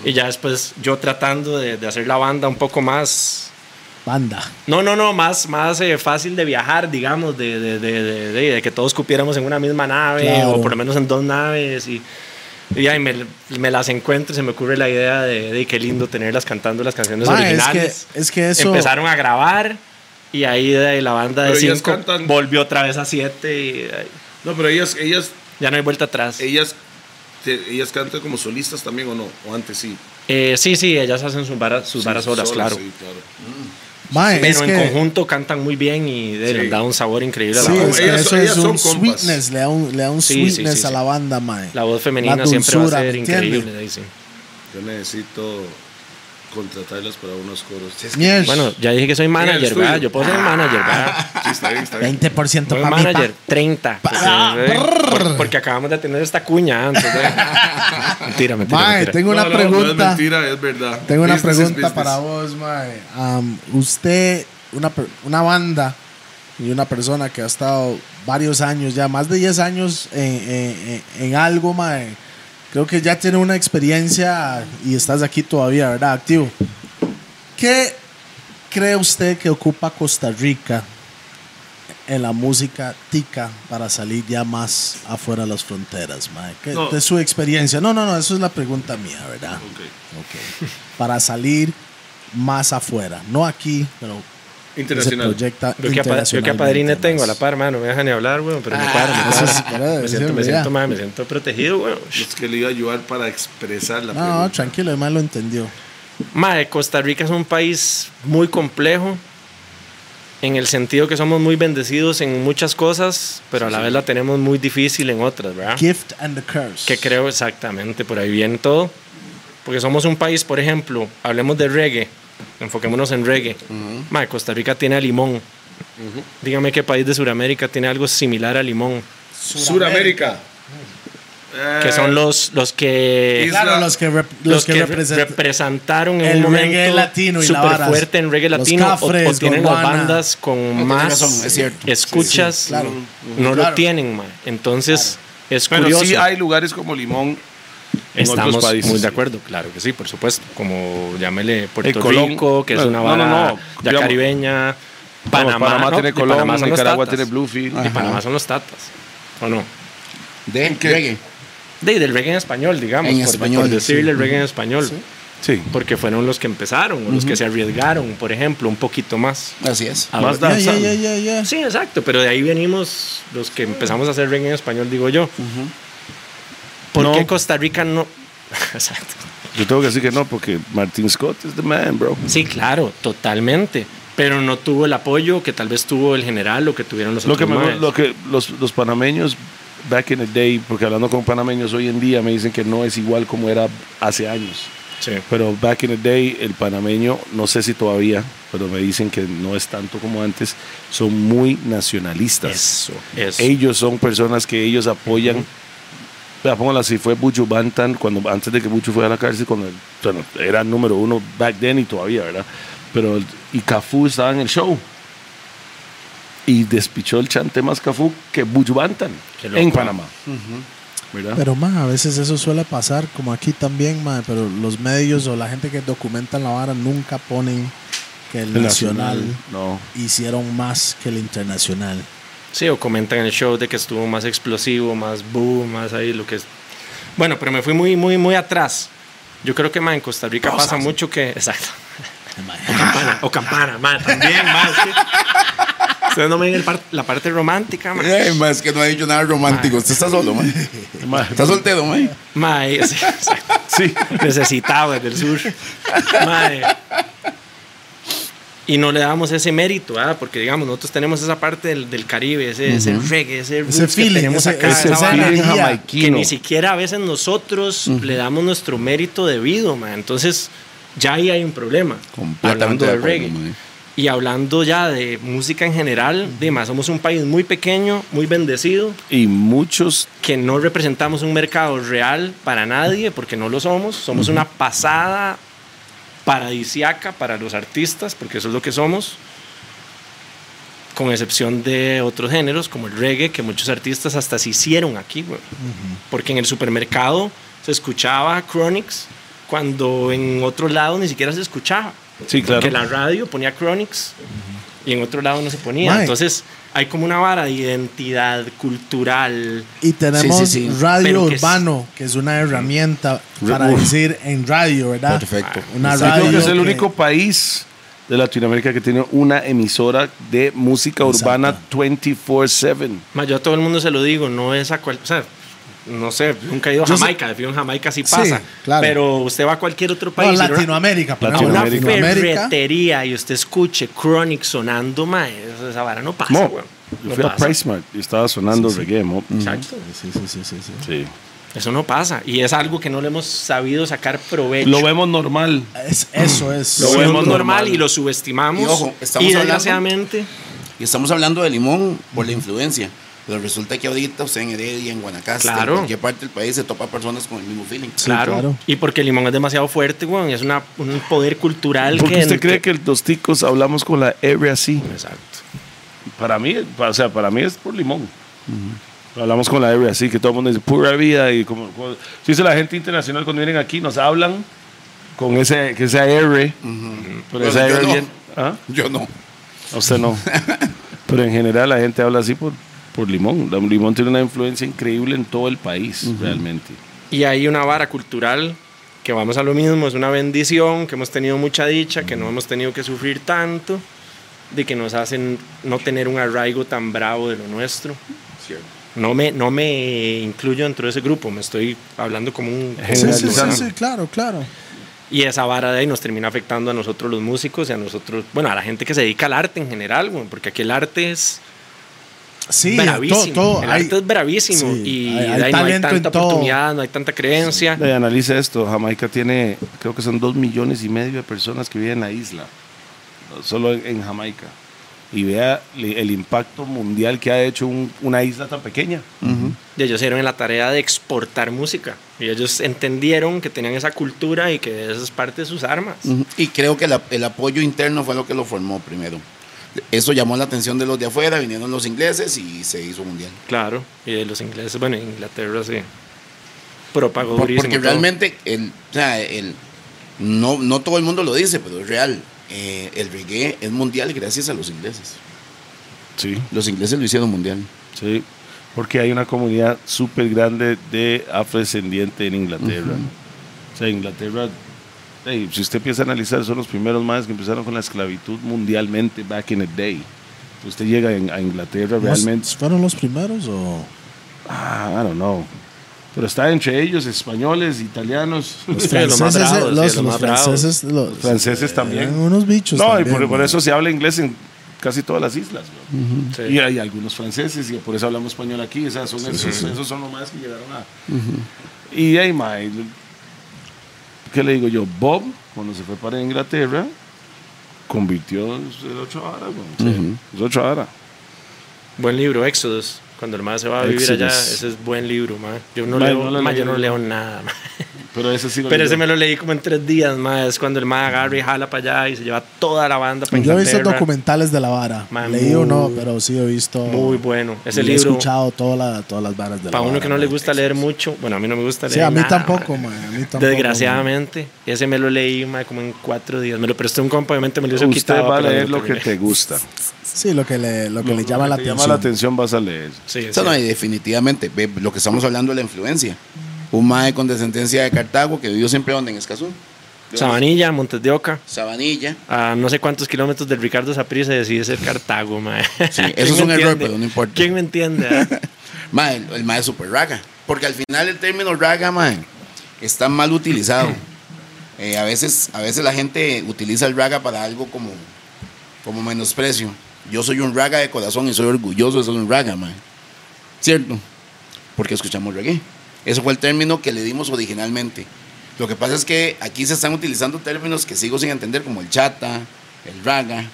Speaker 4: Y ya después yo tratando de, de hacer la banda un poco más
Speaker 2: Banda.
Speaker 4: no, no, no, más, más eh, fácil de viajar, digamos, de, de, de, de- de- de que todos cupiéramos en una misma nave
Speaker 2: Claro.
Speaker 4: o por lo menos en dos naves y, y ahí me, me las encuentro y se me ocurre la idea de, de qué lindo tenerlas cantando las canciones
Speaker 2: Ma, es
Speaker 4: originales.
Speaker 2: que- es que eso-
Speaker 4: Empezaron a grabar y ahí de la banda de
Speaker 5: Pero ellas
Speaker 4: cinco
Speaker 5: cantan-
Speaker 4: volvió otra vez a siete y eh,
Speaker 5: No, pero ellas, ellas,
Speaker 4: ya no hay vuelta atrás.
Speaker 5: ellas, te- ellas cantan como solistas también o no, o antes sí.
Speaker 4: Eh, sí, sí, ellas hacen sus varas, sus
Speaker 5: Sí,
Speaker 4: varas solas,
Speaker 5: solas,
Speaker 4: claro.
Speaker 5: sí, claro.
Speaker 2: Mae,
Speaker 4: Pero
Speaker 2: es
Speaker 4: en
Speaker 2: que,
Speaker 4: conjunto cantan muy bien y eh,
Speaker 5: Sí.
Speaker 4: le da un sabor increíble a la
Speaker 2: Sí,
Speaker 4: banda.
Speaker 2: es que
Speaker 5: Ellas-
Speaker 2: eso es
Speaker 5: ellas
Speaker 2: un
Speaker 5: son compas.
Speaker 2: sweetness, le da un, le da un
Speaker 4: Sí, sí, sí,
Speaker 2: sweetness a
Speaker 4: sí.
Speaker 2: la banda, mae.
Speaker 4: La voz femenina
Speaker 2: La
Speaker 4: siempre va
Speaker 2: dulzura,
Speaker 4: a ser
Speaker 2: ¿me entiende?
Speaker 4: increíble. ahí sí.
Speaker 5: Yo necesito contratarlas para unos coros. Sí,
Speaker 2: Mierda.
Speaker 4: Bueno, ya dije que soy manager,
Speaker 5: estudio.
Speaker 4: ¿verdad? Yo puedo ser
Speaker 2: Ah,
Speaker 4: manager,
Speaker 2: *laughs*
Speaker 4: ¿verdad?
Speaker 5: está bien, está bien.
Speaker 2: 20%
Speaker 4: Soy
Speaker 2: para mí. pa. ah,
Speaker 4: manager, 30. porque, ¿eh? Por- porque acabamos de tener esta cuña antes. ¿eh?
Speaker 2: *laughs*
Speaker 4: mentira, mentira.
Speaker 2: Mae,
Speaker 4: mentira.
Speaker 2: tengo una
Speaker 5: No, no, No, es
Speaker 2: pregunta.
Speaker 5: mentira, es verdad.
Speaker 2: Tengo una
Speaker 5: Business is
Speaker 2: pregunta
Speaker 5: business.
Speaker 2: para vos, mae. Am, usted, una, per- una banda y una persona que ha estado varios años, ya más de 10 años en, en- en- en algo, mae. Creo que ya tiene una experiencia y estás aquí todavía, ¿verdad? Activo. ¿Qué cree usted que ocupa Costa Rica en la música tica para salir ya más afuera de las fronteras, mae? ¿Qué-
Speaker 5: No.
Speaker 2: De su experiencia. No, no, no, eso es la pregunta mía, ¿verdad?
Speaker 5: Ok.
Speaker 2: Ok. *laughs* Para salir más afuera. No aquí, pero se
Speaker 5: Internacional.
Speaker 2: proyecta
Speaker 4: Yo que, apa- yo que
Speaker 2: internacionalmente
Speaker 4: apadrine
Speaker 2: más.
Speaker 4: tengo a la par, mano. No me dejan ni hablar, weón. Pero me paro, me
Speaker 2: Eso
Speaker 4: paro.
Speaker 2: es- ¿verdad?
Speaker 4: Me siento, me
Speaker 2: Sí,
Speaker 4: siento,
Speaker 2: ya.
Speaker 4: mae, me siento protegido, weón.
Speaker 5: Es que le iba a ayudar para expresar la
Speaker 2: No,
Speaker 5: pregunta.
Speaker 2: tranquilo, además lo entendió.
Speaker 4: Mae, Costa Rica es un país muy complejo en el sentido que somos muy bendecidos en muchas cosas, pero a la vez la tenemos muy difícil en otras,
Speaker 5: Ah.
Speaker 4: ¿verdad?
Speaker 2: Gift and the curse.
Speaker 4: Que creo exactamente, por ahí viene todo. Porque somos un país, por ejemplo, hablemos de reggae, enfoquémonos en reggae. Mae, Costa Rica tiene a Limón. Dígame qué país de Sudamérica tiene algo similar a Limón,
Speaker 5: Suramérica.
Speaker 4: que
Speaker 5: Eh,
Speaker 4: son los, los que...
Speaker 5: Isla-
Speaker 2: Claro, los que, rep- Eh, los que, representan.
Speaker 4: representaron en
Speaker 2: el
Speaker 4: un momento
Speaker 2: reggae latino y la
Speaker 4: súper
Speaker 2: vara.
Speaker 4: fuerte en reggae
Speaker 2: Los
Speaker 4: latino o- o,
Speaker 2: Cafres,
Speaker 4: tienen las
Speaker 2: Gondwana.
Speaker 4: bandas con
Speaker 3: tiene
Speaker 4: más
Speaker 3: razón, es cierto.
Speaker 4: escuchas
Speaker 2: Sí, sí, claro.
Speaker 4: no
Speaker 2: Claro.
Speaker 4: lo tienen man. entonces es
Speaker 5: Pero
Speaker 4: curioso
Speaker 5: sí hay lugares como Limón. en otros
Speaker 4: estamos
Speaker 5: países.
Speaker 4: muy de acuerdo claro que sí por supuesto como llámele
Speaker 5: El
Speaker 4: Puerto
Speaker 5: Colón.
Speaker 4: Rico que es
Speaker 5: No,
Speaker 4: una
Speaker 5: no,
Speaker 4: vara
Speaker 5: no, no.
Speaker 4: ya
Speaker 5: Digamos,
Speaker 4: caribeña
Speaker 5: Vamos,
Speaker 4: Panamá,
Speaker 5: Panamá
Speaker 4: ¿no?
Speaker 5: tiene
Speaker 4: De
Speaker 5: Colón,
Speaker 4: Panamá son los
Speaker 5: Nicaragua
Speaker 4: tatas.
Speaker 5: tiene Bluefield.
Speaker 4: de Panamá son los tatas o no
Speaker 3: De reggae.
Speaker 4: de, del reggae en español digamos
Speaker 3: En
Speaker 4: por,
Speaker 3: español,
Speaker 4: por decirle
Speaker 3: sí.
Speaker 4: el reggae en español
Speaker 5: Sí.
Speaker 4: porque fueron los que empezaron, o los que se arriesgaron, por ejemplo, un poquito más.
Speaker 3: Así es.
Speaker 5: Más
Speaker 2: Ya,
Speaker 5: danzando.
Speaker 2: ya, ya, ya, ya.
Speaker 4: Sí, exacto, pero de ahí venimos los que empezamos a hacer reggae en español, digo yo. ¿Por
Speaker 5: No.
Speaker 4: qué Costa Rica no...? *laughs* exacto.
Speaker 5: Yo tengo que decir que no, porque Martin Scott es the man, bro.
Speaker 4: Sí, claro, totalmente, pero no tuvo el apoyo que tal vez tuvo el general o que tuvieron los
Speaker 5: Lo que,
Speaker 4: otros
Speaker 5: me-
Speaker 4: maes.
Speaker 5: lo que los, los panameños, back in the day, porque hablando con panameños hoy en día, me dicen que no es igual como era hace años.
Speaker 4: Sí.
Speaker 5: Pero back in the day, el panameño, no sé si todavía, pero me dicen que no es tanto como antes, son muy nacionalistas.
Speaker 4: Eso, eso.
Speaker 5: Ellos son personas que ellos apoyan. Vea, póngala así, fue Buchu Bantan, cuando, antes de que Buchu fuera a la cárcel, cuando bueno, era número uno back then y todavía, ¿verdad? Pero, el- y Cafú estaba en el show. Y despichó el chante más Cafú que Buchu Bantan
Speaker 4: Qué loco.
Speaker 5: en Panamá.
Speaker 3: ¿verdad?
Speaker 2: Pero ma, a veces eso suele pasar, como aquí también, ma, pero los medios o la gente que documentan la vara nunca ponen que el, nacional,
Speaker 5: No.
Speaker 2: hicieron más que el internacional.
Speaker 4: Sí, o comentan en el show de que estuvo más explosivo, más boom, más ahí lo que es. Bueno, pero me fui muy, muy, muy atrás. Yo creo que man, en Costa Rica pasa mucho que. Exacto. Campana, o campana, man, también, man.
Speaker 5: *laughs*
Speaker 4: es que- Ustedes no me ven el par- la parte romántica, man.
Speaker 3: Ay, ma, es que no ha dicho nada romántico. Usted está solo, man.
Speaker 5: Ma,
Speaker 3: Está soltero, man.
Speaker 4: Mae, *laughs* sí, exacto.
Speaker 5: Sí.
Speaker 4: necesitaba del sur. Mae. Y no le damos ese mérito, ¿ah? porque digamos, nosotros tenemos esa parte del, del Caribe, ese, ese reggae, ese, roots que
Speaker 2: feeling,
Speaker 4: tenemos
Speaker 2: ese-
Speaker 4: acá,
Speaker 2: ese
Speaker 4: esa vara,
Speaker 2: feeling
Speaker 4: que ni siquiera a veces nosotros le damos nuestro mérito debido, mae. entonces ya ahí hay un problema.
Speaker 3: Completamente
Speaker 4: hablando de,
Speaker 3: de acuerdo,
Speaker 4: reggae.
Speaker 3: mae.
Speaker 4: Y hablando ya de música en general, de más, somos un país muy pequeño, muy bendecido,
Speaker 5: Y muchos.
Speaker 4: que no representamos un mercado real para nadie, porque no lo somos. Somos una pasada paradisiaca para los artistas, porque eso es lo que somos, con excepción de otros géneros como el reggae, que muchos artistas hasta se hicieron aquí, güey. porque en el supermercado se escuchaba Chronics cuando en otro lado ni siquiera se escuchaba.
Speaker 5: Sí, claro.
Speaker 4: Porque la radio ponía Chronics y en otro lado no se ponía.
Speaker 2: Mae.
Speaker 4: Entonces hay como una vara de identidad cultural.
Speaker 2: Y tenemos
Speaker 3: Sí, sí, sí.
Speaker 2: radio
Speaker 4: Pero que es-
Speaker 2: urbano, que es una herramienta para
Speaker 5: Uf.
Speaker 2: decir en radio, ¿verdad?
Speaker 3: Perfecto.
Speaker 2: Una
Speaker 5: Yo creo
Speaker 2: radio
Speaker 5: que es el
Speaker 2: que-
Speaker 5: único país de Latinoamérica que tiene una emisora de música
Speaker 2: Exacto.
Speaker 5: urbana 24-7.
Speaker 4: Ma, yo a todo el mundo se lo digo, no es a cual, o sea, no sé, nunca he ido a
Speaker 2: Yo sé-
Speaker 4: Jamaica, de fijo en Jamaica sí pasa,
Speaker 2: claro.
Speaker 4: pero usted va a cualquier otro
Speaker 2: No,
Speaker 4: país, y una-
Speaker 2: Latinoamérica, pero no,
Speaker 4: una
Speaker 5: Latinoamérica.
Speaker 2: Latinoamérica.
Speaker 4: ferretería y usted escuche Chronic sonando, ma, esa esa vara no pasa,
Speaker 5: Mo,
Speaker 4: weón.
Speaker 5: yo
Speaker 4: No
Speaker 5: fui a
Speaker 4: pasa.
Speaker 5: Price Mart y estaba sonando reggae, mo.
Speaker 4: Exacto.
Speaker 2: Sí, sí, sí, sí, sí.
Speaker 5: Sí.
Speaker 4: Eso no pasa y es algo que no le hemos sabido sacar provecho.
Speaker 5: Lo vemos normal.
Speaker 2: Es, eso es.
Speaker 4: Lo
Speaker 5: Sí,
Speaker 4: vemos
Speaker 5: normal.
Speaker 4: normal, y lo subestimamos.
Speaker 3: Y
Speaker 4: Y,
Speaker 3: ojo, estamos hablando-
Speaker 4: desgraciadamente,
Speaker 3: Y estamos hablando de limón por la influencia. Pero resulta que ahorita usted en Heredia, en Guanacaste,
Speaker 4: Claro.
Speaker 3: en cualquier parte del país se topa personas con el mismo feeling.
Speaker 4: claro.
Speaker 2: claro.
Speaker 4: Y porque el limón es demasiado fuerte, weón, es una, un poder cultural
Speaker 5: ¿Por qué
Speaker 4: que
Speaker 5: usted
Speaker 4: en-
Speaker 5: cree que los ticos hablamos con la R así?
Speaker 4: Exacto.
Speaker 5: Para mí, o sea, para mí es por limón. Hablamos con la R así, que todo el mundo dice pura vida. Y como, como- si dice la gente internacional cuando vienen aquí, nos hablan con ese, que esa R. Pero
Speaker 3: Bueno,
Speaker 5: esa
Speaker 3: yo
Speaker 5: R
Speaker 3: no.
Speaker 5: bien. ¿Ah?
Speaker 3: Yo no.
Speaker 5: A Usted no. Pero en general la gente habla así por, por limón. La- Limón tiene una influencia increíble en todo el país, realmente.
Speaker 4: y hay una vara cultural que vamos a lo mismo, es una bendición, que hemos tenido mucha dicha, que no hemos tenido que sufrir tanto, de que nos hacen no tener un arraigo tan bravo de lo nuestro. No me, no me incluyo dentro de ese grupo, me estoy hablando como un... como
Speaker 2: Sí,
Speaker 4: un
Speaker 2: sí, sí,
Speaker 5: Generalizando.
Speaker 2: sí, claro, claro.
Speaker 4: y esa vara de ahí nos termina afectando a nosotros los músicos y a nosotros, bueno, a la gente que se dedica al arte en general, güey, porque aquí el arte es
Speaker 2: Sí,
Speaker 4: bravísimo.
Speaker 2: todo, todo.
Speaker 4: el
Speaker 2: hay-
Speaker 4: arte es bravísimo
Speaker 2: sí,
Speaker 4: y
Speaker 2: hay- hay
Speaker 4: de ahí no hay
Speaker 2: talento en
Speaker 4: tanta
Speaker 2: todo.
Speaker 4: oportunidad, no hay tanta creencia.
Speaker 5: Ve, analiza esto. Jamaica tiene, creo que son dos millones y medio de personas que viven en la isla. Solo en, en Jamaica. Y vea li- el impacto mundial que ha hecho un- una isla tan pequeña.
Speaker 4: Y ellos hicieron la tarea de exportar música. Y ellos entendieron que tenían esa cultura y que esa es parte de sus armas.
Speaker 3: Ujú. Y creo que la- el apoyo interno fue lo que lo formó primero. Eso llamó la atención de los de afuera, vinieron los ingleses y se hizo mundial.
Speaker 4: Claro. Y de los ingleses, bueno, en Inglaterra sí. Propagó
Speaker 3: Por-
Speaker 4: durísimo
Speaker 3: porque
Speaker 4: todo.
Speaker 3: realmente, el, o sea, el, no, no todo el mundo lo dice, pero es real. Eh, el reggae es mundial gracias a los ingleses.
Speaker 5: Sí.
Speaker 3: Los ingleses lo hicieron mundial.
Speaker 5: Sí. Porque hay una comunidad súper grande de afrodescendientes en Inglaterra. O sea, Inglaterra, hey, si usted empieza a analizar, son los primeros más que empezaron con la esclavitud mundialmente back in the day. Usted llega en- a Inglaterra realmente.
Speaker 2: ¿Fueron los primeros o
Speaker 5: Ah, I don't know. Pero está entre ellos españoles, italianos,
Speaker 2: *laughs* los
Speaker 4: Sí, los más
Speaker 2: franceses?
Speaker 4: bravos, sí,
Speaker 2: los-
Speaker 4: los
Speaker 2: los
Speaker 4: más bravos.
Speaker 2: franceses, los-
Speaker 5: franceses también.
Speaker 2: eran Eh, unos bichos.
Speaker 5: no, y
Speaker 2: también,
Speaker 5: por, por
Speaker 2: man.
Speaker 5: eso se habla inglés en casi todas las islas. ¿no?
Speaker 4: Sí.
Speaker 5: Y hay algunos franceses, y por eso hablamos español aquí. O sea, son esos, esos son los más que llegaron a. Y ahí, mae, ¿qué le digo yo? Bob, cuando se fue para Inglaterra, convirtió en ocho horas. ocho horas.
Speaker 4: Buen libro, Éxodos. Cuando el más se va a vivir allá,
Speaker 5: Éxodos.
Speaker 4: ese es buen libro, ma. Yo no,
Speaker 5: Ma,
Speaker 4: leo,
Speaker 5: no lo
Speaker 4: ma,
Speaker 5: leí.
Speaker 4: yo no leo nada, ma.
Speaker 5: Pero ese sí lo
Speaker 4: Pero
Speaker 5: leyó.
Speaker 4: ese me lo leí como en tres días, más. Es cuando el más agarra y jala para allá y se lleva toda la banda para
Speaker 2: Yo he visto
Speaker 4: Inglaterra.
Speaker 2: documentales de la vara.
Speaker 4: Man,
Speaker 2: Leí o
Speaker 4: muy-
Speaker 2: no, pero sí he visto.
Speaker 4: Muy bueno. Ese
Speaker 2: y He
Speaker 4: libro-
Speaker 2: escuchado toda la- todas las varas de la
Speaker 4: Para uno
Speaker 2: vara,
Speaker 4: que no le
Speaker 2: man.
Speaker 4: gusta leer mucho, bueno, a mí no me gusta leer
Speaker 2: Sí, a mí
Speaker 4: nada,
Speaker 2: tampoco,
Speaker 4: ma.
Speaker 2: man. A mí tampoco. man.
Speaker 4: Desgraciadamente, ese me lo leí ma, como en cuatro días. Me lo prestó un compa, obviamente me lo hizo
Speaker 5: Usted
Speaker 4: quitado.
Speaker 5: va a
Speaker 4: pero
Speaker 5: leer
Speaker 4: yo
Speaker 5: lo que
Speaker 4: terminé.
Speaker 5: te gusta.
Speaker 2: Sí, lo que le, lo que le llama, la,
Speaker 5: Te
Speaker 2: atención.
Speaker 5: llama la atención, vas a leer.
Speaker 4: *laughs* Sí,
Speaker 3: Eso
Speaker 4: sí.
Speaker 3: no, y definitivamente, ve, lo que estamos hablando de la influencia. Un mae con descendencia de Cartago que vivió siempre donde en Escazú.
Speaker 4: Sabanilla, Montes de Oca,
Speaker 3: Sabanilla.
Speaker 4: a no sé cuántos kilómetros del Ricardo Sapri se decide ser Cartago, mae.
Speaker 3: Sí,
Speaker 4: *laughs* ¿Quién
Speaker 3: eso es
Speaker 4: me
Speaker 3: un error,
Speaker 4: entiende?
Speaker 3: pero no importa.
Speaker 4: ¿Quién me entiende? ah?
Speaker 3: Mae, el, el mae es super raga. Porque al final el término raga, mae, está mal utilizado. Eh, a, veces, a veces la gente utiliza el raga para algo como, como menosprecio. Yo soy un raga de corazón y soy orgulloso de ser un raga, mae. ¿Cierto? Porque escuchamos reggae. Eso fue el término que le dimos originalmente. Lo que pasa es que aquí se están utilizando términos que sigo sin entender, como el chata, el raga.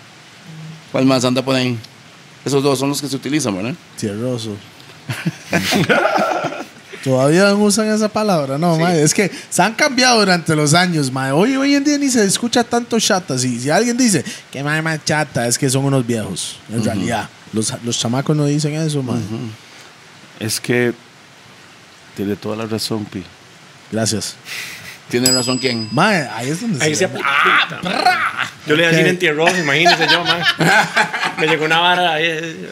Speaker 3: ¿Cuál más anda por ahí? Esos dos son los que se utilizan, ¿verdad?
Speaker 5: *laughs*
Speaker 2: Tierroso. Todavía usan esa palabra, no, mae. Es que se han cambiado durante los años, mae. Hoy, hoy en día ni se escucha tanto chata. Si, si alguien dice que mae más chata, es que son unos viejos. En realidad, los, los chamacos no dicen eso, mae.
Speaker 5: Es que tiene toda la razón, Pi.
Speaker 2: Gracias.
Speaker 3: Tiene razón quién.
Speaker 2: Mae, ahí es donde
Speaker 4: Ahí se
Speaker 2: ve.
Speaker 4: ¡Ah! ¡Brrra! Yo le iba a decir
Speaker 2: Ok.
Speaker 4: en tierra, imagínese yo, mae. Me llegó una vara ahí, eh,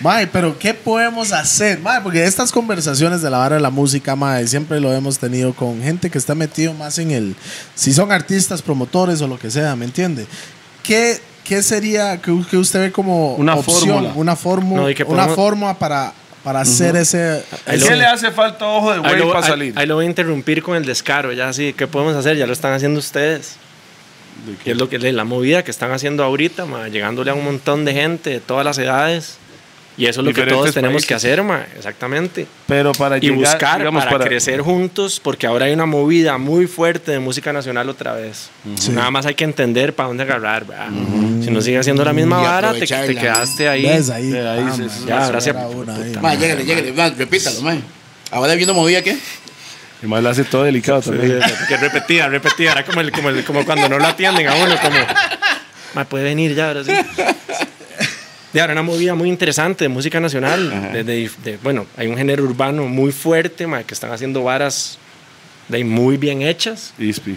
Speaker 2: Mae, pero ¿qué podemos hacer? Mae, porque estas conversaciones de la vara de la música, mae, siempre lo hemos tenido con gente que está metido más en el... Si son artistas, promotores o lo que sea, ¿me entiende? ¿Qué, qué sería que, que usted ve como
Speaker 5: Una
Speaker 2: opción,
Speaker 5: fórmula.
Speaker 2: Una, fórmula,
Speaker 4: No, y que
Speaker 2: una
Speaker 4: podemos-
Speaker 2: fórmula para, para hacer ese...
Speaker 4: Ahí
Speaker 5: ¿Qué
Speaker 4: lo-
Speaker 5: le hace falta ojo de
Speaker 4: Ahí
Speaker 5: güey
Speaker 4: lo,
Speaker 5: para
Speaker 4: ahí-
Speaker 5: salir?
Speaker 4: ahí lo voy a interrumpir con el descaro, ya así, ¿qué podemos hacer? Ya lo están haciendo ustedes. Y es lo que la movida que están haciendo ahorita, ma, llegándole a un montón de gente de todas las edades. Y eso es lo que
Speaker 5: Diferentes
Speaker 4: todos tenemos
Speaker 5: países.
Speaker 4: que hacer, ma, exactamente.
Speaker 5: Pero para
Speaker 4: Y
Speaker 5: llegar,
Speaker 4: buscar
Speaker 5: digamos,
Speaker 4: para, crecer juntos, porque ahora hay una movida muy fuerte de música nacional otra vez.
Speaker 2: Sí.
Speaker 4: Nada más hay que entender para dónde agarrar. ¿verdad? Si no sigue haciendo la misma
Speaker 3: Y
Speaker 4: vara, te, te
Speaker 3: aprovecharla,
Speaker 4: quedaste ahí.
Speaker 2: ¿Ves? Ahí.
Speaker 5: de ahí se-
Speaker 2: mae,
Speaker 5: eso es
Speaker 4: Ya,
Speaker 2: eso
Speaker 4: gracias.
Speaker 2: era una ahí.
Speaker 4: Puta,
Speaker 3: Ma, llégale, llégale, ma, repítalo, ma. Ahora viendo movida, ¿qué?
Speaker 5: Y más le hace todo delicado también.
Speaker 4: que repetía, repetía. Era como, el, como, el, como cuando no lo atienden a uno, como. Ma, puede venir ya, ahora sí. De ahora una movida muy interesante de música nacional. De, de- de- bueno, hay un género urbano muy fuerte, ma, que están haciendo varas de ahí muy bien hechas.
Speaker 5: Ispi.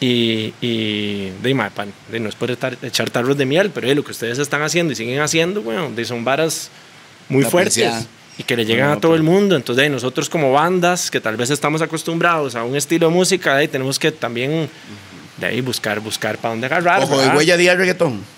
Speaker 4: Y, y de, ahí, ma, pan, de, no es por estar- echar tarros de miel, pero de, lo que ustedes están haciendo y siguen haciendo, bueno, de, son varas muy
Speaker 3: La
Speaker 4: fuertes
Speaker 3: apreciada.
Speaker 4: y que le llegan a todo el mundo. Entonces, de, ahí, nosotros como bandas que tal vez estamos acostumbrados a un estilo de música, de, ahí, tenemos que también de ahí buscar, buscar para dónde agarrar.
Speaker 3: Ojo de
Speaker 4: ¿verdad?
Speaker 3: huella día reggaetón.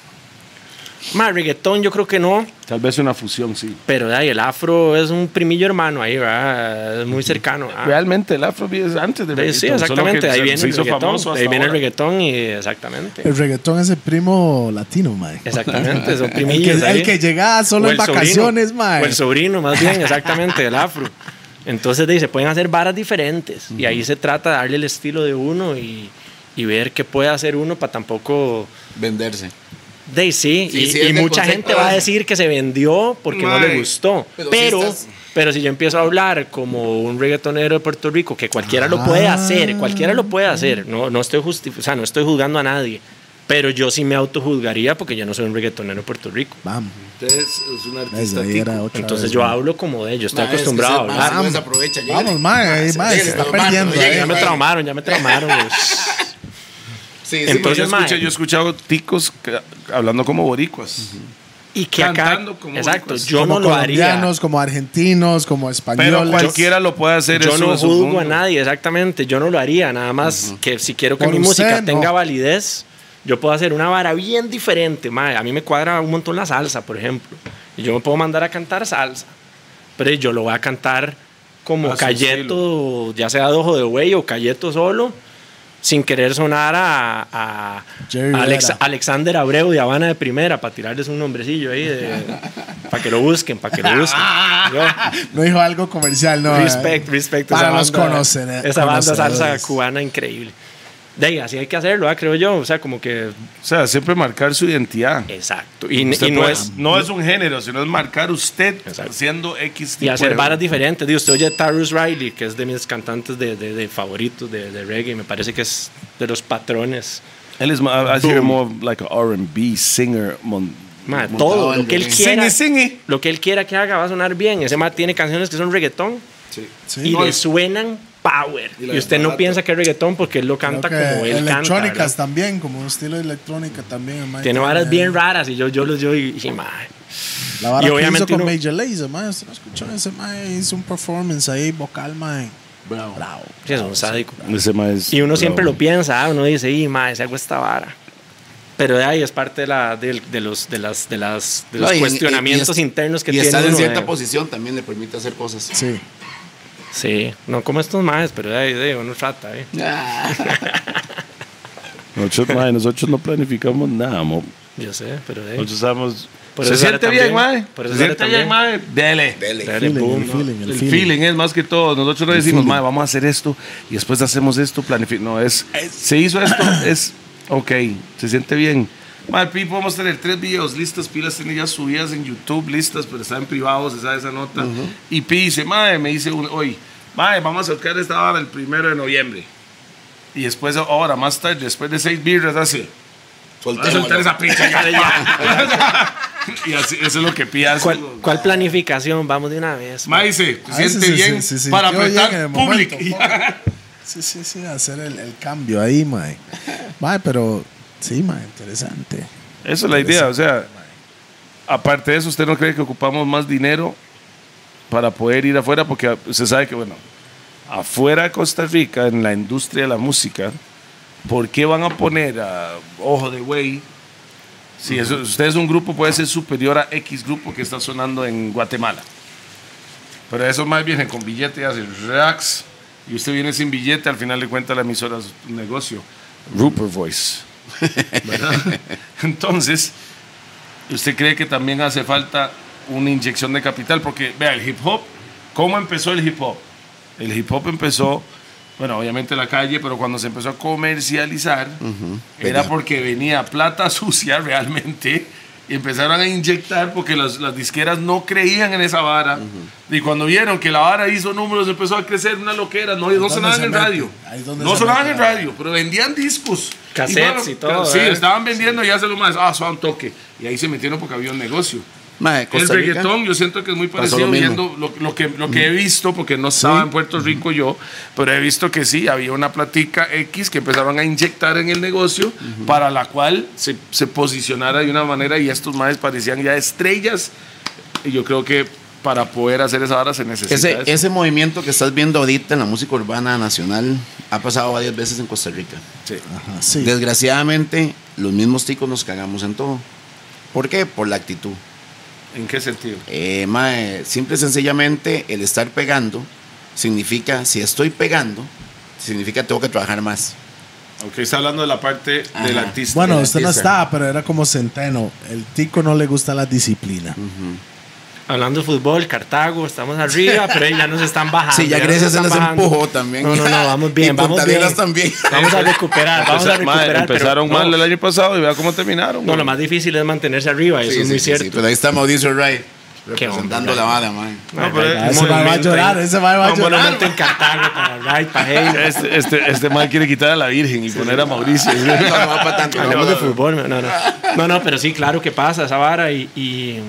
Speaker 4: Ma, reggaetón yo creo que no,
Speaker 5: Tal vez una fusión, sí.
Speaker 4: pero de, ahí, el afro es un primillo hermano ahí, ¿verdad? Es muy cercano. ¿verdad?
Speaker 5: Realmente el afrobeat es antes de
Speaker 4: De ahí, Ah. Sí, exactamente, ahí viene el reggaetón, de ahí viene el reggaetón y exactamente.
Speaker 2: El reggaetón es el primo latino, mae. *laughs*
Speaker 4: Exactamente, son
Speaker 2: El que,
Speaker 4: primillos. ahí.
Speaker 2: el que llega
Speaker 4: O
Speaker 2: solo en
Speaker 4: el sobrino,
Speaker 2: vacaciones, mae.
Speaker 4: O el sobrino, más bien, exactamente, del afro. Entonces, dice, pueden hacer varas diferentes. Y ahí se trata de darle el estilo de uno y, y ver qué puede hacer uno para tampoco.
Speaker 3: Venderse.
Speaker 4: De ahí sí,
Speaker 3: Sí,
Speaker 4: y,
Speaker 3: sí,
Speaker 4: y
Speaker 3: es del
Speaker 4: mucha
Speaker 3: concepto
Speaker 4: gente va a
Speaker 3: ese.
Speaker 4: decir que se vendió porque no
Speaker 5: Mae.
Speaker 4: le gustó.
Speaker 3: Pero
Speaker 4: Pero,
Speaker 3: sí
Speaker 4: pero,
Speaker 3: estás-
Speaker 4: si yo empiezo a hablar como un reggaetonero de Puerto Rico, que cualquiera lo puede
Speaker 2: Ah.
Speaker 4: hacer, cualquiera lo puede hacer, no, no estoy justi- o sea, no estoy juzgando a nadie, pero yo sí me autojuzgaría porque yo no soy un reggaetonero de Puerto Rico.
Speaker 2: Vamos.
Speaker 5: Usted es, es un
Speaker 2: Ves,
Speaker 5: artista.
Speaker 2: ahí
Speaker 5: tico.
Speaker 2: era otra
Speaker 4: Entonces
Speaker 2: vez,
Speaker 4: yo
Speaker 2: mae.
Speaker 4: hablo como de ellos, estoy
Speaker 3: Ma, es que
Speaker 4: acostumbrado a
Speaker 3: se-
Speaker 4: hablar.
Speaker 3: ma, se desaprovecha, lléguele.
Speaker 2: Vamos, mae, ahí,
Speaker 3: Sí,
Speaker 2: mae,
Speaker 3: sí,
Speaker 2: se está
Speaker 3: lo mando,
Speaker 2: perdiendo.
Speaker 3: lléguele,
Speaker 2: eh.
Speaker 4: Ya me
Speaker 3: mae.
Speaker 4: traumaron, ya me traumaron. pues.
Speaker 3: Sí, sí,
Speaker 5: Yo,
Speaker 4: Entonces,
Speaker 5: escuché-
Speaker 4: mae.
Speaker 5: yo he escuchado ticos que- hablando como boricuas.
Speaker 4: y que acá,
Speaker 5: Cantando como
Speaker 4: exacto,
Speaker 5: ricos.
Speaker 4: yo no
Speaker 2: como
Speaker 4: lo haría.
Speaker 2: colombianos, como argentinos, como españoles.
Speaker 5: Pero cualquiera lo puede hacer.
Speaker 4: Yo
Speaker 5: eso
Speaker 4: no
Speaker 5: es un
Speaker 4: juzgo
Speaker 5: mundo.
Speaker 4: a nadie, exactamente. Yo no lo haría. Nada más que si quiero que
Speaker 2: Por
Speaker 4: mi
Speaker 2: usted,
Speaker 4: música
Speaker 2: no.
Speaker 4: tenga validez, yo puedo hacer una vara bien diferente. mae. A mí me cuadra un montón la salsa, por ejemplo. Y yo me puedo mandar a cantar salsa. Pero yo lo voy a cantar como
Speaker 5: A su
Speaker 4: Cayeto, ya sea de Ojo de Güey o Cayeto solo, sin querer sonar a, a-
Speaker 2: Jerry
Speaker 4: a Alex-
Speaker 2: Rivera.
Speaker 4: Alexander Abreu de Habana de Primera, para tirarles un nombrecillo ahí, para que lo busquen, para que lo
Speaker 5: *laughs*
Speaker 4: busquen. Yo-
Speaker 2: No dijo algo comercial, no.
Speaker 4: respect,
Speaker 2: eh.
Speaker 4: respect.
Speaker 2: Para
Speaker 4: esa
Speaker 2: los
Speaker 4: banda-
Speaker 2: conocen- eh,
Speaker 4: Esa banda salsa
Speaker 2: conocedores.
Speaker 4: cubana increíble. De ahí, así hay que hacerlo, ah, creo yo. O sea, como que.
Speaker 5: O sea, siempre marcar su identidad.
Speaker 4: Exacto. Y,
Speaker 5: Usted
Speaker 4: y no
Speaker 5: puede-
Speaker 4: es.
Speaker 5: no es un género, sino es marcar usted
Speaker 4: Exacto.
Speaker 5: haciendo X
Speaker 4: Y
Speaker 5: tipo
Speaker 4: hacer
Speaker 5: de-
Speaker 4: varas diferentes. Digo, usted oye Tarus Riley, que es de mis cantantes de, de- de favoritos de, de reggae. Me parece que es de los patrones.
Speaker 5: Él es más, I hear more like a R&B singer. mon-
Speaker 4: Ma,
Speaker 3: Montado
Speaker 4: todo
Speaker 3: en
Speaker 4: lo que él
Speaker 3: reggae.
Speaker 4: quiera.
Speaker 5: Singy, singy.
Speaker 4: Lo que él quiera que haga va a sonar bien. Ese ma tiene canciones que son reggaetón y
Speaker 2: No,
Speaker 4: le suenan power.
Speaker 3: Y la
Speaker 4: Y, usted no
Speaker 3: desbarata.
Speaker 4: piensa que es reggaetón porque él lo canta
Speaker 2: creo que
Speaker 4: como él canta.
Speaker 2: electrónicas
Speaker 4: ¿verdad?
Speaker 2: también, como un estilo de electrónica también. el mae
Speaker 4: Tiene varas bien raras y yo, yo los yo y dije, ma,
Speaker 2: La vara
Speaker 4: Y
Speaker 2: que
Speaker 4: obviamente
Speaker 2: hizo con
Speaker 4: uno-
Speaker 2: Major Lazer, mae. Usted no escuchó ese, mae. Hizo un performance ahí, vocal, mae.
Speaker 3: Bravo.
Speaker 2: Bravo.
Speaker 4: sí, es un sádico.
Speaker 5: Ese ma es
Speaker 4: Y uno
Speaker 5: bravo.
Speaker 4: siempre lo piensa, ah, uno dice, y ma, ese hago esta vara. Pero de ahí es parte de, la, del- de, los, de, las, de, las, de los
Speaker 3: No, y- y-
Speaker 4: cuestionamientos
Speaker 3: y-
Speaker 4: internos que
Speaker 3: y
Speaker 4: tiene.
Speaker 3: estar en
Speaker 4: uno,
Speaker 3: cierta
Speaker 4: eh.
Speaker 3: posición también le permite hacer cosas.
Speaker 2: Sí.
Speaker 4: Sí, no como estos maes, pero de ahí, de ahí uno trata, eh.
Speaker 3: Ah,
Speaker 4: *laughs*
Speaker 5: Nosotros, ma, nosotros no planificamos nada, mo.
Speaker 4: Yo sé, pero de ahí.
Speaker 5: Nosotros sabemos...
Speaker 4: Por
Speaker 5: se
Speaker 4: eso sale
Speaker 5: siente bien,
Speaker 4: también.
Speaker 5: mae.
Speaker 4: Por
Speaker 5: Se
Speaker 4: eso sale
Speaker 5: siente bien, mae. Dele.
Speaker 3: dele.
Speaker 4: Dale,
Speaker 2: Feeling,
Speaker 4: boom,
Speaker 2: el
Speaker 4: ¿no?
Speaker 2: feeling, el
Speaker 5: El
Speaker 2: feeling.
Speaker 5: feeling es más que todo. Nosotros no decimos, "Mae, vamos a hacer esto y después hacemos esto, planific No, es, se hizo
Speaker 2: *coughs*
Speaker 5: esto, es ok, se siente bien. Mal Pi, podemos tener tres videos listas, Pi las tiene ya subidas en YouTube, listas, pero están privados, esa, esa nota. Y Pi dice, Mae, me dice un- hoy, Mae, vamos a sacar esta hora el primero de noviembre. Y después, ahora, más tarde, después de seis birras, hace. "Voy a
Speaker 3: Soltemos.
Speaker 5: soltar esa pinche
Speaker 2: *laughs*
Speaker 5: ya". *laughs* y así, eso es lo que Pi hace.
Speaker 4: ¿Cuál, cuál planificación? Vamos de una vez.
Speaker 5: Mae dice,
Speaker 2: A
Speaker 5: se
Speaker 2: veces
Speaker 5: siente
Speaker 2: se-
Speaker 5: bien
Speaker 2: se- se
Speaker 5: para
Speaker 2: sintió bien en
Speaker 5: apretar
Speaker 2: el momento,
Speaker 5: público. *laughs*
Speaker 2: Sí, sí, sí, hacer el, el cambio ahí, mae. Mae, pero sí, mae, interesante.
Speaker 5: Esa es la idea, o sea, aparte de eso, ¿usted no cree que ocupamos más dinero para poder ir afuera? Porque se sabe que, bueno, afuera de Costa Rica, en la industria de la música, ¿por qué van a poner a Ojo de Güey? Si eso- usted es un grupo, puede ser superior a X grupo que está sonando en Guatemala. Pero eso más vienen con billete y hacen racks. Y usted viene sin billete, al final le cuenta a la emisora su negocio. Rupert Voice. ¿verdad? *laughs* Entonces, ¿usted cree que también hace falta una inyección de capital? Porque, vea, el hip hop, ¿cómo empezó el hip hop? El hip hop empezó, bueno, obviamente en la calle, pero cuando se empezó a comercializar, era porque venía plata *laughs* sucia realmente. Y empezaron a inyectar porque las, las disqueras no creían en esa vara. Y cuando vieron que la vara hizo números, empezó a crecer una loquera. No, no
Speaker 2: donde
Speaker 5: sonaban
Speaker 2: se
Speaker 5: en
Speaker 2: mete,
Speaker 5: radio.
Speaker 2: ahí es donde
Speaker 5: No
Speaker 2: se
Speaker 5: sonaban
Speaker 2: mete
Speaker 5: en
Speaker 2: la-
Speaker 5: radio, pero vendían discos.
Speaker 4: Cassettes
Speaker 5: bueno,
Speaker 4: y todo,
Speaker 5: Sí,
Speaker 4: ¿verdad?
Speaker 5: estaban vendiendo y ya se lo más. Ah, son toque. Y ahí se metieron porque había un negocio.
Speaker 3: Mae,
Speaker 5: El
Speaker 3: Costa Rica.
Speaker 5: reggaetón, yo siento que es muy
Speaker 3: Pasó
Speaker 5: parecido
Speaker 3: lo mismo.
Speaker 5: viendo lo, lo que, lo que he visto, porque no estaba en Puerto Rico yo, pero he visto que sí, había una platica X que empezaron a inyectar en el negocio para la cual se, se posicionara de una manera y estos madres parecían ya estrellas. Y yo creo que para poder hacer esa vara se necesita.
Speaker 3: Ese,
Speaker 5: eso.
Speaker 3: ese movimiento que estás viendo ahorita en la música urbana nacional ha pasado varias veces en Costa Rica.
Speaker 5: Sí.
Speaker 2: Ajá, sí.
Speaker 3: Desgraciadamente, los mismos ticos nos cagamos en todo. ¿Por qué? Por la actitud.
Speaker 5: ¿En qué sentido?
Speaker 3: Eh, mae, simple y sencillamente, el estar pegando significa, si estoy pegando, significa tengo que trabajar más.
Speaker 5: Aunque está hablando de la parte del
Speaker 3: Ajá.
Speaker 5: artista.
Speaker 2: bueno,
Speaker 3: el
Speaker 2: usted no
Speaker 3: artista.
Speaker 2: estaba, pero era como Centeno. El tico no le gusta la disciplina.
Speaker 4: Hablando de fútbol, Cartago, estamos arriba, pero ahí ya nos están bajando.
Speaker 3: Sí, ya
Speaker 4: nos
Speaker 3: Grecia se
Speaker 4: están
Speaker 3: las
Speaker 4: bajando.
Speaker 3: empujó también.
Speaker 4: No, no, no, vamos
Speaker 3: *laughs*
Speaker 4: bien,
Speaker 3: y
Speaker 4: vamos
Speaker 3: Puntarenas
Speaker 4: bien.
Speaker 3: también.
Speaker 4: Vamos a
Speaker 3: *laughs*
Speaker 4: recuperar, vamos a
Speaker 5: Empezar- madre,
Speaker 4: recuperar. pero
Speaker 5: empezaron mal
Speaker 4: no,
Speaker 5: el año pasado y vea cómo terminaron.
Speaker 4: No,
Speaker 5: güey.
Speaker 4: lo más difícil es mantenerse arriba, eso
Speaker 3: Sí,
Speaker 4: es
Speaker 3: sí,
Speaker 4: muy
Speaker 3: sí,
Speaker 4: cierto.
Speaker 3: sí, pero ahí está Mauricio Wright
Speaker 4: Qué hombre,
Speaker 3: representando la
Speaker 4: Wright.
Speaker 3: bala, mae.
Speaker 5: No, pero
Speaker 4: Ay, ay,
Speaker 5: es-
Speaker 2: Ese mae va a llorar, ese mae va a
Speaker 5: No, bueno,
Speaker 2: llorar.
Speaker 4: Monumento en Cartago para Wright, para Hale.
Speaker 5: Este, este, este man quiere quitar a la Virgen y poner a Mauricio.
Speaker 3: No, no va para tanto.
Speaker 4: Hablemos de fútbol, no, no. No, no, pero sí, claro que pasa esa vara y, y,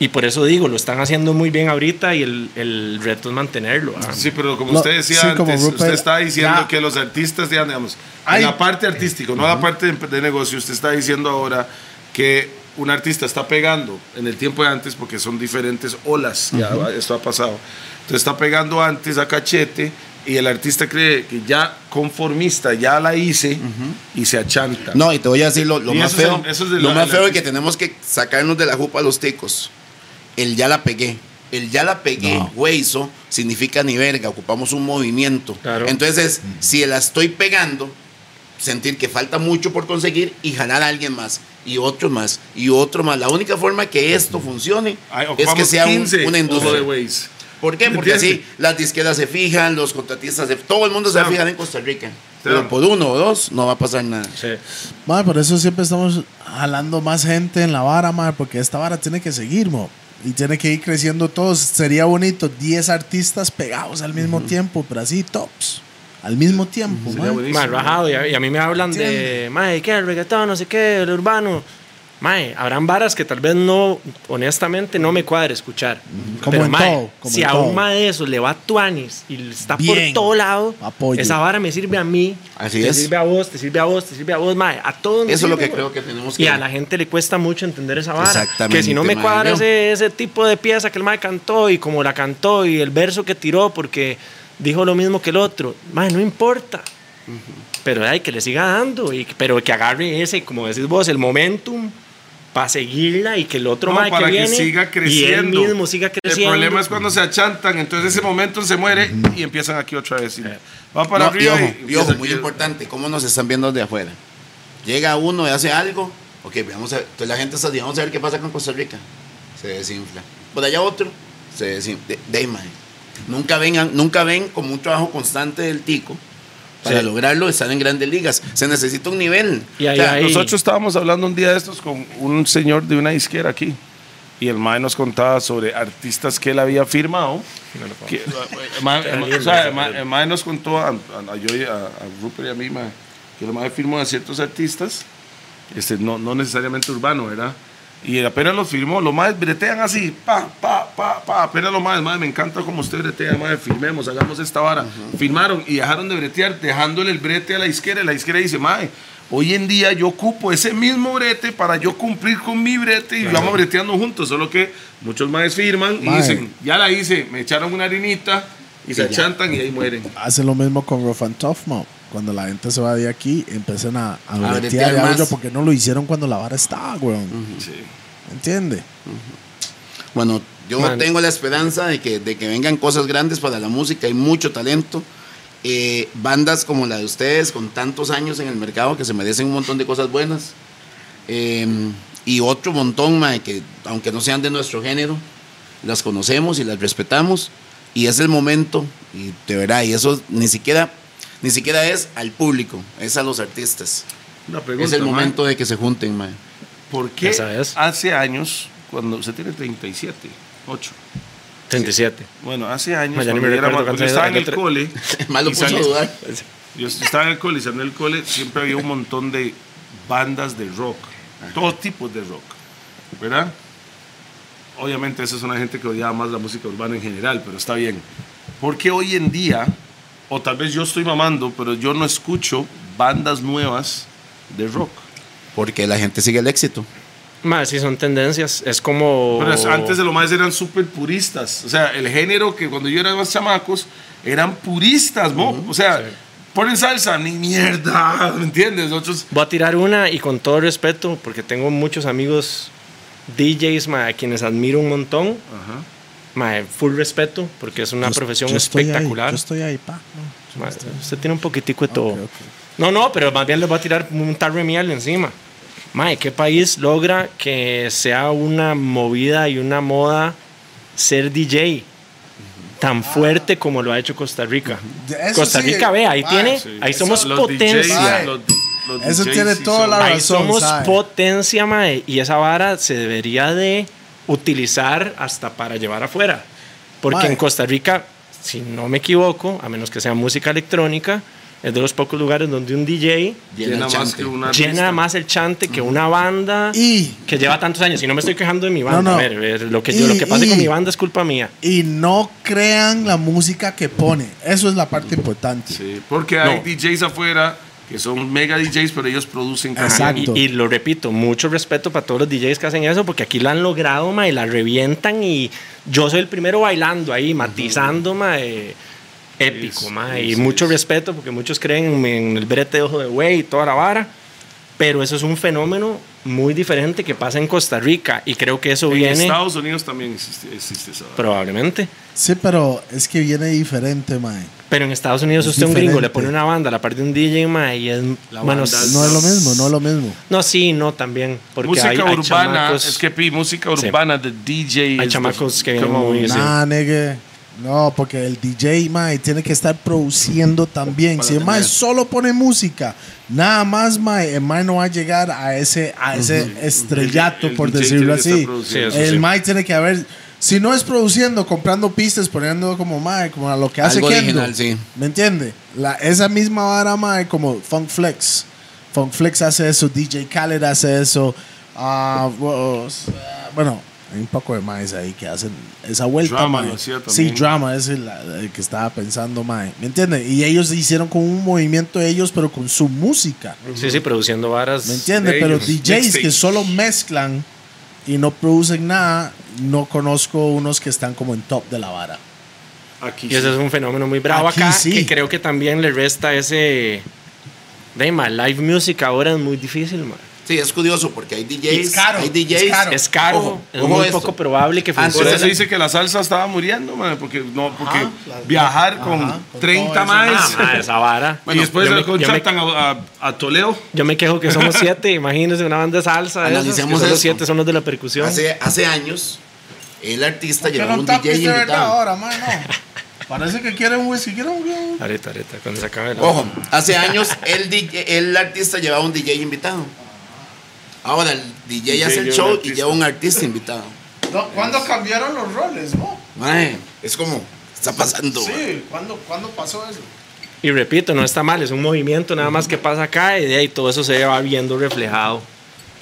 Speaker 4: y por eso digo, lo están haciendo muy bien ahorita y el, el reto es mantenerlo. ah.
Speaker 5: Sí, pero como
Speaker 2: No,
Speaker 5: usted decía
Speaker 2: sí, como
Speaker 5: antes,
Speaker 2: Rupert-
Speaker 5: usted está diciendo
Speaker 2: Ya.
Speaker 5: que los artistas, ya, digamos,
Speaker 2: Ay.
Speaker 5: en la parte artística, no la parte de, de negocio, usted está diciendo ahora que un artista está pegando en el tiempo de antes, porque son diferentes olas, ya va- esto ha pasado. Entonces está pegando antes a cachete y el artista cree que ya conformista, ya la hice y se achanta.
Speaker 3: No, y te voy a decir lo, lo
Speaker 5: Y
Speaker 3: más
Speaker 5: eso es-
Speaker 3: feo.
Speaker 5: eso es de
Speaker 3: lo
Speaker 5: la-
Speaker 3: más
Speaker 5: la-
Speaker 3: feo es que tenemos que sacarnos de la jupa a los ticos. El ya la pegué. El ya la pegué,
Speaker 2: No.
Speaker 3: hueso, significa ni verga. Ocupamos un movimiento.
Speaker 4: Claro.
Speaker 3: Entonces, si la estoy pegando, sentir que falta mucho por conseguir y jalar a alguien más. Y otro más. Y otro más. La única forma que esto funcione
Speaker 5: Ay,
Speaker 3: es que
Speaker 5: ocupamos
Speaker 3: sea un-
Speaker 5: 15
Speaker 3: una
Speaker 5: ojo de
Speaker 3: industria.
Speaker 5: güeyes.
Speaker 3: ¿Por qué? Porque
Speaker 5: ¿Entiendes?
Speaker 3: así las disqueras se fijan, los contratistas, se- todo el mundo se va a
Speaker 5: Claro.
Speaker 3: fijar en Costa Rica. Pero por uno o dos no va a pasar nada.
Speaker 4: Sí.
Speaker 2: Mae, por eso siempre estamos jalando más gente en la vara, mae, porque esta vara tiene que seguir, mo. Y tiene que ir creciendo todos. Sería bonito 10 artistas pegados al mismo tiempo, pero así tops. Al mismo tiempo, mae.
Speaker 4: Mae, rajado, y a, y a mí me hablan de, mae, ¿qué? El reggaetón, no sé qué, el urbano. Mae, habrán varas que tal vez no, honestamente, no me cuadre escuchar.
Speaker 2: Como en todo, como
Speaker 4: si
Speaker 2: en
Speaker 4: a un
Speaker 2: todo.
Speaker 4: mae de esos le va a tuanis y está
Speaker 2: Bien.
Speaker 4: por todo lado,
Speaker 2: Apoyo.
Speaker 4: esa vara me sirve a mí,
Speaker 3: Así
Speaker 4: te
Speaker 3: es.
Speaker 4: sirve a vos, te sirve a vos, te sirve a vos, mae, a todos nos
Speaker 3: Eso es lo
Speaker 4: sirve,
Speaker 3: que
Speaker 4: güey.
Speaker 3: creo que tenemos que
Speaker 4: Y a la gente le cuesta mucho entender esa vara.
Speaker 3: Exactamente,
Speaker 4: Que si no me
Speaker 3: mae,
Speaker 4: cuadra
Speaker 3: yo.
Speaker 4: ese, ese tipo de pieza que el mae cantó y como la cantó y el verso que tiró porque dijo lo mismo que el otro, mae, no importa. Pero hay que le siga dando, y, pero que agarre ese, como decís vos, el momentum para seguirla y que el otro
Speaker 5: No,
Speaker 4: mae
Speaker 5: para
Speaker 4: que
Speaker 5: que,
Speaker 4: viene
Speaker 5: siga creciendo.
Speaker 4: y él mismo siga creciendo.
Speaker 5: El problema es cuando se achantan, entonces ese momento se muere y empiezan aquí otra vez. y va
Speaker 3: No,
Speaker 5: para
Speaker 3: y
Speaker 5: arriba.
Speaker 3: ojo,
Speaker 5: y-
Speaker 3: y ojo,
Speaker 5: empieza
Speaker 3: muy
Speaker 5: aquí.
Speaker 3: importante, cómo nos están viendo desde afuera. Llega uno y hace algo, ok, vamos a ver. Entonces la gente está diciendo, vamos a ver qué pasa con Costa Rica. Se desinfla. Por allá otro, se desinfla. De, de ahí, mae. Nunca, vengan, nunca ven como un trabajo constante del tico. Para
Speaker 4: Sí.
Speaker 3: lograrlo, están en grandes ligas. Se necesita un nivel.
Speaker 4: Y ahí- ahí-
Speaker 5: Nosotros estábamos hablando un día de estos con un señor de una izquierda aquí. Y el mae nos contaba sobre artistas que él había firmado. Que- eh, el mae- el mae- o sea, el mae- el mae nos contó a, a- a yo y a, a Rupert y a mí mae, que el mae firmó a ciertos artistas, este, no, no necesariamente urbano, ¿verdad? Y apenas los firmó, los maes bretean así, pa, pa, pa, pa, apenas los maes, mae, me encanta como usted bretea, mae, firmemos, hagamos esta vara. Firmaron y dejaron de bretear, dejándole el brete a la izquierda, y la izquierda dice, mae, hoy en día yo ocupo ese mismo brete para yo cumplir con mi brete y vamos breteando juntos, solo que muchos maes firman
Speaker 2: Mae.
Speaker 5: y dicen, ya la hice, me echaron una harinita y se achantan y ahí mueren.
Speaker 2: Hace lo mismo con Rough and Tough, mo. Cuando la gente se va de aquí, empiezan a, a, bretear
Speaker 3: bretear
Speaker 2: y a
Speaker 3: más.
Speaker 2: huyo porque no lo hicieron cuando la vara estaba, weón. ¿Entiende?
Speaker 3: Bueno, yo
Speaker 4: Man.
Speaker 3: tengo la esperanza de que, de que vengan cosas grandes para la música. Hay mucho talento. Eh, bandas como la de ustedes, con tantos años en el mercado, que se merecen un montón de cosas buenas. Eh, y otro montón, mae, que aunque no sean de nuestro género, las conocemos y las respetamos. Y es el momento, y de verdad, y eso ni siquiera, ni siquiera es al público, es a los artistas.
Speaker 5: Una pregunta,
Speaker 3: es el
Speaker 5: mae.
Speaker 3: momento de que se junten, mae. *laughs*
Speaker 5: ¿Por qué
Speaker 4: Esa es.
Speaker 5: hace años, cuando usted tiene 37, 8,
Speaker 4: 37.
Speaker 5: bueno, hace años,
Speaker 4: Mae, ya ni
Speaker 5: cuando
Speaker 4: me
Speaker 5: yo era
Speaker 4: recuerdo
Speaker 5: más- yo
Speaker 4: cuántos
Speaker 5: estaba en
Speaker 4: años
Speaker 5: el
Speaker 4: era.
Speaker 5: cole,
Speaker 3: *laughs* Más lo
Speaker 5: Y
Speaker 3: puso a
Speaker 5: sale-
Speaker 3: dudar.
Speaker 5: yo estaba en el cole, y estaba en el cole siempre había un montón de bandas de rock, todos tipos de rock, ¿verdad? Obviamente esa es una gente que odiaba más la música urbana en general, pero está bien. Porque hoy en día, o tal vez yo estoy mamando, pero yo no escucho bandas nuevas de rock.
Speaker 3: Porque la gente sigue el éxito.
Speaker 4: Mae, sí son tendencias, es como...
Speaker 5: Pero es- antes de lo más eran súper puristas. O sea, el género que cuando yo era más chamacos eran puristas, ¿no? O sea, ponen salsa, ni mierda, *laughs* ¿me entiendes? Nosotros,
Speaker 4: Voy a tirar una y con todo respeto, porque tengo muchos amigos DJs ma, a quienes admiro un montón. Ma, full respeto, porque es una
Speaker 2: Yo-
Speaker 4: profesión
Speaker 2: yo estoy ahí,
Speaker 4: espectacular.
Speaker 2: yo estoy ahí, pa.
Speaker 4: Ma, usted tiene un poquitico de todo.
Speaker 2: ok.
Speaker 4: No, no, pero más bien les voy a tirar un tarro de miel encima. Mae, ¿qué país logra que sea una movida y una moda ser DJ tan fuerte como lo ha hecho Costa Rica?
Speaker 2: De- Ah. eso
Speaker 4: Costa
Speaker 2: sí,
Speaker 4: Rica, ve, ahí
Speaker 2: mae,
Speaker 4: tiene,
Speaker 5: sí,
Speaker 4: ahí somos
Speaker 5: los
Speaker 4: potencia.
Speaker 5: DJs, los- los
Speaker 2: Eso
Speaker 5: DJs
Speaker 2: tiene
Speaker 5: sí
Speaker 2: toda
Speaker 5: son-
Speaker 2: la
Speaker 4: Ahí
Speaker 2: razón,
Speaker 4: somos
Speaker 2: ¿sabe?
Speaker 4: potencia, mae, y esa vara se debería de utilizar hasta para llevar afuera. Porque
Speaker 2: Mae.
Speaker 4: en Costa Rica, si no me equivoco, a menos que sea música electrónica, es de los pocos lugares donde un DJ
Speaker 3: Llena el
Speaker 5: Llena más
Speaker 3: chante.
Speaker 5: que una
Speaker 4: llena
Speaker 5: artista.
Speaker 4: más el chante que una banda
Speaker 2: Y-
Speaker 4: que lleva tantos años. Y no me estoy quejando de mi banda.
Speaker 2: No, no.
Speaker 4: A ver, ver, lo que, yo, lo
Speaker 2: Y-
Speaker 4: que pase con
Speaker 2: y-
Speaker 4: mi banda es culpa mía.
Speaker 2: Y no crean la música que pone. Eso es la parte importante.
Speaker 5: Sí, porque hay
Speaker 4: No.
Speaker 5: DJs afuera que son mega DJs, pero ellos producen
Speaker 2: Ajá.
Speaker 5: también.
Speaker 2: Exacto.
Speaker 4: Y, y lo repito, mucho respeto para todos los DJs que hacen eso, porque aquí la han logrado, ma, y la revientan. Y yo soy el primero bailando ahí, matizando, ma, eh, épico,
Speaker 5: Es-
Speaker 4: ma.
Speaker 5: es-
Speaker 4: Y mucho
Speaker 5: es.
Speaker 4: respeto, porque muchos creen en, en el brete de ojo de güey y toda la vara. Pero eso es un fenómeno muy diferente que pasa en Costa Rica. Y creo que eso
Speaker 5: En
Speaker 4: viene
Speaker 5: Estados Unidos también existe, existe esa.
Speaker 4: probablemente.
Speaker 2: Sí, pero es que viene diferente, mae.
Speaker 4: Pero en Estados Unidos
Speaker 2: Es
Speaker 4: usted a un gringo le
Speaker 2: diferente.
Speaker 4: pone una banda, a la parte de un DJ, ma, y es... bueno,
Speaker 5: banda
Speaker 4: s-
Speaker 2: No es lo mismo, no es lo mismo.
Speaker 4: No, sí, no, también. Porque
Speaker 5: música
Speaker 4: hay, hay
Speaker 5: urbana,
Speaker 4: chamacos-
Speaker 5: es que pi, música urbana de DJ.
Speaker 4: Hay
Speaker 5: es
Speaker 4: chamacos
Speaker 5: de-
Speaker 4: que vienen
Speaker 5: como-
Speaker 4: muy- Sí.
Speaker 2: Nah, nigga. No, porque el DJ, mae, tiene que estar produciendo también.
Speaker 3: Para
Speaker 2: si el mae
Speaker 3: tener.
Speaker 2: solo pone música, nada más, mae, el mae no va a llegar a ese, a ese estrellato,
Speaker 5: El- el
Speaker 2: por
Speaker 5: DJ
Speaker 2: decirlo
Speaker 5: tiene que estar
Speaker 2: así.
Speaker 5: produciendo.
Speaker 4: Sí, eso
Speaker 2: el
Speaker 4: sí.
Speaker 2: mae tiene que haber, si no es produciendo, comprando pistas, poniendo como mae, como a lo que hace
Speaker 3: Algo
Speaker 2: Kendo.
Speaker 3: original, sí.
Speaker 2: ¿Me entiende? La, esa misma vara, mae, como Funk Flex. Funk Flex hace eso, DJ Khaled hace eso. ah, vos, ah, bueno, hay un poco de maes ahí que hacen esa vuelta.
Speaker 5: Drama
Speaker 2: mae.
Speaker 5: lo hacía
Speaker 2: sí,
Speaker 5: también.
Speaker 2: drama es el, el que estaba pensando, mae. ¿Me entiende? Y ellos hicieron con un movimiento ellos, pero con su música.
Speaker 4: Sí, sí, produciendo varas.
Speaker 2: ¿Me entiende?
Speaker 4: de
Speaker 2: Pero
Speaker 4: ellos.
Speaker 2: DJs que solo mezclan y no producen nada, no conozco unos que están como en top de la vara.
Speaker 5: Aquí
Speaker 4: Y ese es un fenómeno muy bravo
Speaker 2: Aquí
Speaker 4: acá,
Speaker 2: sí.
Speaker 4: que creo que también le resta ese... De ma, live music ahora es muy difícil, ma.
Speaker 3: Sí, es curioso porque hay DJs.
Speaker 2: Es caro,
Speaker 3: hay DJs.
Speaker 2: es caro.
Speaker 4: Es caro,
Speaker 3: Ojo,
Speaker 4: es
Speaker 3: ojo
Speaker 4: muy
Speaker 3: esto.
Speaker 4: poco probable que
Speaker 3: Antes
Speaker 5: Por
Speaker 4: funcione.
Speaker 5: eso
Speaker 3: Entonces-
Speaker 5: dice que la salsa estaba muriendo, man, porque, no, porque
Speaker 2: Ajá, la-
Speaker 5: viajar
Speaker 2: ajá,
Speaker 5: con,
Speaker 2: con
Speaker 5: 30
Speaker 2: todo eso.
Speaker 4: Ah,
Speaker 5: más
Speaker 4: ma, esa
Speaker 5: *laughs*
Speaker 4: vara.
Speaker 5: y después
Speaker 4: yo
Speaker 5: la
Speaker 4: me- yo me-
Speaker 5: contratan a, a- a Toledo.
Speaker 4: Yo me quejo que somos siete, imagínense una banda de salsa. de esas, que
Speaker 3: Analicemos
Speaker 4: solo
Speaker 3: esto.
Speaker 4: siete son los de la percusión.
Speaker 3: Hace, hace años, el artista llevaba un
Speaker 2: Pero un
Speaker 3: DJ
Speaker 2: tapiz de verdad
Speaker 3: invitado.
Speaker 2: ahora, mae, no. *laughs* Parece que quieren whisky, quieren un-
Speaker 4: Ahorita, ahorita, cuando se acabe la...
Speaker 3: Ojo, hace años el, DJ el artista llevaba un DJ invitado. Ahora el DJ, hace el
Speaker 5: lleva
Speaker 3: show
Speaker 5: un
Speaker 3: y
Speaker 5: artista.
Speaker 3: lleva un artista invitado.
Speaker 2: No, ¿Cuándo cambiaron los roles, no?
Speaker 3: Mae, es como, está pasando. mae.
Speaker 2: Sí, ¿cuándo, ¿cuándo pasó eso?
Speaker 4: Y repito, no está mal, es un movimiento nada más que pasa acá y de ahí todo eso se va viendo reflejado.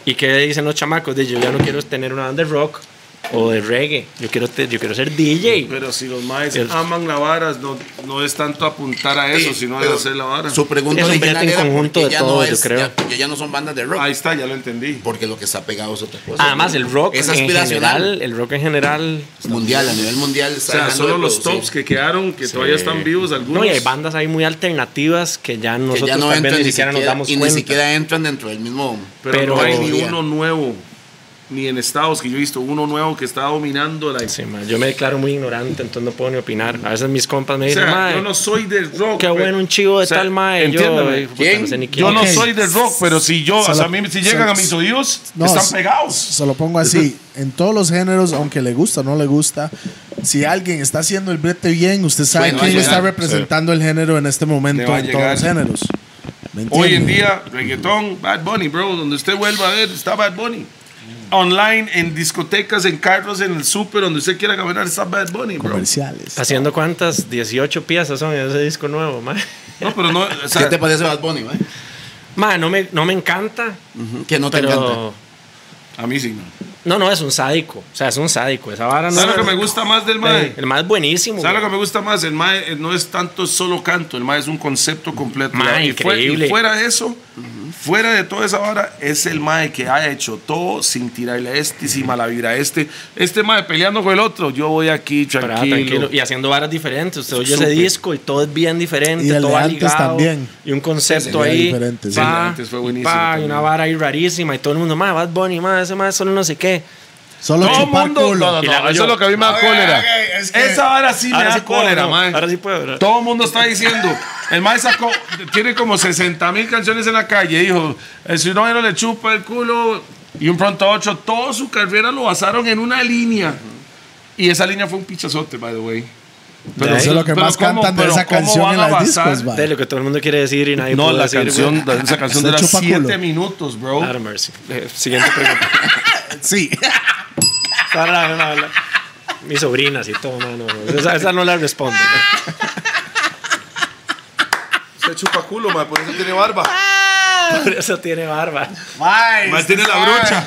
Speaker 4: ¿Y qué dicen los chamacos? De yo ya no quiero tener una banda de rock o de reggae, yo quiero, te- yo quiero ser DJ.
Speaker 5: Pero si los maes
Speaker 4: El-
Speaker 5: aman la vara, no, no es tanto apuntar a eso,
Speaker 3: Sí,
Speaker 5: sino
Speaker 3: pero
Speaker 5: a hacer la vara.
Speaker 3: Su pregunta
Speaker 4: Es un
Speaker 3: original
Speaker 4: brete en
Speaker 3: era
Speaker 4: conjunto
Speaker 3: porque
Speaker 4: de
Speaker 3: ya
Speaker 4: todos,
Speaker 3: no
Speaker 4: yo
Speaker 3: es-
Speaker 4: creo.
Speaker 3: ya- porque ya no son bandas de rock. Pues,
Speaker 5: Ahí está, ya lo entendí.
Speaker 3: Porque lo que está pegado es otra cosa.
Speaker 4: Además, el rock
Speaker 3: Es
Speaker 4: en
Speaker 3: aspiracional.
Speaker 4: general, el rock en general...
Speaker 3: mundial, a nivel mundial.
Speaker 5: O sea, solo los tops que quedaron, que todavía están vivos algunos.
Speaker 4: eh, No, y hay bandas ahí muy alternativas que ya
Speaker 3: que
Speaker 4: nosotros
Speaker 3: ya no
Speaker 4: tal vez
Speaker 3: entran
Speaker 4: ni siquiera nos damos
Speaker 3: y
Speaker 4: cuenta.
Speaker 3: ni siquiera entran dentro del mismo.
Speaker 5: pero,
Speaker 4: pero-
Speaker 5: no hay ni
Speaker 3: Todavía.
Speaker 5: uno nuevo, ni en Estados, que yo he visto uno nuevo que está dominando la...
Speaker 4: Sí, ma, yo me declaro muy ignorante, entonces no puedo ni opinar. A veces mis compas me
Speaker 5: o
Speaker 4: dicen,
Speaker 5: sea,
Speaker 4: "Mae,
Speaker 5: yo no soy de rock.
Speaker 4: qué
Speaker 5: pero-
Speaker 4: bueno un chivo de
Speaker 5: o sea,
Speaker 4: tal mae. Yo,
Speaker 5: entiéndame,
Speaker 4: eh, puta,
Speaker 3: ¿quién?
Speaker 4: no sé ni quién.
Speaker 5: Yo no
Speaker 2: Ok.
Speaker 5: soy de rock, pero si yo,
Speaker 2: Se
Speaker 5: o sea,
Speaker 2: lo-
Speaker 5: a mí,
Speaker 2: se-
Speaker 5: si llegan a mis oídos,
Speaker 2: No,
Speaker 5: están
Speaker 2: se-
Speaker 5: pegados.
Speaker 2: Se lo pongo así, en todos los géneros, aunque le gusta o no le gusta, si alguien está haciendo el brete bien, usted sabe
Speaker 3: Bueno,
Speaker 2: quién
Speaker 3: va a
Speaker 2: está
Speaker 3: llegar,
Speaker 2: representando el género en este
Speaker 5: Le
Speaker 2: momento
Speaker 5: va a
Speaker 2: en todos
Speaker 5: llegar.
Speaker 2: los géneros. ¿Me
Speaker 5: Hoy en
Speaker 2: entiende?
Speaker 5: día, reggaetón, Bad Bunny, bro, donde usted vuelva a ver, está Bad Bunny. Online, en discotecas, en carros, en el súper, donde usted quiera caminar, está Bad Bunny, bro.
Speaker 2: comerciales.
Speaker 4: ¿Haciendo cuántas? 18 piezas son en ese disco nuevo, mae.
Speaker 5: No, pero no, o
Speaker 3: ¿Qué
Speaker 5: sea,
Speaker 3: te parece Bad Bunny, mae?
Speaker 4: Mae, no me, no me encanta,
Speaker 3: Ujú, Que no te encanta.
Speaker 4: pero...
Speaker 5: a mí sí.
Speaker 4: No, no, es un sádico. O sea, es un sádico. Esa vara no...
Speaker 5: ¿Sabes lo que me gusta más del mae?
Speaker 4: Eh, El mae es buenísimo.
Speaker 5: ¿Sabes lo
Speaker 4: güey.
Speaker 5: que me gusta más? El mae eh, no es tanto solo canto, el mae es un concepto completo.
Speaker 4: Mae,
Speaker 5: y, fue- y
Speaker 4: increíble.
Speaker 5: fuera de eso, fuera de toda esa vara, es el mae que ha hecho todo sin tirarle a este, sin mala vibra a este. Este mae peleando con el otro, yo voy aquí
Speaker 4: Pero, ah,
Speaker 5: tranquilo.
Speaker 4: tranquilo. Y haciendo varas diferentes. Usted oye
Speaker 5: Súper.
Speaker 4: ese disco y todo es bien diferente.
Speaker 2: Y el de
Speaker 4: todo va
Speaker 2: antes
Speaker 4: ligado,
Speaker 2: también.
Speaker 4: Y un concepto
Speaker 2: Sí, sí,
Speaker 4: ahí.
Speaker 2: diferente, sí.
Speaker 4: pa,
Speaker 5: El de antes fue buenísimo
Speaker 4: pa, y
Speaker 5: también.
Speaker 4: una vara ahí rarísima. Y todo el mundo, mae, Bad Bunny, mae, ese mae solo no sé qué.
Speaker 2: Solo
Speaker 5: Todo el
Speaker 2: chupar
Speaker 5: mundo.
Speaker 2: culo.
Speaker 5: No, no,
Speaker 4: Y
Speaker 5: no,
Speaker 4: la hago
Speaker 5: eso
Speaker 4: yo.
Speaker 5: es lo que a mí me da
Speaker 2: Ok,
Speaker 5: cólera.
Speaker 2: ok, es que-
Speaker 5: Esa vara sí me
Speaker 4: Ahora
Speaker 5: da
Speaker 4: sí puedo,
Speaker 5: cólera,
Speaker 4: no,
Speaker 5: mae.
Speaker 4: ahora sí puedo, ¿verdad?
Speaker 5: Todo el mundo está diciendo. El mae sacó, tiene como 60 mil canciones en la calle. Dijo: el Si no, no le chupa el culo. Y un pronto a ocho. Toda su carrera lo basaron en una línea. Y esa línea fue un pichazote, by the way.
Speaker 2: Eso es lo que
Speaker 5: pero
Speaker 2: más
Speaker 5: ¿cómo-
Speaker 2: cantan de
Speaker 5: pero
Speaker 2: esa
Speaker 5: cómo
Speaker 2: canción
Speaker 5: van
Speaker 2: en
Speaker 5: a
Speaker 2: las
Speaker 5: basar?
Speaker 2: discos, va.
Speaker 4: De lo que todo el mundo quiere decir y nadie
Speaker 5: No,
Speaker 4: pudo
Speaker 5: la
Speaker 4: decir,
Speaker 5: canción,
Speaker 2: *laughs*
Speaker 4: güey.
Speaker 5: esa canción
Speaker 2: Se
Speaker 5: dura
Speaker 2: chupa
Speaker 5: 7
Speaker 2: culo.
Speaker 5: minutos, bro.
Speaker 4: Ah, mercy. Eh, Siguiente pregunta.
Speaker 2: Sí.
Speaker 4: Ahora, no, no, no. Mis sobrinas y todo, mano. Esa, esa no la respondo. ¿no?
Speaker 5: Se chupa culo, mae, por eso tiene barba.
Speaker 4: Por eso tiene barba.
Speaker 5: este Mae tiene la brocha.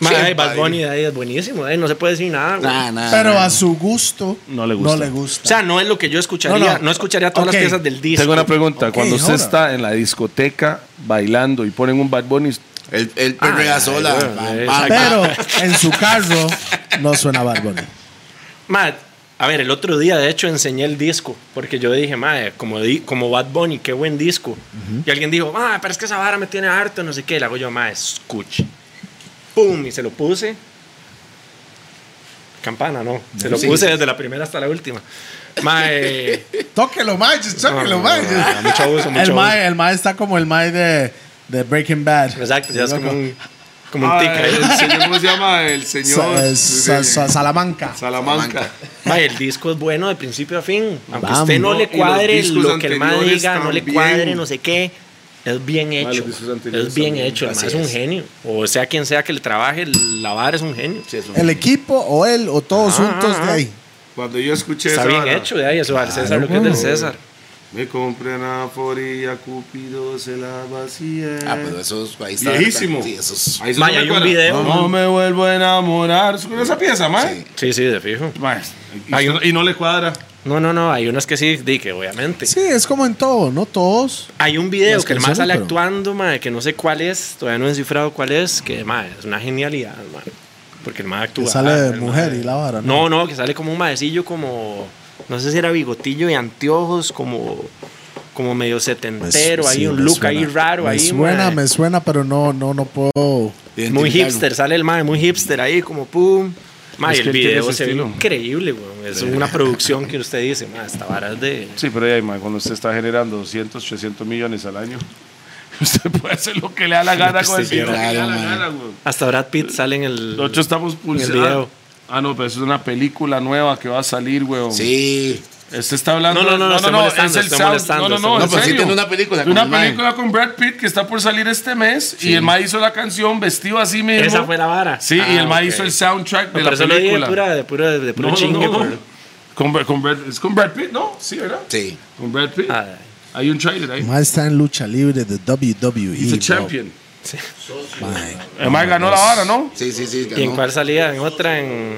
Speaker 4: Mae, ay, Bad Bunny de ahí es buenísimo. eh, no se puede decir nada. güey.
Speaker 3: Nah, nah,
Speaker 2: Pero
Speaker 3: nah.
Speaker 2: a su gusto
Speaker 5: No le gusta.
Speaker 2: No le
Speaker 4: O
Speaker 2: gusta.
Speaker 4: sea, no es lo que yo escucharía.
Speaker 2: No,
Speaker 4: No,
Speaker 2: no.
Speaker 4: escucharía todas
Speaker 2: Ok.
Speaker 4: las piezas del disco.
Speaker 5: Tengo una pregunta.
Speaker 2: Ok,
Speaker 5: Cuando usted
Speaker 2: ahora.
Speaker 5: está en la discoteca bailando y ponen un Bad Bunny,
Speaker 3: El, el perreazo, la-
Speaker 4: bueno,
Speaker 3: la-
Speaker 4: eh,
Speaker 3: la-
Speaker 2: Pero en su carro no suena Bad Bunny.
Speaker 4: Mae, a ver, el otro día de hecho enseñé el disco. Porque yo dije, madre, como, di- como Bad Bunny, qué buen disco. Y alguien dijo, madre, pero es que esa vara me tiene harto, no sé qué. Le hago yo, madre, escuche. Pum, y se lo puse. Campana, no. Se lo puse desde la primera hasta la última.
Speaker 2: *laughs*
Speaker 4: Mae.
Speaker 2: Tóquelo, manches, tóquelo, manches.
Speaker 4: no,
Speaker 5: Ah,
Speaker 4: no, mucho abuso, mucho
Speaker 2: El
Speaker 4: abuso.
Speaker 2: mae, el mae está como el mae de, de Breaking Bad.
Speaker 4: Exacto, ya es como un- Como un
Speaker 5: Ah,
Speaker 4: tica. ahí.
Speaker 5: el señor, ¿Cómo se llama? El señor
Speaker 2: Sa- sa-
Speaker 5: sí,
Speaker 2: sa- Salamanca.
Speaker 5: Salamanca.
Speaker 4: Mae, el disco es bueno de principio a fin. Aunque
Speaker 2: Vamos.
Speaker 4: usted no
Speaker 5: No, y
Speaker 4: le
Speaker 5: los
Speaker 4: cuadre
Speaker 5: discos
Speaker 4: lo que el mae
Speaker 5: anteriores
Speaker 4: diga, no le
Speaker 5: también.
Speaker 4: cuadre no sé qué, es bien
Speaker 5: los
Speaker 4: hecho.
Speaker 5: discos anteriores
Speaker 4: Es bien
Speaker 5: también.
Speaker 4: hecho, el mae
Speaker 3: Así
Speaker 4: es un
Speaker 3: es.
Speaker 4: genio. O sea, quien sea que le trabaje, la vara es un genio.
Speaker 3: Sí, es un-
Speaker 2: El equipo o él o todos
Speaker 5: Ah.
Speaker 2: juntos de ahí.
Speaker 5: Cuando yo escuché
Speaker 4: Está
Speaker 5: esa
Speaker 4: bien
Speaker 5: vara,
Speaker 4: hecho, de ahí, eso al César, lo que es del César.
Speaker 5: Me compré una forilla, Cupido se la vacía.
Speaker 3: Ah, pero eso es. Ahí está.
Speaker 5: Viejísimo.
Speaker 3: Sí, eso es.
Speaker 5: Ahí se
Speaker 4: Mae,
Speaker 5: me
Speaker 4: hay un
Speaker 5: acuerda.
Speaker 4: video.
Speaker 5: No me vuelvo a enamorar. ¿Es con esa pieza, mae?
Speaker 3: Sí.
Speaker 4: Sí, sí, de fijo.
Speaker 5: Mae, Y, y no le cuadra.
Speaker 4: No, no, no, hay unas que sí, di que obviamente.
Speaker 2: Sí, es como en todo, no todos.
Speaker 4: Hay un video
Speaker 2: Las
Speaker 4: que el mae sale
Speaker 2: canciones, pero-
Speaker 4: actuando, mae, que no sé cuál es, todavía no he descifrado cuál es, que mae, es una genialidad, mae. Porque el mae actúa. Ah,
Speaker 2: Que sale de
Speaker 4: el mae-
Speaker 2: mujer y la vara, ¿no?
Speaker 4: No, no, que sale como un maecillo como no sé si era bigotillo y anteojos como como medio setentero,
Speaker 2: Me-
Speaker 4: ahí
Speaker 2: sí,
Speaker 4: un
Speaker 2: me
Speaker 4: look
Speaker 2: suena.
Speaker 4: ahí raro
Speaker 2: me
Speaker 4: ahí.
Speaker 2: suena,
Speaker 4: mae.
Speaker 2: me suena, pero no, no, no puedo.
Speaker 4: Muy
Speaker 3: identificarlo.
Speaker 4: hipster, sale el mae, muy hipster ahí como pum. Mae,
Speaker 5: Es que
Speaker 4: el
Speaker 5: él tiene
Speaker 4: video
Speaker 5: ese
Speaker 4: se ve
Speaker 5: estilo.
Speaker 4: increíble, weón. Es una producción que usted dice, mae, esta vara es de
Speaker 5: Sí, pero ahí, mae, cuando usted está generando 200, 300 millones al año, *laughs* usted puede hacer lo que le da la gana con el
Speaker 4: usted
Speaker 5: dinero que le da
Speaker 3: quiera,
Speaker 5: la
Speaker 3: mae.
Speaker 5: gana, güey.
Speaker 4: hasta Brad Pitt sale en el
Speaker 5: Nosotros estamos
Speaker 4: El
Speaker 5: pulsando.
Speaker 4: video.
Speaker 5: Ah, no, pero eso es una película nueva que va a salir, weón.
Speaker 3: Sí.
Speaker 5: Este está hablando.
Speaker 4: No, no, no, estoy
Speaker 5: es
Speaker 4: molestando,
Speaker 5: el
Speaker 4: estoy
Speaker 5: sound-
Speaker 4: molestando,
Speaker 5: No, no,
Speaker 4: estoy
Speaker 5: no,
Speaker 3: No,
Speaker 5: en
Speaker 3: pero sí
Speaker 5: serio.
Speaker 3: tiene una película
Speaker 5: De
Speaker 3: con
Speaker 5: una
Speaker 3: el mae.
Speaker 5: película con Brad Pitt que está por salir este mes y el mae hizo la canción vestido así mismo.
Speaker 4: Esa fue la vara.
Speaker 5: Sí, y
Speaker 4: Ah,
Speaker 5: el mae
Speaker 4: ok.
Speaker 5: hizo el soundtrack de
Speaker 4: pero
Speaker 5: la
Speaker 4: eso lo dije de
Speaker 5: película.
Speaker 4: pura de pura de puro
Speaker 5: No,
Speaker 4: chingue, pues.
Speaker 5: no, no.
Speaker 4: pero-
Speaker 5: Con, Brad- con Brad, es con Brad Pitt, ¿no? Sí, ¿verdad?
Speaker 3: Sí.
Speaker 5: Con Brad Pitt.
Speaker 4: Ah,
Speaker 5: Hay un trailer ahí.
Speaker 2: Más está en lucha libre de WWE.
Speaker 5: He's a
Speaker 2: bro.
Speaker 5: champion. El mae ganó la vara, ¿no?
Speaker 3: Sí, sí, sí.
Speaker 4: ¿Y en
Speaker 3: ganó.
Speaker 4: cuál salía? En otra, en,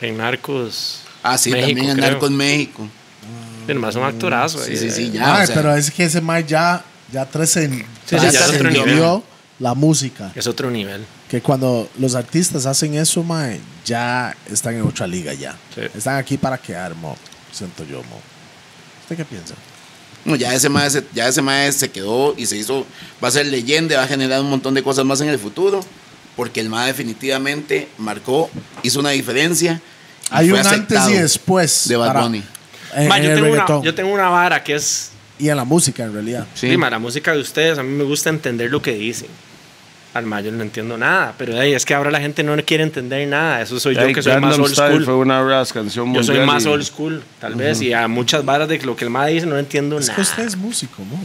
Speaker 4: en Narcos.
Speaker 3: Ah, sí,
Speaker 4: México,
Speaker 3: también
Speaker 4: creo.
Speaker 3: andar con México.
Speaker 4: Pero más un actorazo.
Speaker 3: Sí,
Speaker 4: ahí,
Speaker 3: sí, sí,
Speaker 4: eh.
Speaker 3: ya.
Speaker 2: Mae,
Speaker 3: Ah, o sea,
Speaker 2: pero es que ese Mike ya, ya trascen-
Speaker 4: Sí, sí, ya
Speaker 3: es otro
Speaker 2: trascendió
Speaker 4: nivel.
Speaker 2: la música.
Speaker 4: Es otro nivel.
Speaker 2: Que cuando los artistas hacen eso, mae, ya están en otra liga ya.
Speaker 4: Sí.
Speaker 2: Están aquí para quedar, mo. Siento yo, mo. ¿Usted qué piensa?
Speaker 3: no, ya ese maestro ya ese mae se quedó y se hizo, va a ser leyenda, va a generar un montón de cosas más en el futuro, porque el mae definitivamente marcó, hizo una diferencia. y
Speaker 2: Hay
Speaker 3: fue
Speaker 2: un antes
Speaker 3: aceptado
Speaker 2: y después.
Speaker 3: De Bad
Speaker 2: para-
Speaker 3: Bunny.
Speaker 2: En,
Speaker 4: Ma,
Speaker 2: en
Speaker 4: yo,
Speaker 2: el
Speaker 4: tengo una,
Speaker 2: Eh, reggaetón.
Speaker 4: yo tengo una vara que es.
Speaker 2: Y en la música, en realidad.
Speaker 3: Sí.
Speaker 4: Dima, la música de ustedes, a mí me gusta entender lo que dicen. Al mayo no entiendo nada, pero ey, es que ahora la gente no quiere entender nada. Eso soy yo que soy más old school.
Speaker 5: Fue una de las canciones
Speaker 4: Yo soy más old school, tal vez, y a muchas varas de lo que el ma dice no entiendo
Speaker 2: Es
Speaker 4: nada.
Speaker 2: que usted es músico, mo.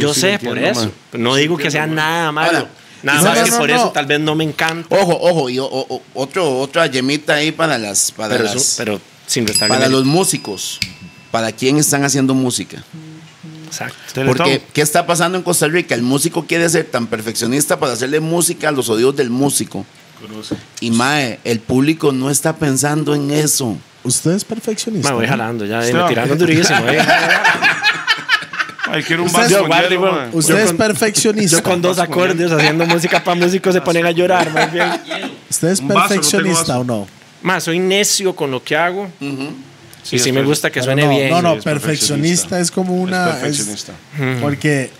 Speaker 4: Yo
Speaker 5: Sí,
Speaker 4: sé,
Speaker 5: entiendo,
Speaker 4: por eso. No digo que sea nada malo.
Speaker 3: Ahora,
Speaker 4: nada
Speaker 2: no,
Speaker 4: más
Speaker 2: no,
Speaker 4: que
Speaker 2: no,
Speaker 4: por
Speaker 2: no.
Speaker 4: eso tal vez no me encanta.
Speaker 3: Ojo, ojo, y o- o- o- otro, otra yemita ahí para las, para
Speaker 4: Pero,
Speaker 3: las-
Speaker 4: eso- pero sin restar
Speaker 3: para
Speaker 4: mérito.
Speaker 3: los músicos. ¿Para quién están haciendo música?
Speaker 4: Exacto.
Speaker 3: Porque, ¿qué está pasando en Costa Rica? El músico quiere ser tan perfeccionista para hacerle música a los odios del músico. Y mae, el público no está pensando en eso.
Speaker 2: Usted es perfeccionista.
Speaker 4: Me voy
Speaker 2: ¿no?
Speaker 4: jalando, ya,
Speaker 5: Usted
Speaker 4: me
Speaker 5: va-
Speaker 4: tiraron durísimo. eh.
Speaker 5: Ay, quiero un
Speaker 2: Ustedes-
Speaker 5: vaso
Speaker 2: Yo
Speaker 5: con
Speaker 4: guarde,
Speaker 5: hielo,
Speaker 4: weón.
Speaker 5: mae.
Speaker 2: Usted
Speaker 4: Yo
Speaker 2: es
Speaker 4: con-
Speaker 2: perfeccionista.
Speaker 4: Yo con dos acordes haciendo música para músicos se ponen a llorar, más bien.
Speaker 2: ¿Usted es
Speaker 5: Un vaso, no tengo
Speaker 2: perfeccionista
Speaker 5: vaso.
Speaker 2: o no?
Speaker 4: Más, soy necio con lo que hago. y sí me
Speaker 5: es
Speaker 4: gusta que
Speaker 2: Pero
Speaker 4: suene
Speaker 2: no,
Speaker 4: bien.
Speaker 2: No, no,
Speaker 5: es
Speaker 2: perfeccionista
Speaker 5: perfeccionista.
Speaker 2: es como una.
Speaker 5: Es perfeccionista.
Speaker 2: es- porque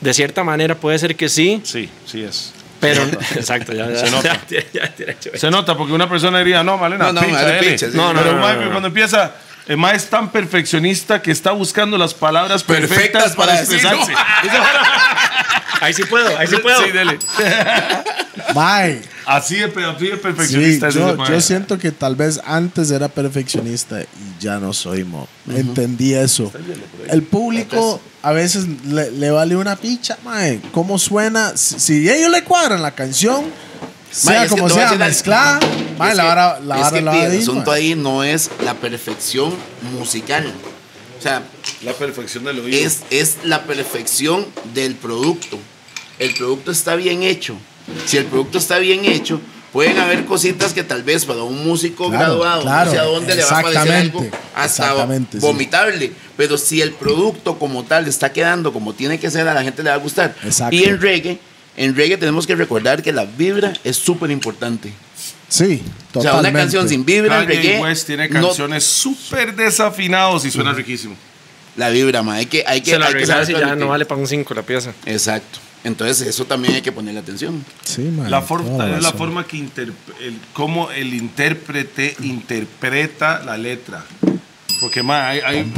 Speaker 4: De cierta manera puede ser que sí,
Speaker 5: Sí, sí es.
Speaker 4: pero... *laughs* Exacto, ya, ya.
Speaker 5: Se nota.
Speaker 4: *laughs* Ya, ya, ya, ya.
Speaker 5: Se nota porque una persona diría, no, Malena,
Speaker 3: No, no,
Speaker 5: pincha,
Speaker 3: dale
Speaker 5: dele".
Speaker 3: pincha, sí.
Speaker 5: No, no,
Speaker 4: Pero,
Speaker 5: no,
Speaker 4: mae,
Speaker 5: no,
Speaker 4: pero
Speaker 5: no.
Speaker 4: cuando
Speaker 5: cuando empieza, el mae es tan perfeccionista que está buscando las palabras perfectas,
Speaker 3: Perfectas para
Speaker 5: para,
Speaker 3: decirlo.
Speaker 5: expresarse.
Speaker 4: Ahí sí puedo, ahí sí puedo.
Speaker 5: *laughs* Sí, dele.
Speaker 2: Mae,
Speaker 5: Así de, pe- así de
Speaker 2: sí,
Speaker 5: *laughs* perfeccionista es ese
Speaker 2: yo,
Speaker 5: mae.
Speaker 2: yo siento que tal vez antes era perfeccionista y ya no soy, mo. Entendí eso. El público a veces le, le vale una picha, mae. ¿Cómo suena? Si, si ellos le cuadran la canción, sea
Speaker 3: es que
Speaker 2: como
Speaker 3: te voy a
Speaker 2: sea,
Speaker 3: decir algo.
Speaker 2: mezclada, mae,
Speaker 3: Es
Speaker 2: la
Speaker 3: que-
Speaker 2: vara la
Speaker 3: es
Speaker 2: vara
Speaker 3: que,
Speaker 2: la
Speaker 3: tío,
Speaker 2: va a
Speaker 3: el
Speaker 2: ir,
Speaker 3: asunto
Speaker 2: mae.
Speaker 3: ahí no es la perfección musical. O sea,
Speaker 5: La perfección del oído.
Speaker 3: es, es la perfección del producto. El producto está bien hecho. Si el producto está bien hecho, pueden haber cositas que tal vez para un músico
Speaker 2: Claro,
Speaker 3: graduado,
Speaker 2: claro,
Speaker 3: no sé a dónde le va a parecer
Speaker 2: exactamente,
Speaker 3: algo hasta
Speaker 2: exactamente, sí.
Speaker 3: vomitable. Pero si el producto como tal está quedando como tiene que ser, a la gente le va a gustar.
Speaker 2: Exacto.
Speaker 3: Y en reggae, en reggae tenemos que recordar que la vibra es súper importante.
Speaker 2: Sí,
Speaker 3: O
Speaker 2: totalmente.
Speaker 3: sea, una canción sin vibra en
Speaker 5: Kanye
Speaker 3: reggae.
Speaker 5: West tiene
Speaker 3: no-
Speaker 5: canciones súper desafinados y suena riquísimo.
Speaker 3: la vibra, ma, hay que, hay que,
Speaker 4: Se la
Speaker 3: hay que
Speaker 4: arreglas
Speaker 3: saber
Speaker 4: y ya no
Speaker 3: transmitir.
Speaker 4: vale para un 5 la pieza.
Speaker 3: Exacto. Entonces eso también hay que ponerle atención.
Speaker 2: Sí, mae,
Speaker 5: La, for-
Speaker 2: toda
Speaker 5: tal vez la
Speaker 2: razón.
Speaker 5: forma que interp- el, cómo el intérprete interpreta la letra. Porque más hay, hay-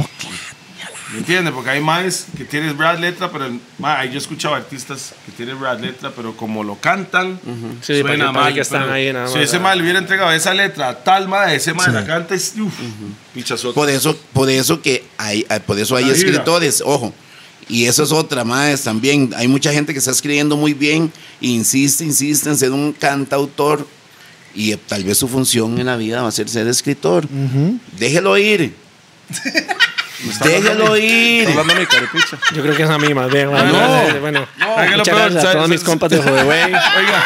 Speaker 5: ¿Me entiendes? Porque hay más que tienen rap letra, pero ma, yo he escuchado artistas que tienen rap letra, pero como lo cantan,
Speaker 4: Sí, para que- para
Speaker 5: mal,
Speaker 4: que están
Speaker 5: pero
Speaker 4: ahí nada
Speaker 5: Si
Speaker 4: más, ah.
Speaker 5: ese
Speaker 4: nada.
Speaker 5: mal le hubiera entregado esa letra a tal madre, ese mal la canta es. Uf, pichazote.
Speaker 3: Por eso, por eso que hay, hay- por eso hay
Speaker 5: La vibra.
Speaker 3: escritores, ojo. Y eso es otra más también. Hay mucha gente que está escribiendo muy bien, e insiste, insiste en ser un cantautor. Y eh, tal vez su función en la vida va a ser ser escritor. Déjelo ir. Déjelo ir.
Speaker 5: Hablando mi carepicha.
Speaker 4: Yo creo que es a mí más bien. Bueno,
Speaker 5: Ah, no.
Speaker 4: eh, bueno
Speaker 5: No,
Speaker 4: muchas
Speaker 5: que lo peor,
Speaker 4: gracias a
Speaker 5: ¿sabes?
Speaker 4: todos mis compas de Jodeway.
Speaker 5: *laughs* Oiga,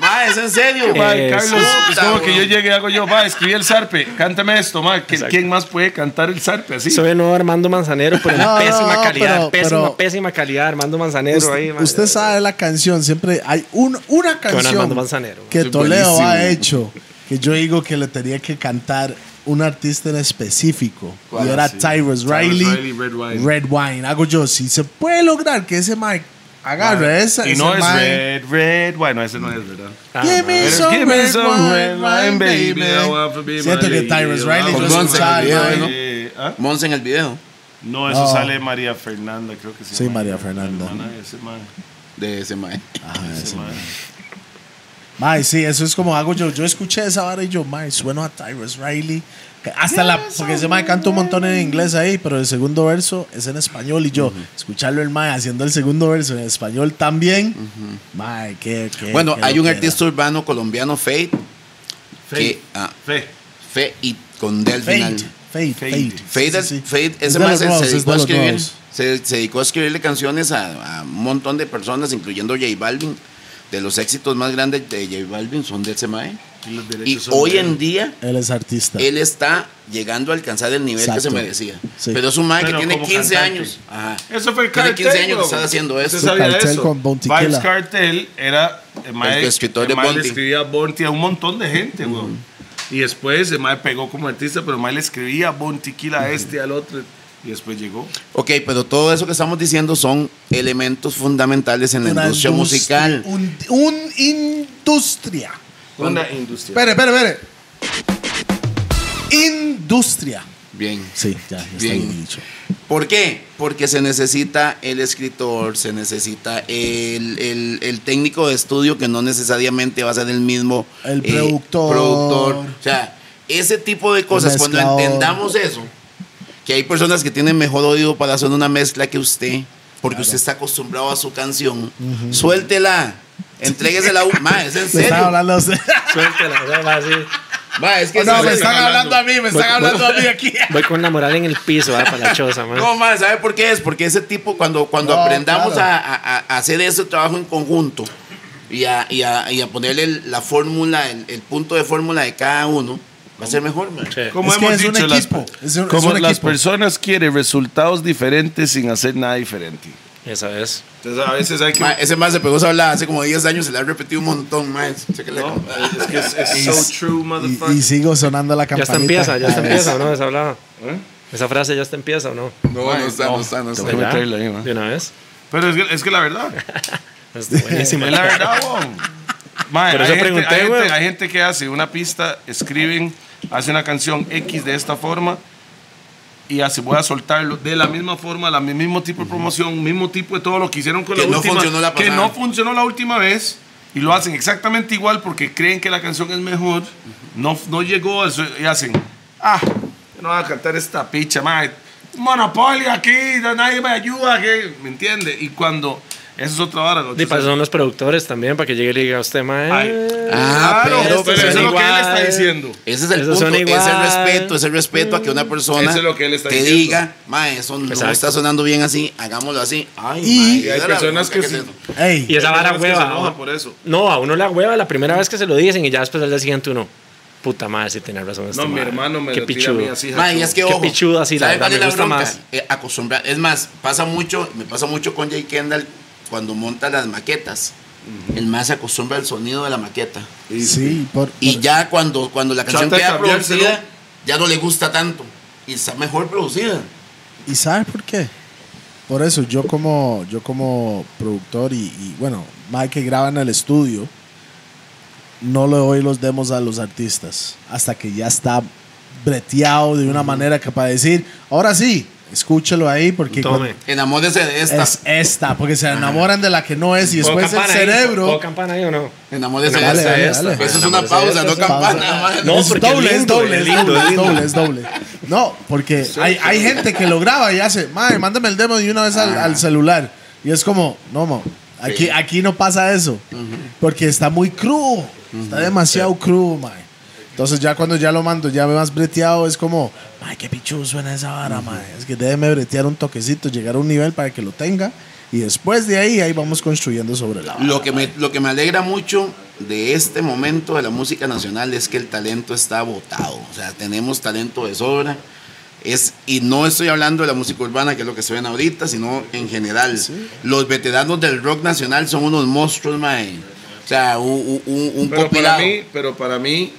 Speaker 3: Ma, es en serio.
Speaker 5: ma,
Speaker 4: Eh,
Speaker 5: Carlos,
Speaker 3: sí.
Speaker 5: es como que yo llegue y hago yo, va, escribí el zarpe, cántame esto, ma. ¿Qui-
Speaker 4: Exacto.
Speaker 5: ¿Quién más puede cantar el zarpe así?
Speaker 4: Soy el nuevo Armando Manzanero, pero en
Speaker 2: No, no,
Speaker 4: pésima
Speaker 2: no,
Speaker 4: calidad.
Speaker 2: pero-
Speaker 4: pésima,
Speaker 2: pero-
Speaker 4: pésima calidad. Armando Manzanero
Speaker 2: Usted,
Speaker 4: ahí. man.
Speaker 2: usted sabe la canción, siempre hay un- una canción
Speaker 4: Armando Manzanero.
Speaker 2: que
Speaker 3: Es
Speaker 2: Toledo
Speaker 3: buenísimo.
Speaker 2: ha hecho que yo digo que le tenía que cantar un artista en específico.
Speaker 3: ¿Cuál?
Speaker 2: Y era
Speaker 5: Sí.
Speaker 2: Tyrus
Speaker 5: Tyrus
Speaker 2: Riley,
Speaker 5: Riley, Red Wine.
Speaker 2: Red Wine. Hago yo, si se puede lograr que ese Mike agarre esa.
Speaker 5: Y
Speaker 2: ese
Speaker 5: no es
Speaker 2: mae,
Speaker 5: red, red. Bueno, ese no es, ¿verdad?
Speaker 4: Ah,
Speaker 2: Give
Speaker 4: man.
Speaker 2: me
Speaker 5: Pero
Speaker 2: some,
Speaker 5: give me
Speaker 2: red,
Speaker 5: some
Speaker 2: wine,
Speaker 5: red wine,
Speaker 2: baby.
Speaker 5: baby. I want to be
Speaker 2: Siento
Speaker 5: my
Speaker 2: que
Speaker 5: lady.
Speaker 2: Tyrus Riley
Speaker 5: Con
Speaker 2: yo
Speaker 3: Guns
Speaker 2: escuchaba,
Speaker 3: N' Roses,
Speaker 2: mae.
Speaker 3: ¿no?
Speaker 5: Eh, ¿ah?
Speaker 3: Monse en el video
Speaker 5: No, eso
Speaker 2: Oh.
Speaker 5: sale María Fernanda, creo que se
Speaker 2: Sí,
Speaker 5: llama.
Speaker 2: María Fernanda.
Speaker 5: La hermana de ese man.
Speaker 3: de ese mae.
Speaker 2: Ajá,
Speaker 5: Ese
Speaker 2: ese
Speaker 5: man.
Speaker 2: Mae, sí, eso es como hago yo. Yo escuché esa vara y yo, mae, sueno a Tyrus Riley. Que Hasta la. Porque ese mae canta un montón en inglés ahí, pero el segundo verso es en español. Y yo, escucharlo el mae haciendo el segundo verso en español también. Mae, qué, qué-
Speaker 3: Bueno,
Speaker 2: qué
Speaker 3: hay un
Speaker 2: loquera.
Speaker 3: artista urbano colombiano, Fate, que
Speaker 5: Fe.
Speaker 3: ah,
Speaker 5: Fe.
Speaker 3: Fe y con D al
Speaker 2: Fate.
Speaker 3: final.
Speaker 2: Fate,
Speaker 5: Fade.
Speaker 2: Fate.
Speaker 3: Fade,
Speaker 2: Sí, sí, sí.
Speaker 3: Fade,
Speaker 2: Es
Speaker 3: ese
Speaker 2: de
Speaker 3: man
Speaker 2: los
Speaker 3: se,
Speaker 2: Rolls,
Speaker 3: se
Speaker 2: es de
Speaker 3: dedicó a
Speaker 2: los
Speaker 3: escribir,
Speaker 2: Rolls.
Speaker 3: se, se dedicó a escribirle canciones a, a un montón de personas, incluyendo J Balvin. De los éxitos más grandes de J Balvin son de ese mae.
Speaker 5: Y los
Speaker 3: Y
Speaker 5: derechos son
Speaker 3: hoy
Speaker 5: de él.
Speaker 3: en día,
Speaker 2: Él es artista.
Speaker 3: él está llegando a alcanzar el nivel que
Speaker 2: Exacto.
Speaker 3: se merecía.
Speaker 2: Sí.
Speaker 3: Pero es un mae que
Speaker 5: Pero
Speaker 3: tiene
Speaker 5: como
Speaker 3: 15
Speaker 5: cantante.
Speaker 3: años. Ajá.
Speaker 5: Eso fue el
Speaker 3: Tiene
Speaker 5: cartel.
Speaker 3: 15 años que
Speaker 5: weón.
Speaker 3: estaba haciendo esto.
Speaker 5: ¿Usted sabía
Speaker 2: Cartel
Speaker 5: eso?
Speaker 2: con Bounty
Speaker 5: Vibes
Speaker 2: Killer.
Speaker 5: Cartel era el, mae-
Speaker 3: El escritor
Speaker 5: el
Speaker 3: de
Speaker 5: mae le
Speaker 3: Bounty.
Speaker 5: escribía Bounty a un montón de gente, weón. Y después el mae pegó como artista, pero el mae le escribía Bounty Killer a este, al otro. Y después llegó.
Speaker 3: Ok, pero todo eso que estamos diciendo son elementos fundamentales en la
Speaker 2: Una
Speaker 3: industria
Speaker 2: industria-
Speaker 3: musical.
Speaker 2: Un, un industria.
Speaker 5: Una industria.
Speaker 2: Espere, espere, espere. Industria.
Speaker 3: Bien.
Speaker 2: Sí, ya, ya está
Speaker 3: Bien.
Speaker 2: bien dicho.
Speaker 3: ¿Por qué? Porque se necesita el escritor, se necesita el, el- el técnico de estudio que no necesariamente va a ser el mismo.
Speaker 2: El
Speaker 3: eh,
Speaker 2: productor.
Speaker 3: productor. O sea, ese tipo de cosas, cuando
Speaker 2: mezclador.
Speaker 3: entendamos eso, que hay personas que tienen mejor oído para hacer una mezcla que usted, porque usted está acostumbrado a su canción, suéltela, entréguesela a un... Ma, es en
Speaker 2: Me están
Speaker 3: serio.
Speaker 2: hablando *laughs* a usted.
Speaker 4: Suéltela, ya va así.
Speaker 3: Ma, es que es
Speaker 2: No,
Speaker 3: en
Speaker 2: me
Speaker 3: serio.
Speaker 2: están hablando a mí, me están
Speaker 4: Voy-
Speaker 2: hablando a mí aquí.
Speaker 4: Voy con la moral en el piso, ¿verdad? Para la choza, man.
Speaker 5: ¿Eh?
Speaker 3: No, ma, ¿sabe por qué es? Porque ese tipo, cuando, cuando
Speaker 2: No,
Speaker 3: aprendamos
Speaker 2: claro.
Speaker 3: a, a- a hacer ese trabajo en conjunto y a, y a- y a ponerle el- la fórmula, el, el punto de fórmula de cada uno, va a ser mejor, ma.
Speaker 4: Sí.
Speaker 5: Como
Speaker 2: Es que
Speaker 5: hemos
Speaker 2: es un
Speaker 5: dicho, las,
Speaker 2: equipo, es un- es
Speaker 5: como
Speaker 2: un
Speaker 5: las
Speaker 2: equipo.
Speaker 5: personas quieren resultados diferentes sin hacer nada diferente.
Speaker 4: Esa es.
Speaker 5: Entonces a veces hay que...
Speaker 3: Ma, ese más se pegó esa hablada hace como 10 años, se le ha repetido un montón, ma. Sé que le-
Speaker 5: No, es que es, es so true, motherfucker.
Speaker 2: Y, y sigo sonando la
Speaker 4: Ya
Speaker 2: campanita.
Speaker 4: está empieza, ya está
Speaker 2: Ah,
Speaker 4: empieza, ¿o no? Esa hablaba.
Speaker 5: ¿Eh?
Speaker 4: Esa frase ya está empieza, ¿o no?
Speaker 3: No, no está, no está, no está.
Speaker 5: Tengo que
Speaker 4: ¿Ya?
Speaker 5: meterla ahí, man.
Speaker 4: De una vez.
Speaker 5: Pero es que, es que la verdad,
Speaker 2: *laughs*
Speaker 4: Está buenísima.
Speaker 5: es la verdad, weón. Mae,
Speaker 4: Por
Speaker 5: hay,
Speaker 4: eso
Speaker 5: gente,
Speaker 4: pregunté,
Speaker 5: hay, gente,
Speaker 4: weón.
Speaker 5: hay gente que hace una pista, escriben, hace una canción X de esta forma y hace, voy a soltarlo de la misma forma, la mi- mismo tipo de promoción, mismo tipo de todo lo que hicieron con
Speaker 3: Que
Speaker 5: la
Speaker 3: no
Speaker 5: última.
Speaker 3: funcionó la
Speaker 5: que
Speaker 3: pasada.
Speaker 5: no funcionó la última vez y lo hacen exactamente igual porque creen que la canción es mejor. No, no llegó a eso y hacen, ah, yo no voy a cantar esta picha, mae. Monopolio aquí, nadie me ayuda, que ¿me entiende? Y cuando. Eso es otra vara.
Speaker 4: Y para eso son los productores también, para que llegue y le diga a usted,
Speaker 5: Ay.
Speaker 4: man.
Speaker 3: Ah,
Speaker 5: claro,
Speaker 3: pero,
Speaker 5: pero,
Speaker 3: pero
Speaker 5: eso es lo que él
Speaker 4: igual.
Speaker 5: está diciendo.
Speaker 3: Ese es el
Speaker 4: Esos son
Speaker 3: punto, es el
Speaker 4: igual.
Speaker 3: respeto, es el respeto a que una persona
Speaker 5: Eso es lo que él está
Speaker 3: te
Speaker 5: diciendo.
Speaker 3: diga, ma, eso no
Speaker 4: Exacto.
Speaker 3: está sonando bien así, hagámoslo así. Ay,
Speaker 2: Y-
Speaker 3: ma,
Speaker 5: Y hay
Speaker 3: dale,
Speaker 5: personas que
Speaker 3: ¿qué es
Speaker 5: sí.
Speaker 3: eso?
Speaker 2: Ey,
Speaker 4: Y esa
Speaker 5: Hay
Speaker 4: vara
Speaker 5: personas que se
Speaker 4: hueva.
Speaker 5: enojan
Speaker 4: ¿no?
Speaker 5: por eso.
Speaker 4: No, a uno la hueva la primera vez que se lo dicen y ya después al día siguiente uno. Puta madre, si tenía razón. este
Speaker 5: No, mi
Speaker 4: mae.
Speaker 5: hermano me
Speaker 4: Qué
Speaker 5: lo tira a
Speaker 4: pichudo.
Speaker 5: mí así.
Speaker 3: Ma, y es que
Speaker 4: Qué
Speaker 3: ojo,
Speaker 4: pichuda, sí, la
Speaker 3: ¿sabe
Speaker 4: verdad,
Speaker 3: cuál es
Speaker 4: me gusta
Speaker 3: bronca?
Speaker 4: más.
Speaker 3: Eh, acostumbrar. Es más, pasa mucho, me pasa mucho con Jay Kendall cuando monta las maquetas. El más se acostumbra al sonido de la maqueta.
Speaker 2: sí, por,
Speaker 3: Y
Speaker 2: por-
Speaker 3: ya cuando, cuando la canción
Speaker 5: Trata de
Speaker 3: queda
Speaker 5: cambiárselo.
Speaker 3: producida, ya no le gusta tanto. Y está mejor producida.
Speaker 2: ¿Y sabes por qué? Por eso yo como, yo como productor y, y, bueno, Mike que graba en el estudio, no le doy los demos a los artistas hasta que ya está breteado de una manera que para decir, ahora sí, Escúchelo ahí porque
Speaker 4: Tome.
Speaker 3: Enamórese de
Speaker 2: cuando-
Speaker 3: esta.
Speaker 2: es esta, porque se enamoran de la que no es y
Speaker 4: ¿Puedo
Speaker 2: después el
Speaker 4: campana ahí? ¿Puedo
Speaker 2: cerebro.
Speaker 4: campana ahí o no?
Speaker 3: Enamórese de
Speaker 4: Enamórese
Speaker 3: esta.
Speaker 4: de
Speaker 3: Eso
Speaker 4: esta,
Speaker 3: es
Speaker 4: man.
Speaker 3: una pausa, no
Speaker 2: Enamórese de esta,
Speaker 3: campana,
Speaker 2: pausa.
Speaker 3: man.
Speaker 4: No,
Speaker 2: es
Speaker 4: porque es
Speaker 2: doble, es
Speaker 4: lindo,
Speaker 2: doble,
Speaker 4: es
Speaker 2: es
Speaker 4: lindo,
Speaker 2: doble,
Speaker 4: es
Speaker 2: es
Speaker 4: lindo.
Speaker 2: doble, es doble. No, porque hay, hay gente que lo graba y hace, madre, mándame el demo de una vez al,
Speaker 4: Ah.
Speaker 2: al celular. Y es como, no, mo, aquí,
Speaker 3: Sí.
Speaker 2: aquí no pasa eso. Porque está muy crudo. Está demasiado crudo, mae. Entonces ya cuando ya lo mando, ya me más breteado, es como, ay, qué pichu suena esa vara, mae. Es que déjeme bretear un toquecito, llegar a un nivel para que lo tenga. Y después de ahí, ahí vamos construyendo sobre la vara.
Speaker 3: Lo que, me, lo que me alegra mucho de este momento de la música nacional es que el talento está botado. O sea, tenemos talento de sobra. Es, y no estoy hablando de la música urbana, que es lo que suena ahorita, sino en general. Los veteranos del rock nacional son unos monstruos, mae. O sea, un, un, un
Speaker 5: Pero para,
Speaker 3: compilado.
Speaker 5: mí, pero para mí,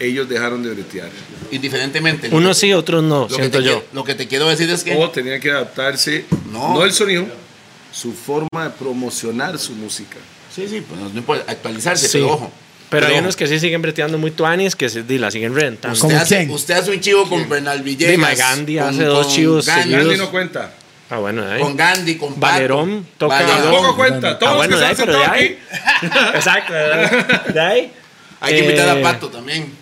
Speaker 5: ellos dejaron de bretear.
Speaker 3: Indiferentemente.
Speaker 4: Unos sí, otros no,
Speaker 3: lo que
Speaker 4: siento
Speaker 3: te
Speaker 4: yo.
Speaker 3: qui- Lo que te quiero decir es que.
Speaker 5: O tenían que adaptarse,
Speaker 3: No.
Speaker 5: no. el sonido, su forma de promocionar su música.
Speaker 3: Sí, sí, pues no importa, actualizarse,
Speaker 4: Sí.
Speaker 3: pero ojo.
Speaker 4: Pero hay
Speaker 3: ojo.
Speaker 4: unos que sí siguen breteando muy tuanis, que se, di, la siguen rentando.
Speaker 3: Usted
Speaker 2: ¿Cómo
Speaker 3: hace,
Speaker 2: quién?
Speaker 3: usted hace un chivo con Bernal Villegas.
Speaker 4: Dima Gandhi
Speaker 3: con-
Speaker 4: hace dos
Speaker 3: con
Speaker 4: chivos
Speaker 3: Gandhi,
Speaker 4: seguidos.
Speaker 5: Gandhi no cuenta.
Speaker 4: Ah, bueno, ahí.
Speaker 3: con Gandhi, con Pato.
Speaker 4: Valerón toca-
Speaker 3: Valerón.
Speaker 5: Tampoco cuenta. Todos
Speaker 4: Ah, bueno,
Speaker 5: los
Speaker 4: de
Speaker 5: que
Speaker 4: ahí,
Speaker 5: se han
Speaker 4: pero de
Speaker 5: sentado
Speaker 4: ahí. *laughs* Exacto,
Speaker 3: *laughs*
Speaker 4: de ahí.
Speaker 3: Hay que invitar a
Speaker 4: Eh,
Speaker 3: Pato también.
Speaker 5: aquí.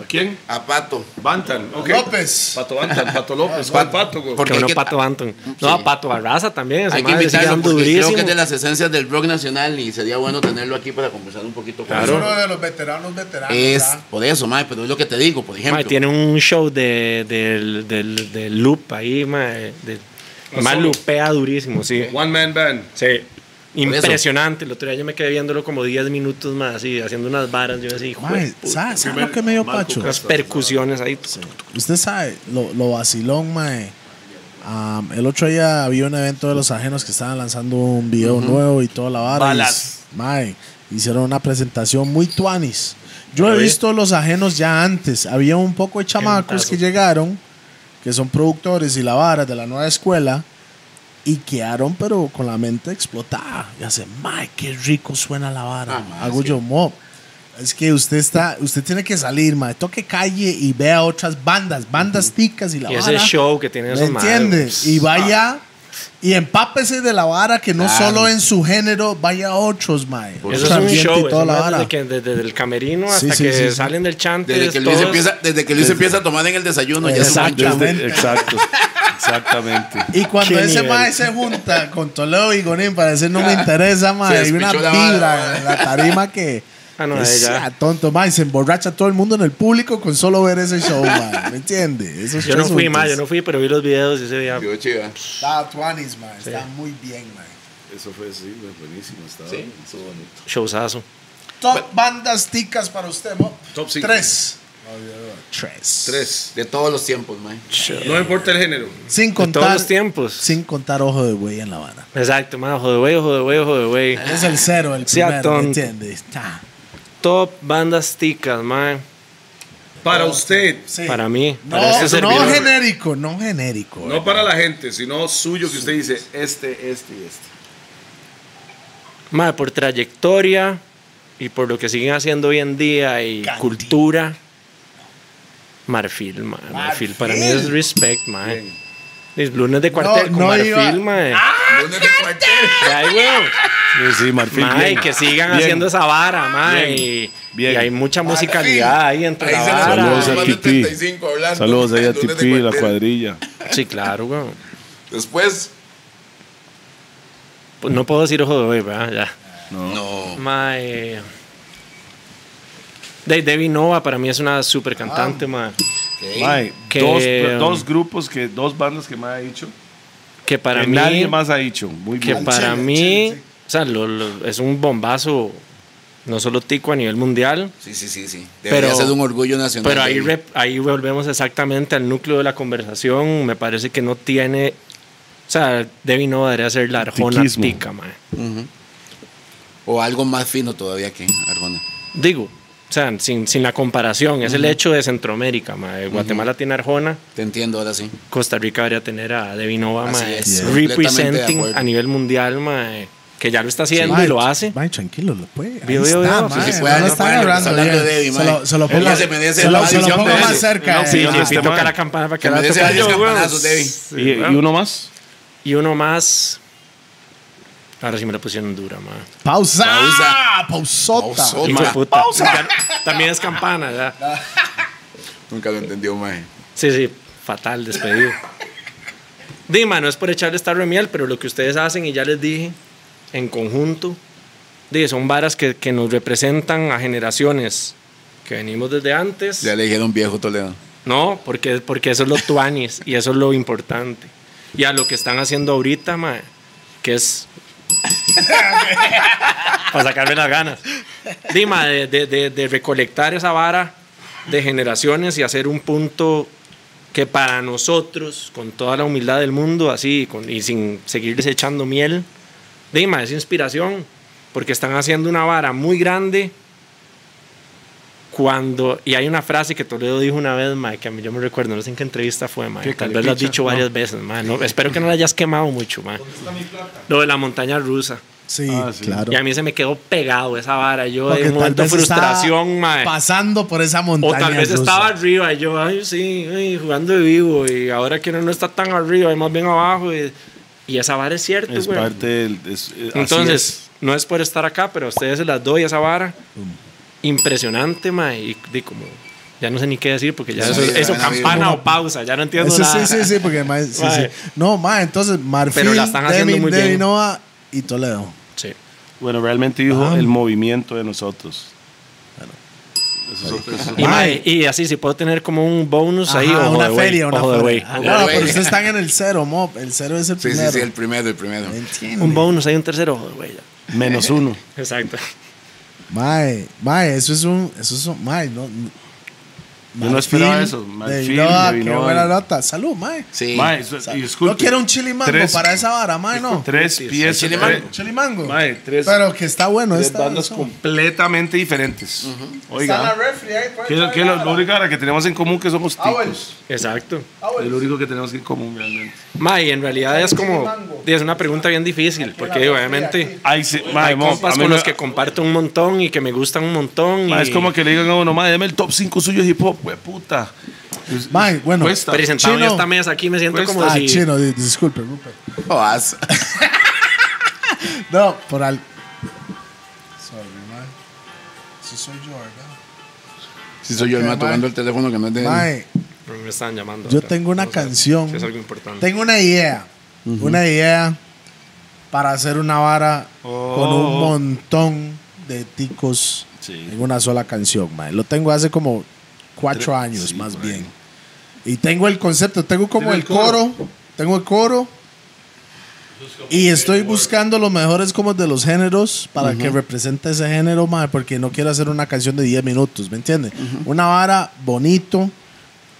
Speaker 5: ¿A quién?
Speaker 3: A Pato.
Speaker 5: Bantan. ok.
Speaker 2: López.
Speaker 5: Pato Bantan, Pato López. ¿Cuál Pato, güey?
Speaker 3: Porque
Speaker 4: que
Speaker 3: hay
Speaker 4: no
Speaker 3: que-
Speaker 4: Pato Anton. No,
Speaker 3: Sí.
Speaker 4: Pato Barraza también. ese
Speaker 3: Hay que
Speaker 4: madre sigue
Speaker 3: invitarlo
Speaker 4: dando
Speaker 3: porque creo
Speaker 4: durísimo.
Speaker 3: que es de las esencias del rock nacional y sería bueno tenerlo aquí para conversar un poquito con
Speaker 4: Claro.
Speaker 3: él.
Speaker 2: uno de los veteranos, veteranos.
Speaker 3: Es
Speaker 2: ¿ah?
Speaker 3: por eso, mae, pero es lo que te digo, por ejemplo.
Speaker 4: Mae, tiene un show de, del, del, del loop ahí, mae, de-
Speaker 5: Ah,
Speaker 4: mae,
Speaker 5: solo.
Speaker 4: lupea durísimo, sí.
Speaker 5: One Man Band.
Speaker 4: Sí. Impresionante. El otro día yo me quedé viéndolo como 10 minutos más, así, haciendo unas varas. Yo decía, hijo de
Speaker 2: Mae,
Speaker 4: puta".
Speaker 2: ¿sabes ¿sabes lo que me dio
Speaker 5: Marco
Speaker 2: Pacho?
Speaker 4: unas percusiones ahí.
Speaker 2: Usted sabe, lo, lo vacilón, mae. Am, el otro día había un evento de los ajenos que estaban lanzando un video nuevo y toda la vara. y
Speaker 5: Balas.
Speaker 2: s- mae, hicieron una presentación muy tuanis. Yo he visto los ajenos ya antes. Había un poco de chamacos
Speaker 4: Gentazo.
Speaker 2: que llegaron, que son productores y la vara de la nueva escuela, y quedaron, pero con la mente explotada. Y hace, mae, qué rico suena la vara.
Speaker 3: Ah, mae,
Speaker 2: Hago
Speaker 3: sí.
Speaker 2: yo, "Mo, es que usted está, usted tiene que salir, mae. Toque calle y vea otras bandas, bandas ticas y la
Speaker 4: Y ese
Speaker 2: vara.
Speaker 4: show que tienen
Speaker 2: ¿Me
Speaker 4: esos madres,
Speaker 2: entiende?
Speaker 4: pues,
Speaker 2: Y vaya y empápese de la vara que no
Speaker 3: Claro.
Speaker 2: solo en su género vaya a otros, mae.
Speaker 4: Eso es un
Speaker 2: Ambiente y
Speaker 4: show,
Speaker 2: toda
Speaker 4: eso
Speaker 2: la
Speaker 4: mae,
Speaker 2: vara.
Speaker 4: desde, que, desde el camerino
Speaker 2: Sí,
Speaker 4: hasta
Speaker 2: sí,
Speaker 4: que
Speaker 2: sí, sí.
Speaker 4: salen del chante.
Speaker 3: Desde que Luis, empieza, desde que Luis empieza a tomar en el desayuno, ya es un
Speaker 2: Exacto.
Speaker 3: buen show.
Speaker 2: Exactamente.
Speaker 5: Exacto. Exactamente.
Speaker 2: Y cuando
Speaker 4: Qué
Speaker 2: ese
Speaker 4: nivel.
Speaker 2: mae se junta con Toledo y Gonín para decir
Speaker 4: *laughs*
Speaker 2: no me interesa, mae, hay una
Speaker 3: despichó la vara,
Speaker 2: vibra
Speaker 3: mae.
Speaker 2: en la tarima que
Speaker 4: *laughs* Ah, no,
Speaker 2: es
Speaker 4: ya.
Speaker 2: ah, tonto, mae, se emborracha todo el mundo en el público con solo ver ese show, mae. ¿Me entiende? Esos
Speaker 4: Yo no fui,
Speaker 2: asuntos.
Speaker 4: mae, yo no fui, pero vi los videos y ese día.
Speaker 3: Yo, chiva.
Speaker 2: Está tuanis, mae, está muy bien, mae.
Speaker 5: Eso fue, sí, buenísimo. Estaba, estuvo bonito.
Speaker 4: Showzazo.
Speaker 2: Top bandas ticas para usted, mo.
Speaker 5: Top cinco.
Speaker 2: Tres. Tres.
Speaker 5: Tres.
Speaker 3: De todos los tiempos, mae.
Speaker 5: No importa el género.
Speaker 2: Sin
Speaker 4: Con
Speaker 2: contar,
Speaker 4: todos los tiempos.
Speaker 2: sin contar ojo de buey en la vara.
Speaker 4: Exacto, mae, joder, güey, joder, güey, joder, güey.
Speaker 2: Es el cero, el
Speaker 4: Sea
Speaker 2: primero,
Speaker 4: tonto.
Speaker 2: ¿me entiendes? Ta.
Speaker 4: Top bandas ticas, mae.
Speaker 5: Para usted.
Speaker 2: Sí.
Speaker 4: Para mí,
Speaker 2: No,
Speaker 4: para este
Speaker 2: no
Speaker 4: servidor. pues,
Speaker 2: genérico, no genérico.
Speaker 5: No para la gente, sino suyo que usted dice este, este y este.
Speaker 4: Mae, por trayectoria y por lo que siguen haciendo hoy en día y
Speaker 2: Gandhi.
Speaker 4: cultura. Marfil, mae. Marfil para mí es
Speaker 2: Marfil.
Speaker 4: respect, mae. Mis lunes de cuartel
Speaker 2: No,
Speaker 4: con
Speaker 2: no
Speaker 4: Marfil,
Speaker 2: iba-
Speaker 4: mae.
Speaker 3: Lunes de cuartel.
Speaker 4: Ya, ahí, weón.
Speaker 5: Sí, sí, Marfil.
Speaker 4: Mae, que sigan
Speaker 5: Bien.
Speaker 4: haciendo esa vara, mae. Y,
Speaker 5: Bien.
Speaker 4: y hay mucha musicalidad ahí
Speaker 3: Ahí
Speaker 4: entre la
Speaker 3: se nos
Speaker 4: vara.
Speaker 5: Saludos
Speaker 3: fue
Speaker 5: a
Speaker 3: más de
Speaker 5: Titi.
Speaker 3: 35 hablando.
Speaker 5: Saludos ahí a
Speaker 3: Lunes de
Speaker 5: Tipi, la
Speaker 3: cuartel.
Speaker 5: cuadrilla.
Speaker 4: Sí, claro, weón.
Speaker 3: Después.
Speaker 4: Pues No puedo decir ojo de hoy, ¿verdad? Ya.
Speaker 3: No.
Speaker 4: Mae. eh, De Debbie Nova para mí es una super
Speaker 5: Ah.
Speaker 4: cantante, mae.
Speaker 5: Mae,
Speaker 4: Que-
Speaker 5: dos, dos grupos, que dos bandas que me ha dicho.
Speaker 4: Que para
Speaker 5: que
Speaker 4: mí.
Speaker 5: nadie más ha dicho. Muy
Speaker 4: Que
Speaker 5: bien.
Speaker 4: para
Speaker 2: chile,
Speaker 4: mí.
Speaker 2: chile, sí.
Speaker 4: O sea, lo- lo- es un bombazo. No solo tico a nivel mundial.
Speaker 3: Sí, sí, sí, sí. Debería
Speaker 4: Pero-
Speaker 3: ser un orgullo nacional.
Speaker 4: Pero ahí,
Speaker 3: baby.
Speaker 4: rep- ahí volvemos exactamente al núcleo de la conversación. Me parece que no tiene. O sea, Debbie Nova debería ser la arjona
Speaker 5: Tiquismo.
Speaker 4: tica, mae.
Speaker 3: Ujú. O algo más fino todavía que Arjona.
Speaker 4: Digo, o sea, sin, sin la comparación. Es el hecho de Centroamérica, mae. Guatemala tiene arjona.
Speaker 3: Te entiendo ahora sí.
Speaker 4: Costa Rica debería tener a Devin Nova,
Speaker 3: Así
Speaker 4: mae,
Speaker 3: es, completamente de
Speaker 4: representing
Speaker 3: acuerdo.
Speaker 4: a nivel mundial, mae. que ya lo está haciendo y lo hace.
Speaker 2: Mae, tranquilo, lo puede. Ahí
Speaker 4: Vio, vio,
Speaker 2: está,
Speaker 4: vio.
Speaker 2: mae,
Speaker 4: Sí,
Speaker 3: sí,
Speaker 2: no
Speaker 3: puede,
Speaker 2: lo
Speaker 3: no
Speaker 2: están
Speaker 3: puede,
Speaker 2: hablando
Speaker 3: está hablando
Speaker 2: bien.
Speaker 3: de Eddie,
Speaker 2: Se lo-
Speaker 3: mae.
Speaker 2: se lo
Speaker 3: Él
Speaker 2: pongo-
Speaker 3: se merece
Speaker 2: se lo-
Speaker 3: la
Speaker 2: se lo
Speaker 3: visión
Speaker 2: pongo
Speaker 3: de
Speaker 2: más
Speaker 3: Eddie.
Speaker 2: cerca.
Speaker 4: Sí,
Speaker 2: eh.
Speaker 5: no,
Speaker 4: sí,
Speaker 5: este
Speaker 4: sí, toca
Speaker 5: man.
Speaker 4: la campana para que
Speaker 3: Se
Speaker 4: la
Speaker 3: merece
Speaker 4: toque
Speaker 3: varios
Speaker 4: yo, weón.
Speaker 3: campanazos, Debbie.
Speaker 5: ¿Y, y uno más?
Speaker 4: Y uno más. Ahora sí me la pusieron dura, man.
Speaker 2: Pausa.
Speaker 3: Pausa.
Speaker 2: Pausota.
Speaker 3: Pausota.
Speaker 4: Hijo de puta. Ya- También es campana, ya.
Speaker 3: Nunca lo entendió, mae.
Speaker 4: Sí, sí, fatal, despedido. Dima, no es por echarle esta de miel, pero lo que ustedes hacen, y ya les dije, en conjunto, di, son varas que, que nos representan a generaciones que venimos desde antes.
Speaker 3: Ya le dijeron viejo Toledo.
Speaker 4: No, porque, porque eso es lo tuanis y eso es lo importante. Y a lo que están haciendo ahorita, mae, que es. para sacarme las ganas. Dima, de, de- de- de recolectar esa vara de generaciones y hacer un punto que para nosotros, con toda la humildad del mundo, así con- y sin seguirles echando miel, Dima, es inspiración, porque están haciendo una vara muy grande cuando, y hay una frase que Toledo dijo una vez, mae, que a mí yo me recuerdo, no sé en qué entrevista fue, mae, tal vez lo has dicho varias veces, mae, no, espero que no la hayas quemado mucho, mae. Lo de la montaña rusa.
Speaker 2: Sí, claro.
Speaker 4: Y a mí se me quedó pegado esa vara, yo
Speaker 2: Porque
Speaker 4: en un
Speaker 2: tal
Speaker 4: momento de
Speaker 2: vez estaba
Speaker 4: frustración, mae.
Speaker 2: Pasando por esa montaña.
Speaker 4: O tal vez
Speaker 2: rusa.
Speaker 4: estaba arriba y yo, ay, sí, ay, jugando de vivo y ahora que uno no está tan arriba y más bien abajo y, y esa vara es cierta,
Speaker 5: Es
Speaker 4: güey.
Speaker 5: parte del... es- eh, así
Speaker 4: Entonces, no es Mm. por estar acá, pero a ustedes se las doy esa vara. Impresionante, mae. Y, di como, ya no sé ni qué decir porque ya
Speaker 3: Esa
Speaker 4: eso,
Speaker 3: vida,
Speaker 4: eso
Speaker 3: esa
Speaker 4: campana
Speaker 2: vida.
Speaker 4: o pausa, ya no entiendo
Speaker 2: Eso
Speaker 4: nada.
Speaker 2: sí, sí, sí, porque mae, sí,
Speaker 4: Mae.
Speaker 2: sí. No, mae, entonces Marfil,
Speaker 4: Pero la están haciendo
Speaker 2: Devin,
Speaker 4: muy bien.
Speaker 2: Devin Noah y Toledo.
Speaker 4: Sí.
Speaker 5: es. Bueno, realmente dijo
Speaker 2: Ah.
Speaker 5: el movimiento de nosotros. Eso es otro- eso es
Speaker 4: Y,
Speaker 5: otro-
Speaker 4: mae, y así, si puedo tener como un bonus Pues ahí,
Speaker 2: Ajá,
Speaker 4: ojo
Speaker 2: una
Speaker 4: de güey,
Speaker 2: feria, una
Speaker 4: ojo de güey.
Speaker 2: feria. Ah,
Speaker 3: Ojo de
Speaker 2: Claro, pero
Speaker 3: güey.
Speaker 2: ustedes están en el cero, mob. El cero es el
Speaker 3: Sí, sí,
Speaker 2: primero.
Speaker 3: sí, el primero, el primero.
Speaker 2: ¿Me entiende?
Speaker 4: Un bonus, hay un tercero, ojo de güey. ya.
Speaker 5: Menos uno.
Speaker 4: Exacto.
Speaker 2: Mae, mae, eso es un. Eso es un. Mae, no.
Speaker 5: no esperaba eso. Marfil,
Speaker 2: Marfil, Noah,
Speaker 5: Devin
Speaker 2: qué
Speaker 5: Noah.
Speaker 2: buena nota. Salud, mae.
Speaker 3: Sí.
Speaker 5: Mae, eso- y disculpe,
Speaker 2: no quiero un chili mango
Speaker 5: tres-
Speaker 2: para esa vara, mae, no.
Speaker 5: Tres piezas.
Speaker 3: chile
Speaker 5: tres-
Speaker 3: mango.
Speaker 2: Chili mango.
Speaker 5: Mae, tres-
Speaker 2: Pero que está bueno.
Speaker 5: tres
Speaker 2: Está,
Speaker 5: bandas
Speaker 2: eso.
Speaker 5: completamente diferentes. Oiga,
Speaker 2: refri ahí.
Speaker 5: que, que lo, lo único ahora que tenemos en común que somos
Speaker 2: Ah, bueno.
Speaker 5: ticos.
Speaker 4: Exacto.
Speaker 5: Es lo único que tenemos en común realmente.
Speaker 4: Mae, y en realidad es como, es una pregunta bien difícil, porque obviamente
Speaker 5: Ay, sí, mae,
Speaker 4: hay
Speaker 5: mo, a
Speaker 4: compas
Speaker 5: mí
Speaker 4: con
Speaker 5: me-
Speaker 4: los que comparto un montón y que me gustan un montón.
Speaker 5: Mae,
Speaker 4: y
Speaker 5: es como que le digan a uno, mae, deme el top 5 suyo de hip hop, güey, puta. Es-
Speaker 2: Mae, bueno,
Speaker 4: Pues,
Speaker 5: Cuesta.
Speaker 4: Presentado en
Speaker 2: Chino.
Speaker 4: esta mesa aquí me siento
Speaker 5: Cuesta.
Speaker 4: como
Speaker 2: Ah,
Speaker 4: si...
Speaker 2: chino, di- disculpe, Rupert.
Speaker 3: Jodas.
Speaker 2: No, por al. Sorry, mae. Eso soy yo, ¿verdad?
Speaker 3: Si soy yo el
Speaker 2: Ok,
Speaker 3: mae
Speaker 2: mae.
Speaker 3: tocando el teléfono que no es de él.
Speaker 2: Mae,
Speaker 4: Pero Me están llamando.
Speaker 2: yo
Speaker 4: ahora.
Speaker 2: tengo una
Speaker 4: No sé
Speaker 2: canción.
Speaker 4: si es algo importante.
Speaker 2: Tengo una idea. Una idea para hacer una vara con un montón de ticos
Speaker 5: Sí.
Speaker 2: en una sola canción, mae. Lo tengo hace como cuatro años,
Speaker 5: sí,
Speaker 2: más
Speaker 5: mae.
Speaker 2: bien. Y tengo el concepto, tengo como
Speaker 5: Tiene
Speaker 2: el
Speaker 5: el coro.
Speaker 2: coro, tengo el coro. Y estoy buscando los mejores como de los géneros para que represente ese género, mae, porque no quiero hacer una canción de 10 minutos, ¿me entiendes? Una vara bonito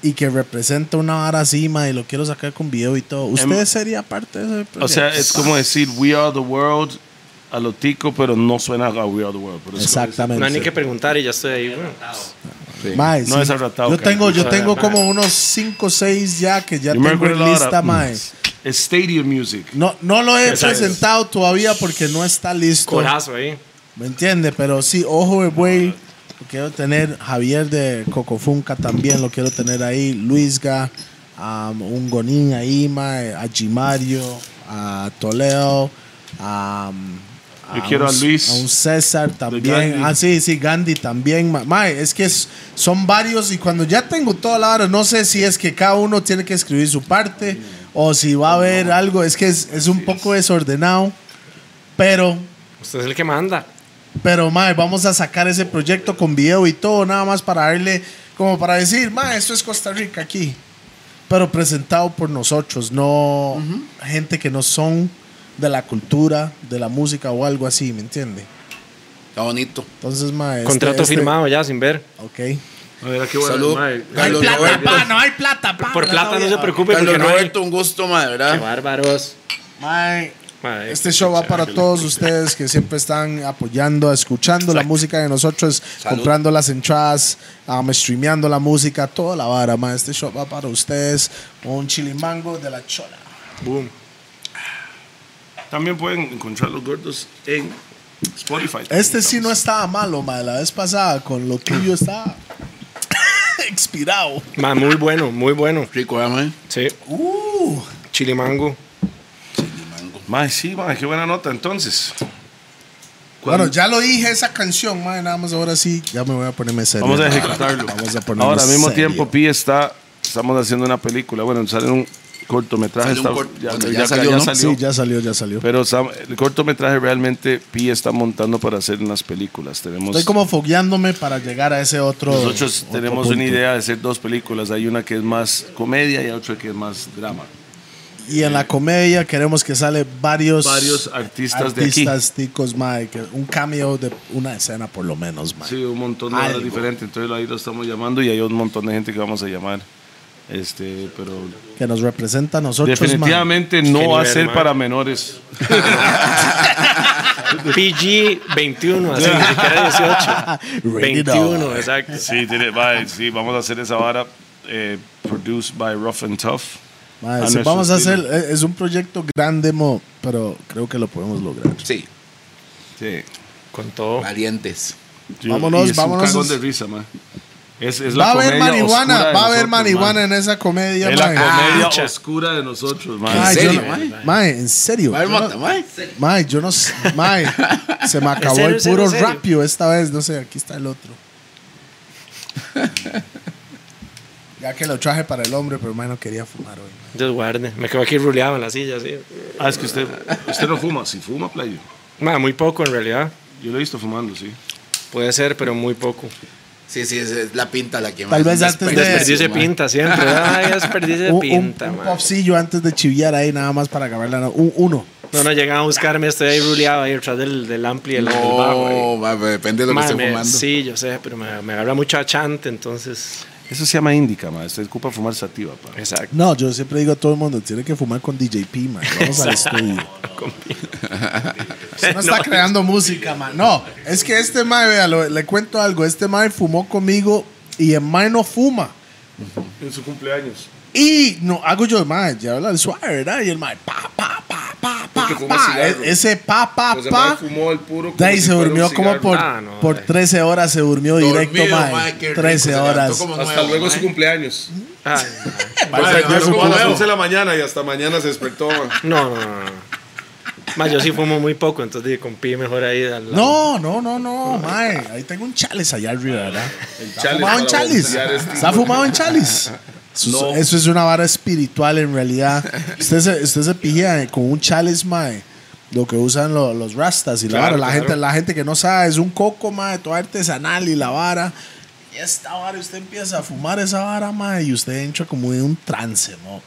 Speaker 2: y que represente una vara así, mae, y lo quiero sacar con video y todo. ¿Usted
Speaker 5: Em,
Speaker 2: sería parte de ese proyecto?
Speaker 5: O sea, es como decir We Are the World a lo tico, pero no suena a We Are the World. pero es-
Speaker 4: No
Speaker 2: Exactamente.
Speaker 4: hay ni que preguntar y ya estoy ahí. bueno.
Speaker 2: Mae,
Speaker 5: No
Speaker 2: sí.
Speaker 5: es arratado,
Speaker 2: Yo
Speaker 5: cara.
Speaker 2: tengo, yo
Speaker 5: Sabe,
Speaker 2: tengo
Speaker 5: mae.
Speaker 2: como unos 5 o 6 ya que ya
Speaker 5: Yo me
Speaker 2: tengo en
Speaker 5: acuerdo ahora,
Speaker 2: lista,
Speaker 5: mm,
Speaker 2: mae.
Speaker 5: es Stadium Music.
Speaker 2: No, no lo he
Speaker 4: Exacto.
Speaker 2: presentado todavía porque no está listo.
Speaker 4: Corazo ahí.
Speaker 2: ¿Me entiende? Pero sí, ojo de buey. Lo quiero tener. Javier de Cocofunca también lo quiero tener ahí. Luisga, um, un Gonín ahí, mae, a Gimario, a Toledo, um, a.
Speaker 5: Yo quiero a
Speaker 2: un-
Speaker 5: Luis.
Speaker 2: A un César también.
Speaker 5: Gandhi.
Speaker 2: Ah, sí, sí, Gandhi también. ma- Mae, es que es- son varios y cuando ya tengo toda la hora, no sé si es que cada uno tiene que escribir su parte o si va a haber algo. Es que es, es un poco desordenado, pero
Speaker 4: Usted es el que manda.
Speaker 2: este, pero, mae, vamos a sacar ese proyecto con video y todo, nada más para darle, como para decir, mae, esto es Costa Rica aquí. Pero presentado por nosotros, no gente que no son de la cultura, de la música o algo así, ¿me entiende?
Speaker 3: Está bonito.
Speaker 2: Entonces, mae. este-
Speaker 4: Contrato
Speaker 2: este-
Speaker 4: firmado ya, sin ver.
Speaker 2: Ok.
Speaker 5: A ver, aquí
Speaker 3: Salud. Carlos Roberto.
Speaker 2: Ah, no hay plata, pa.
Speaker 4: Por plata no se preocupe
Speaker 3: Carlos
Speaker 4: porque no hay.
Speaker 3: Roberto, un gusto, madre,
Speaker 4: Qué
Speaker 3: ¿verdad?
Speaker 4: bárbaros. eh,
Speaker 2: Mae.
Speaker 4: Madre,
Speaker 2: Este show va para todos ustedes que siempre están apoyando, escuchando la música de nosotros, comprando las entradas, um, streameando la música, toda la vara, ma. Este show va para ustedes. Un chili mango de la chola.
Speaker 4: Boom.
Speaker 5: También pueden encontrar los gordos en Spotify.
Speaker 2: Este sí no estaba malo, mae. La vez pasada con lo tuyo estaba *laughs* expirado.
Speaker 4: Ma, muy bueno, muy bueno.
Speaker 3: Rico, ¿verdad, mae?
Speaker 4: Sí,
Speaker 2: Uh,
Speaker 4: chilimango.
Speaker 5: Mae, sí, mae, qué buena nota entonces.
Speaker 2: bueno, ya lo dije esa canción, mae. Nada más ahora sí, ya me voy a ponerme serio.
Speaker 5: Vamos a
Speaker 2: mae.
Speaker 5: ejecutarlo.
Speaker 2: Vamos a ponerme
Speaker 5: Ahora, al mismo
Speaker 2: serio.
Speaker 5: tiempo, Pi está. Estamos haciendo una película. Bueno, sale un cortometraje.
Speaker 3: Sale un
Speaker 5: está-
Speaker 3: cort-
Speaker 5: ya,
Speaker 3: bueno,
Speaker 5: ya
Speaker 3: ya
Speaker 5: ca-
Speaker 3: salió,
Speaker 5: ya
Speaker 3: ¿no?
Speaker 5: salió.
Speaker 2: Sí, ya salió, ya salió.
Speaker 5: Pero Sam- el cortometraje realmente Pi está montando para hacer en las películas. Tenemos.
Speaker 2: Estoy como fogueándome para llegar a ese otro.
Speaker 5: Nosotros
Speaker 2: otro
Speaker 5: tenemos
Speaker 2: punto.
Speaker 5: una idea de hacer dos películas. Hay una que es más comedia y otra que es más drama.
Speaker 2: Y en la comedia queremos que sale varios,
Speaker 5: Varios artistas de aquí.
Speaker 2: artistas ticos, mae, que un cameo de una escena por lo menos, mae.
Speaker 5: Sí, un montón de horas
Speaker 2: Algo.
Speaker 5: diferentes. Entonces ahí lo estamos llamando y hay un montón de gente que vamos a llamar. Este, pero
Speaker 2: Que nos representa a nosotros, mae.
Speaker 5: definitivamente
Speaker 4: Qué
Speaker 5: no va a
Speaker 4: nivel,
Speaker 5: ser
Speaker 4: man.
Speaker 5: para menores.
Speaker 4: PG 21, así que era 18.
Speaker 2: Rated
Speaker 4: 21, exacto.
Speaker 5: Sí, tiene- va, sí, vamos a hacer esa vara eh, produced by Rough and Tough.
Speaker 2: Mae,
Speaker 5: A
Speaker 2: si
Speaker 5: nuestro
Speaker 2: vamos a hacer,
Speaker 5: estilo.
Speaker 2: eh, es un proyecto grande, mo, pero creo que lo podemos lograr.
Speaker 3: Sí,
Speaker 5: Sí.
Speaker 4: Con todo.
Speaker 3: valientes.
Speaker 5: Yo-
Speaker 2: Vámonos,
Speaker 5: y es
Speaker 2: vámonos.
Speaker 5: Un cagón de risa, man. Es, es la
Speaker 2: Va a haber
Speaker 5: comedia
Speaker 2: marihuana,
Speaker 5: oscura de
Speaker 2: va a haber
Speaker 5: nosotros,
Speaker 2: marihuana
Speaker 5: man.
Speaker 2: en esa comedia,
Speaker 5: Es
Speaker 2: mae.
Speaker 5: la comedia
Speaker 4: Ah,
Speaker 5: oscura de nosotros, man.
Speaker 2: Mae,
Speaker 3: ¿En
Speaker 2: Ah, yo
Speaker 3: serio,
Speaker 2: no-
Speaker 3: mae?
Speaker 2: mae, en serio.
Speaker 3: Va a haber
Speaker 2: yo no-
Speaker 3: mota, mae.
Speaker 2: Mae, yo no s- Mae, se me acabó
Speaker 4: serio,
Speaker 2: el
Speaker 4: *laughs* en serio,
Speaker 2: puro
Speaker 4: en serio?
Speaker 2: rapio esta vez. No sé, aquí está el
Speaker 4: *laughs*
Speaker 2: otro. ya que lo traje para el hombre, pero mae, no quería fumar hoy. mae.
Speaker 4: Desguarde. Me quedo aquí ruleado en la silla, así.
Speaker 5: Ah, es que usted, usted no fuma. Si fuma, playo.
Speaker 4: Ma, muy poco en realidad.
Speaker 5: Yo lo he visto fumando, sí.
Speaker 4: Puede ser, pero muy poco.
Speaker 3: Sí, sí, es, es la pinta la que
Speaker 2: Tal vez antes de-
Speaker 4: Desperdicio de
Speaker 3: mae.
Speaker 2: *laughs*
Speaker 4: pinta siempre. Ay, desperdicio de
Speaker 2: Un-
Speaker 4: pinta,
Speaker 2: un, un
Speaker 4: ma.
Speaker 2: popsillo antes de chiviar ahí, nada más para acabar la no- un- uno.
Speaker 4: No, no llegaban a buscarme, estoy ahí ruleado ahí detrás del, del ampli del, del bajo. ahí.
Speaker 3: No, va, depende de lo
Speaker 4: Ma,
Speaker 3: que esté
Speaker 4: me-
Speaker 3: fumando.
Speaker 4: sí, yo sé, pero me, me agarra mucho achante, entonces.
Speaker 5: Eso se llama índica, man. Usted ocupa fumar sativa, pa.
Speaker 4: Exacto.
Speaker 2: No, yo siempre digo a todo el mundo, tiene que fumar con DJP, man. Vamos al
Speaker 4: *laughs*
Speaker 2: estudio. Usted no está creando música, man. No, es que este mae, vea, lo- le cuento algo. Este mae fumó conmigo y el mae no fuma.
Speaker 5: En su cumpleaños.
Speaker 2: Y no hago yo, mae, ya habla el suave, ¿verdad? Y el mae, pa, pa, pa, pa, pa,
Speaker 5: Porque fuma
Speaker 2: pa.
Speaker 5: cigarro.
Speaker 2: E- Ese pa, pa,
Speaker 5: Pues el mae
Speaker 2: pa.
Speaker 5: fumó el puro
Speaker 2: De ahí
Speaker 5: como si
Speaker 2: se
Speaker 5: fuera un
Speaker 2: durmió como
Speaker 5: cigarro.
Speaker 2: por,
Speaker 4: Ah, no,
Speaker 2: por
Speaker 4: eh.
Speaker 2: 13 horas, se durmió directo,
Speaker 3: Dormido,
Speaker 2: mae.
Speaker 3: mae, qué rico,
Speaker 2: 13
Speaker 3: se levantó
Speaker 2: horas.
Speaker 3: como
Speaker 5: Hasta
Speaker 3: nuevo,
Speaker 5: luego
Speaker 3: mae.
Speaker 5: su cumpleaños.
Speaker 4: Ay,
Speaker 3: Mae,
Speaker 5: Se
Speaker 3: levantó
Speaker 5: despertó
Speaker 3: como
Speaker 5: como a las
Speaker 3: nuevo.
Speaker 5: 11 de la mañana y hasta mañana se despertó,
Speaker 2: Ah,
Speaker 5: man.
Speaker 4: no, no, no. no. Ma, yo sí fumo muy poco, entonces dije, con pi mejor ahí. al lado.
Speaker 2: No, no, no, no, mae. Ahí tengo un chalice allá arriba, ¿verdad? Está
Speaker 5: chalice
Speaker 2: fumado en
Speaker 5: para este
Speaker 2: chalice.
Speaker 5: balancear este
Speaker 2: Está fumado en chalice. Eso, es- eso es una vara espiritual en realidad. Usted se, usted se pijea con un chalice, mae. Lo que usan lo- los rastas y la vara.
Speaker 4: Claro,
Speaker 2: La,
Speaker 4: claro.
Speaker 2: gente, la gente que no sabe es un coco, mae, todo artesanal y la vara. Y esta vara, usted empieza a fumar esa vara, mae, y usted entra como en un trance, ¿no?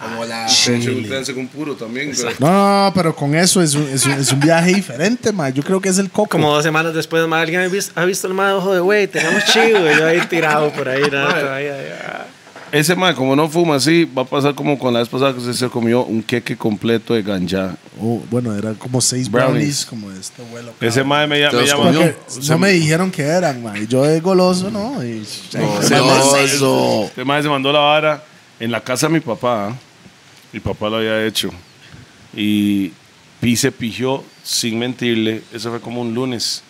Speaker 3: Como la...
Speaker 5: Se echó un
Speaker 2: Chile.
Speaker 5: trance con puro también. pero-
Speaker 2: No, no, no, pero con eso es un, es un- es un viaje diferente, mae. Yo creo que es el coco.
Speaker 4: Como dos semanas después, ma, alguien ha visto, ha visto el ma de ojo de güey, tenemos chido. Y yo ahí tirado por ahí, nada, todavía, ya.
Speaker 5: Ese man, como no fuma así, va a pasar como con la vez pasada que usted se comió un queque completo de ganja.
Speaker 2: Oh, bueno, eran como seis brownies,
Speaker 5: Brownies.
Speaker 2: como de este vuelo.
Speaker 5: Ese
Speaker 2: cabrón.
Speaker 5: man me, ll-
Speaker 3: ¿Te
Speaker 5: me
Speaker 3: los
Speaker 5: llama.
Speaker 3: comió?
Speaker 2: Porque no me dijeron que eran, man. Y Yo de goloso, ¿no? Y, eh,
Speaker 3: Celoso.
Speaker 5: Este man se mandó la vara en la casa de mi papá. ¿eh? Mi papá lo había hecho. Y Pi se pijó, sin mentirle. Eso fue como un lunes.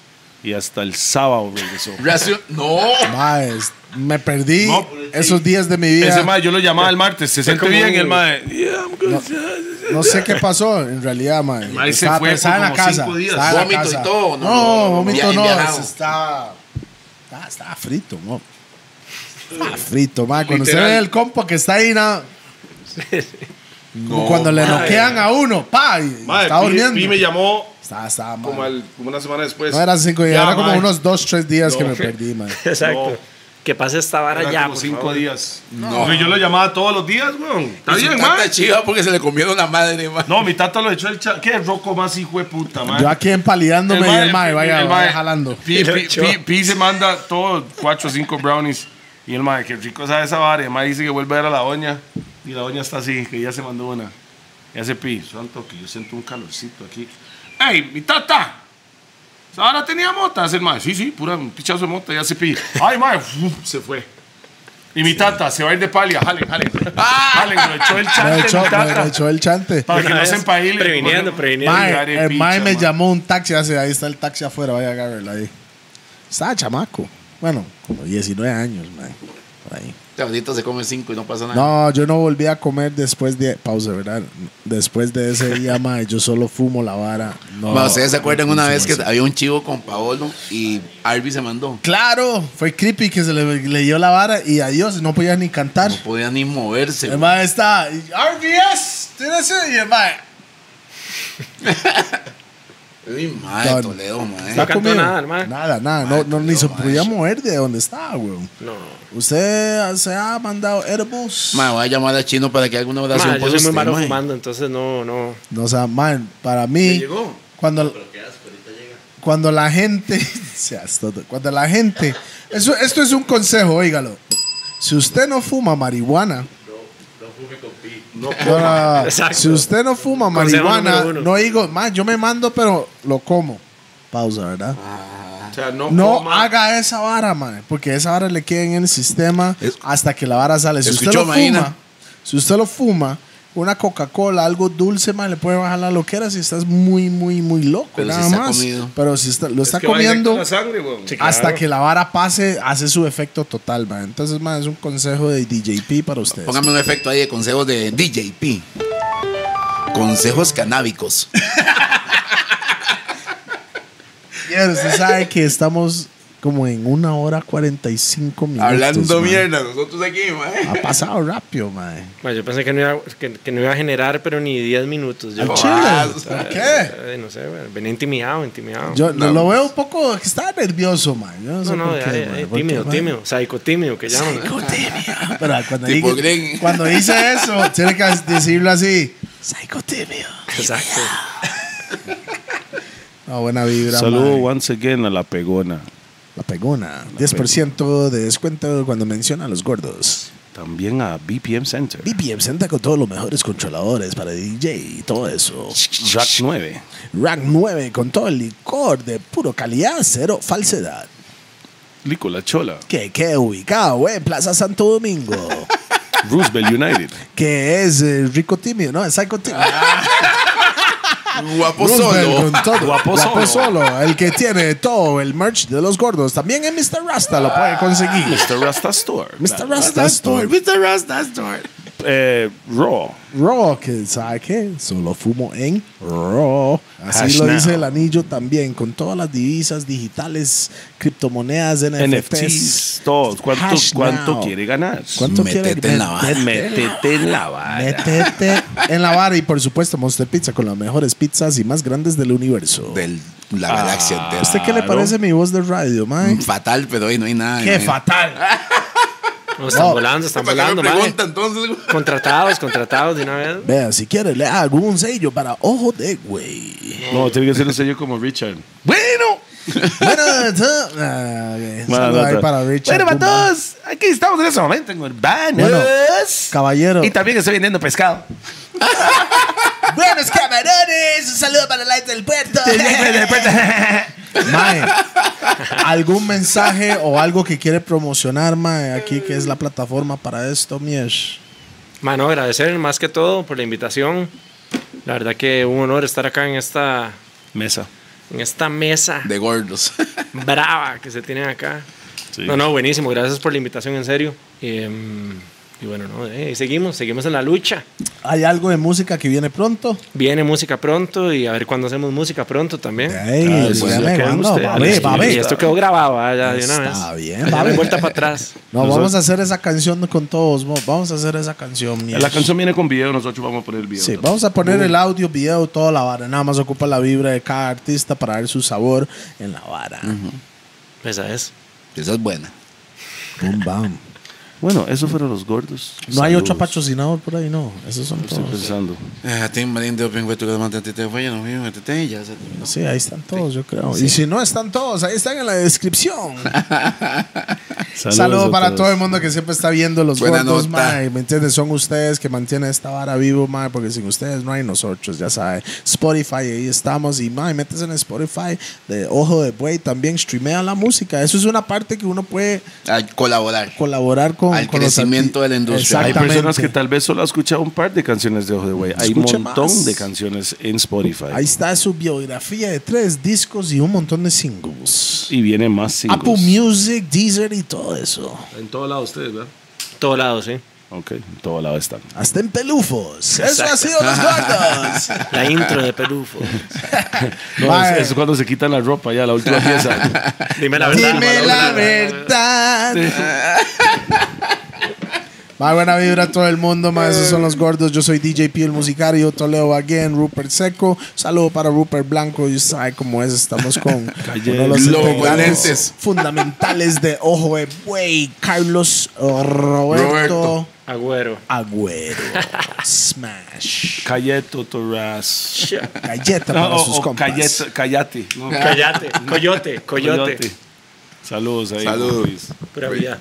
Speaker 5: Y hasta el sábado regresó.
Speaker 3: Racio- No.
Speaker 2: Mae, es- me perdí
Speaker 5: No,
Speaker 2: esos días de mi vida.
Speaker 5: Ese man, yo lo llamaba el martes. Se siente
Speaker 4: como
Speaker 5: bien
Speaker 4: un-
Speaker 5: el man. "Yeah, I'm good".
Speaker 2: No sé qué pasó, en realidad, man.
Speaker 5: Mae, se fue por como cinco días.
Speaker 2: estaba en la
Speaker 3: Vómito y
Speaker 2: casa.
Speaker 3: todo, ¿no?
Speaker 2: No, vómito
Speaker 3: Viaje
Speaker 2: no.
Speaker 3: viajado.
Speaker 2: Estaba, estaba, estaba frito, mo. Estaba frito, man. Cuando usted
Speaker 5: Literal.
Speaker 2: ve el compa que está ahí, na- cuando le
Speaker 4: mae.
Speaker 2: noquean a uno, pa, y
Speaker 5: Mae,
Speaker 2: está
Speaker 5: Pi-
Speaker 2: durmiendo.
Speaker 5: Pi me llamó
Speaker 2: Estaba, estaba mal.
Speaker 5: como, al- como una semana después.
Speaker 2: No eran cinco días,
Speaker 5: Ya,
Speaker 2: era como
Speaker 5: mae.
Speaker 2: unos dos, tres días que
Speaker 5: No.
Speaker 2: me perdí, man.
Speaker 4: Exacto.
Speaker 5: No.
Speaker 4: Que pase esta vara
Speaker 5: Eran
Speaker 4: ya.
Speaker 5: como
Speaker 4: por
Speaker 5: cinco
Speaker 4: favor.
Speaker 5: días.
Speaker 3: No.
Speaker 5: Pero yo lo llamaba todos los días, weón. Está
Speaker 3: Y su
Speaker 5: bien,
Speaker 3: tata
Speaker 5: man.
Speaker 3: chiva porque se le comieron la madre, man.
Speaker 5: No, mi tata lo echó el chat. ¿Qué roco más hijo de puta, man?
Speaker 2: Yo aquí empaleándome y el mae,
Speaker 5: el
Speaker 2: vaya,
Speaker 5: mae-
Speaker 2: vaya jalando.
Speaker 5: Pi,
Speaker 4: Lo
Speaker 5: pi,
Speaker 4: echó.
Speaker 5: pi- pi se manda todos cuatro o cinco brownies. Y el mae, qué rico sabe esa vara. Y el mae dice que vuelve a ver a la doña. Y la doña está así, que ya se mandó una. Y hace pi. Santo, que yo siento un calorcito aquí. ¡Ey, mi tata! Ahora tenía mota, hace el mae. Sí, sí, pura un pichazo de mota. Y hace pi. ¡Ay, mae! uf, Se fue.
Speaker 7: Y mi tata se va a ir de palia. Jalen, jalen. Jalen, lo echó el
Speaker 2: Me
Speaker 7: chante
Speaker 2: Ah. echó,
Speaker 7: mi
Speaker 2: me
Speaker 7: tata.
Speaker 2: echó el chante.
Speaker 7: Para que no
Speaker 4: Otra
Speaker 7: se
Speaker 4: vez,
Speaker 7: empailen.
Speaker 4: Previniendo, previniendo.
Speaker 2: Mae,
Speaker 7: Garepicha,
Speaker 2: el mae me
Speaker 7: mae.
Speaker 2: llamó un taxi hace, ahí está el taxi afuera, vaya agárrelo ahí. Estaba chamaco. Bueno, como 19 años, mae. Por ahí.
Speaker 3: Este ahorita se come cinco y no pasa nada.
Speaker 2: No, yo no volví a comer después de. Pausa, ¿verdad? Después de ese *laughs* día, mae, yo solo fumo la vara. No,
Speaker 3: Ma, ¿Ustedes se acuerdan
Speaker 2: no
Speaker 3: una
Speaker 2: consumo
Speaker 3: vez que
Speaker 2: eso.
Speaker 3: había un chivo con Paolo y Arby se mandó?
Speaker 2: Claro, fue creepy que se le, le dio la vara y adiós, no podía ni cantar.
Speaker 3: No podía ni moverse.
Speaker 2: El mae está. y, RBS, tienes Y el mae.
Speaker 3: Uy,
Speaker 2: Don.
Speaker 3: madre, Toledo,
Speaker 2: ¿está
Speaker 3: madre.
Speaker 4: cantó
Speaker 2: comido?
Speaker 4: nada, el mae.
Speaker 2: Nada, nada. No, no, ni
Speaker 3: no,
Speaker 2: se
Speaker 3: mae.
Speaker 2: podía mover de donde estaba, weón.
Speaker 4: No.
Speaker 2: Usted se ha mandado edibles.
Speaker 3: Ma, voy a llamar a Chino para que haga una oración
Speaker 4: Mae, yo
Speaker 3: por
Speaker 4: soy
Speaker 3: usted,
Speaker 4: muy malo
Speaker 3: pues, este, mae.
Speaker 4: fumando, entonces no, no.
Speaker 2: No, o sea, man, para mí.
Speaker 3: llegó?
Speaker 2: Cuando, cuando la gente. *laughs* seas tonto, cuando la gente. Eso, esto es un consejo, óigalo. Si usted no fuma marihuana. No, no, no, no.
Speaker 4: Exacto.
Speaker 2: Si usted no fuma
Speaker 4: Consejo
Speaker 2: marihuana,
Speaker 4: número uno.
Speaker 2: no digo, man, yo me mando, pero lo como. Pausa, ¿verdad?
Speaker 5: O sea, no,
Speaker 2: No
Speaker 5: coma.
Speaker 2: haga esa vara, man, porque esa vara le queda en el sistema
Speaker 3: Es-
Speaker 2: hasta que la vara sale. Si usted
Speaker 3: Escuchó,
Speaker 2: lo
Speaker 3: Maína.
Speaker 2: fuma, si usted lo fuma, una Coca-Cola, algo dulce, man, le puede bajar la loquera si estás muy, muy, muy loco,
Speaker 3: Pero si
Speaker 2: nada
Speaker 3: está
Speaker 2: más.
Speaker 3: comido.
Speaker 2: Pero si está- lo
Speaker 5: Es
Speaker 2: está
Speaker 5: que va directo
Speaker 2: comiendo,
Speaker 5: a la sangre, weón.
Speaker 2: hasta que la vara pase, hace su efecto total, man. Entonces, man, es un consejo de DJP para ustedes.
Speaker 3: Póngame un efecto ahí de consejos de DJP.
Speaker 2: *laughs*
Speaker 3: Consejos canábicos.
Speaker 2: Bien, usted sabe que estamos como en una hora 45 minutos. man.
Speaker 3: nosotros aquí, mae.
Speaker 2: Ha pasado rápido, man.
Speaker 4: Mae, yo pensé que no, iba, que, que no iba a generar, pero ni 10 minutos. Yo, "Ah,
Speaker 2: Al
Speaker 4: Ay,
Speaker 2: chile. ¿Por qué?
Speaker 4: ay, eh, no sé, güey, venía intimidado, intimidado.
Speaker 2: Yo lo- lo veo un poco que está nervioso, man. Yo no, sé
Speaker 4: no, no,
Speaker 2: por
Speaker 4: ya,
Speaker 2: qué,
Speaker 4: ya,
Speaker 2: man.
Speaker 4: ya,
Speaker 2: Porque,
Speaker 4: tímido,
Speaker 2: man,
Speaker 4: tímido, psicotímido que llaman.
Speaker 2: Pero cuando,
Speaker 3: Tipo
Speaker 2: dice-
Speaker 3: Green.
Speaker 2: cuando dice eso, tiene que decirlo así.
Speaker 4: *laughs* Exacto.
Speaker 2: No, buena vibra.
Speaker 5: Saludo
Speaker 2: man.
Speaker 5: once again a la pegona.
Speaker 2: La pegona. 10% de descuento cuando menciona a los gordos.
Speaker 5: También a BPM Center.
Speaker 2: BPM senta con todos los mejores controladores para DJ y todo eso.
Speaker 5: Rack 9.
Speaker 2: Rack 9 con todo el licor de puro calidad, cero falsedad.
Speaker 5: Lico La Chola.
Speaker 2: Que quede ubicado en Plaza Santo Domingo.
Speaker 5: Roosevelt United.
Speaker 2: que es eh, rico tímido, ¿no? Es psycho tímido.
Speaker 5: Ah,
Speaker 3: Guapo
Speaker 2: Roosevelt
Speaker 3: solo.
Speaker 2: con todo.
Speaker 5: Guapo
Speaker 2: Guapo
Speaker 5: solo.
Speaker 2: solo. El que tiene todo el merch de los gordos. También en Mr. Rasta lo puede conseguir.
Speaker 5: Mr. Rasta Store.
Speaker 2: Mr. Rasta Store.
Speaker 3: Mr. Rasta Store.
Speaker 5: Eh, Raw.
Speaker 2: Raw, que sabe qué? solo fumo en Raw. Así
Speaker 5: Hash
Speaker 2: lo
Speaker 5: now.
Speaker 2: dice el anillo también, con todas las divisas digitales, criptomonedas, NFTs.
Speaker 5: NFTs. Todos. ¿Cuánto,
Speaker 2: Hash
Speaker 5: cuánto
Speaker 2: now.
Speaker 5: quiere ganar?
Speaker 2: ¿Cuánto quiere?
Speaker 3: Métete en la vara.
Speaker 5: Métete en la
Speaker 6: Ah,
Speaker 5: vara.
Speaker 2: Métete en la vara y por supuesto Monster Pizza con las mejores pizzas y más grandes del universo.
Speaker 3: Del, la galaxia entera.
Speaker 2: ¿Usted qué le
Speaker 5: Claro.
Speaker 2: parece mi voz de radio,
Speaker 6: Mm,
Speaker 2: man?
Speaker 3: Fatal, pero hoy no hay nada.
Speaker 2: ¡Qué
Speaker 3: mae.
Speaker 2: fatal!
Speaker 4: No, están
Speaker 2: No.
Speaker 4: volando, están
Speaker 3: ¿Para qué me
Speaker 4: volando, mae.
Speaker 3: pregunta, entonces? güey?
Speaker 4: Contratados, contratados de una vez.
Speaker 2: Vea, si quiere le hago un sello para Ojo de Güey.
Speaker 5: No, tiene que ser un sello como Richard.
Speaker 6: Bueno, *laughs*
Speaker 2: Bueno, entonces, ah, ok.
Speaker 5: Bueno,
Speaker 2: Saludo ahí
Speaker 5: no,
Speaker 2: para Richard.
Speaker 6: bueno, para
Speaker 2: Pumba.
Speaker 6: todos. Aquí estamos en
Speaker 5: este
Speaker 6: ese momento en Urbanos.
Speaker 2: Bueno, Caballero.
Speaker 6: y también estoy
Speaker 5: *laughs*
Speaker 6: vendiendo pescado.
Speaker 2: Buenos camarones, un saludo para el Light del Puerto. *laughs* Mae, ¿algún mensaje o algo que quiere promocionar, Mae, aquí que es la plataforma para esto, Miesh?
Speaker 4: Mano, agradecer más que todo por la invitación. La verdad que un honor estar acá en esta,
Speaker 5: Mesa.
Speaker 4: en esta mesa
Speaker 3: De gordos. *laughs*
Speaker 4: brava que se tienen acá.
Speaker 5: Sí.
Speaker 4: No, no, buenísimo. Gracias por la invitación, en serio. Y, em, y bueno, no, eh, seguimos, seguimos en la lucha.
Speaker 2: ¿Hay algo de música que viene pronto?
Speaker 4: Viene música pronto y a ver cuándo hacemos música pronto también.
Speaker 2: Ey, dígame,
Speaker 5: sí, Ah, pues, ya quedan
Speaker 2: mano,
Speaker 5: ustedes.
Speaker 2: va a ver, va a
Speaker 4: Y
Speaker 2: ver.
Speaker 4: esto quedó grabado ah, ya de una vez.
Speaker 2: Está bien,
Speaker 4: Ya
Speaker 2: va a
Speaker 4: no hay
Speaker 2: ver.
Speaker 4: vuelta para atrás.
Speaker 2: No,
Speaker 5: Nosotros-
Speaker 2: vamos a hacer esa canción con todos. mo- Vamos a hacer esa canción, Miesh.
Speaker 5: La canción viene con video, nosotros vamos a poner el video.
Speaker 2: Sí, vamos a
Speaker 5: Uh.
Speaker 2: poner el audio, video, toda la vara. Nada más ocupa la vibra de cada artista para dar su sabor en la vara.
Speaker 4: Esa es.
Speaker 3: Esa es buena.
Speaker 2: Boom, bam.
Speaker 5: Bueno, esos fueron los gordos.
Speaker 2: No hay otro
Speaker 5: Saludos. pues,
Speaker 2: patrocinador por ahí, no. Esos son
Speaker 5: Estoy
Speaker 2: todos.
Speaker 5: pensando.
Speaker 3: Ah, Tim Marín de Open Web, tu que mantente te fue, ya no fui, métete, ya se terminó.
Speaker 2: Sí, *laughs* ahí están todos, yo creo. Y si no están todos, ahí están en la descripción. Saludos, para todo el mundo que siempre está viendo los
Speaker 3: Buena
Speaker 2: gordos,
Speaker 3: nota.
Speaker 2: mae, ¿Me entiendes? Son ustedes que mantienen esta vara vivo, mae, porque sin ustedes no hay nosotros, ya saben. Spotify, ahí estamos. Y, mae, métese en Spotify de Ojo de Buey también. Streamea la música. Eso es una parte que uno puede
Speaker 3: A colaborar.
Speaker 2: colaborar con.
Speaker 3: Al
Speaker 2: con los
Speaker 3: crecimiento
Speaker 2: arti-
Speaker 3: de la industria.
Speaker 8: Hay
Speaker 2: Exactamente.
Speaker 8: personas que tal vez solo han escuchado un par de canciones de Ojo de Güey. Hay un
Speaker 2: Escuche
Speaker 8: montón
Speaker 2: más.
Speaker 8: de canciones en Spotify.
Speaker 2: Ahí está su biografía de tres discos y un montón de singles.
Speaker 8: Y viene más singles.
Speaker 2: Apple Music, Deezer y todo eso.
Speaker 8: En todos lados ustedes, ¿verdad?
Speaker 4: Todos lados, sí.
Speaker 8: Ok, en todos lados están.
Speaker 2: Hasta en pelufos. Eso ha sido los
Speaker 4: *laughs*
Speaker 2: gordos.
Speaker 4: La intro de Pelufo.
Speaker 8: No,
Speaker 2: Mae.
Speaker 8: es, es cuando se quitan la ropa ya, la última
Speaker 2: *laughs*
Speaker 8: pieza.
Speaker 4: Dime la verdad.
Speaker 2: Dime la verdad. *laughs* Más buena vibra a todo el mundo, más esos son los gordos. Yo soy DJ P, el musicario, Toledo Again, Rupert Seco. Saludo para Rupert Blanco, y sabe cómo es, estamos con uno de los
Speaker 3: Lobo con
Speaker 2: integrantes
Speaker 3: lentes.
Speaker 2: fundamentales de Ojo de Buey, Carlos Roberto,
Speaker 3: Roberto.
Speaker 4: Agüero.
Speaker 2: Agüero. Smash.
Speaker 8: Cayeto, Torras.
Speaker 2: Galleta
Speaker 8: No,
Speaker 2: para
Speaker 8: o-
Speaker 2: sus
Speaker 8: o
Speaker 2: compas.
Speaker 8: Cayet- Cayate. no,
Speaker 4: Callate. Coyote. Coyote.
Speaker 8: Saludos ahí.
Speaker 3: Saludos.
Speaker 8: Luis.
Speaker 4: Pura vida.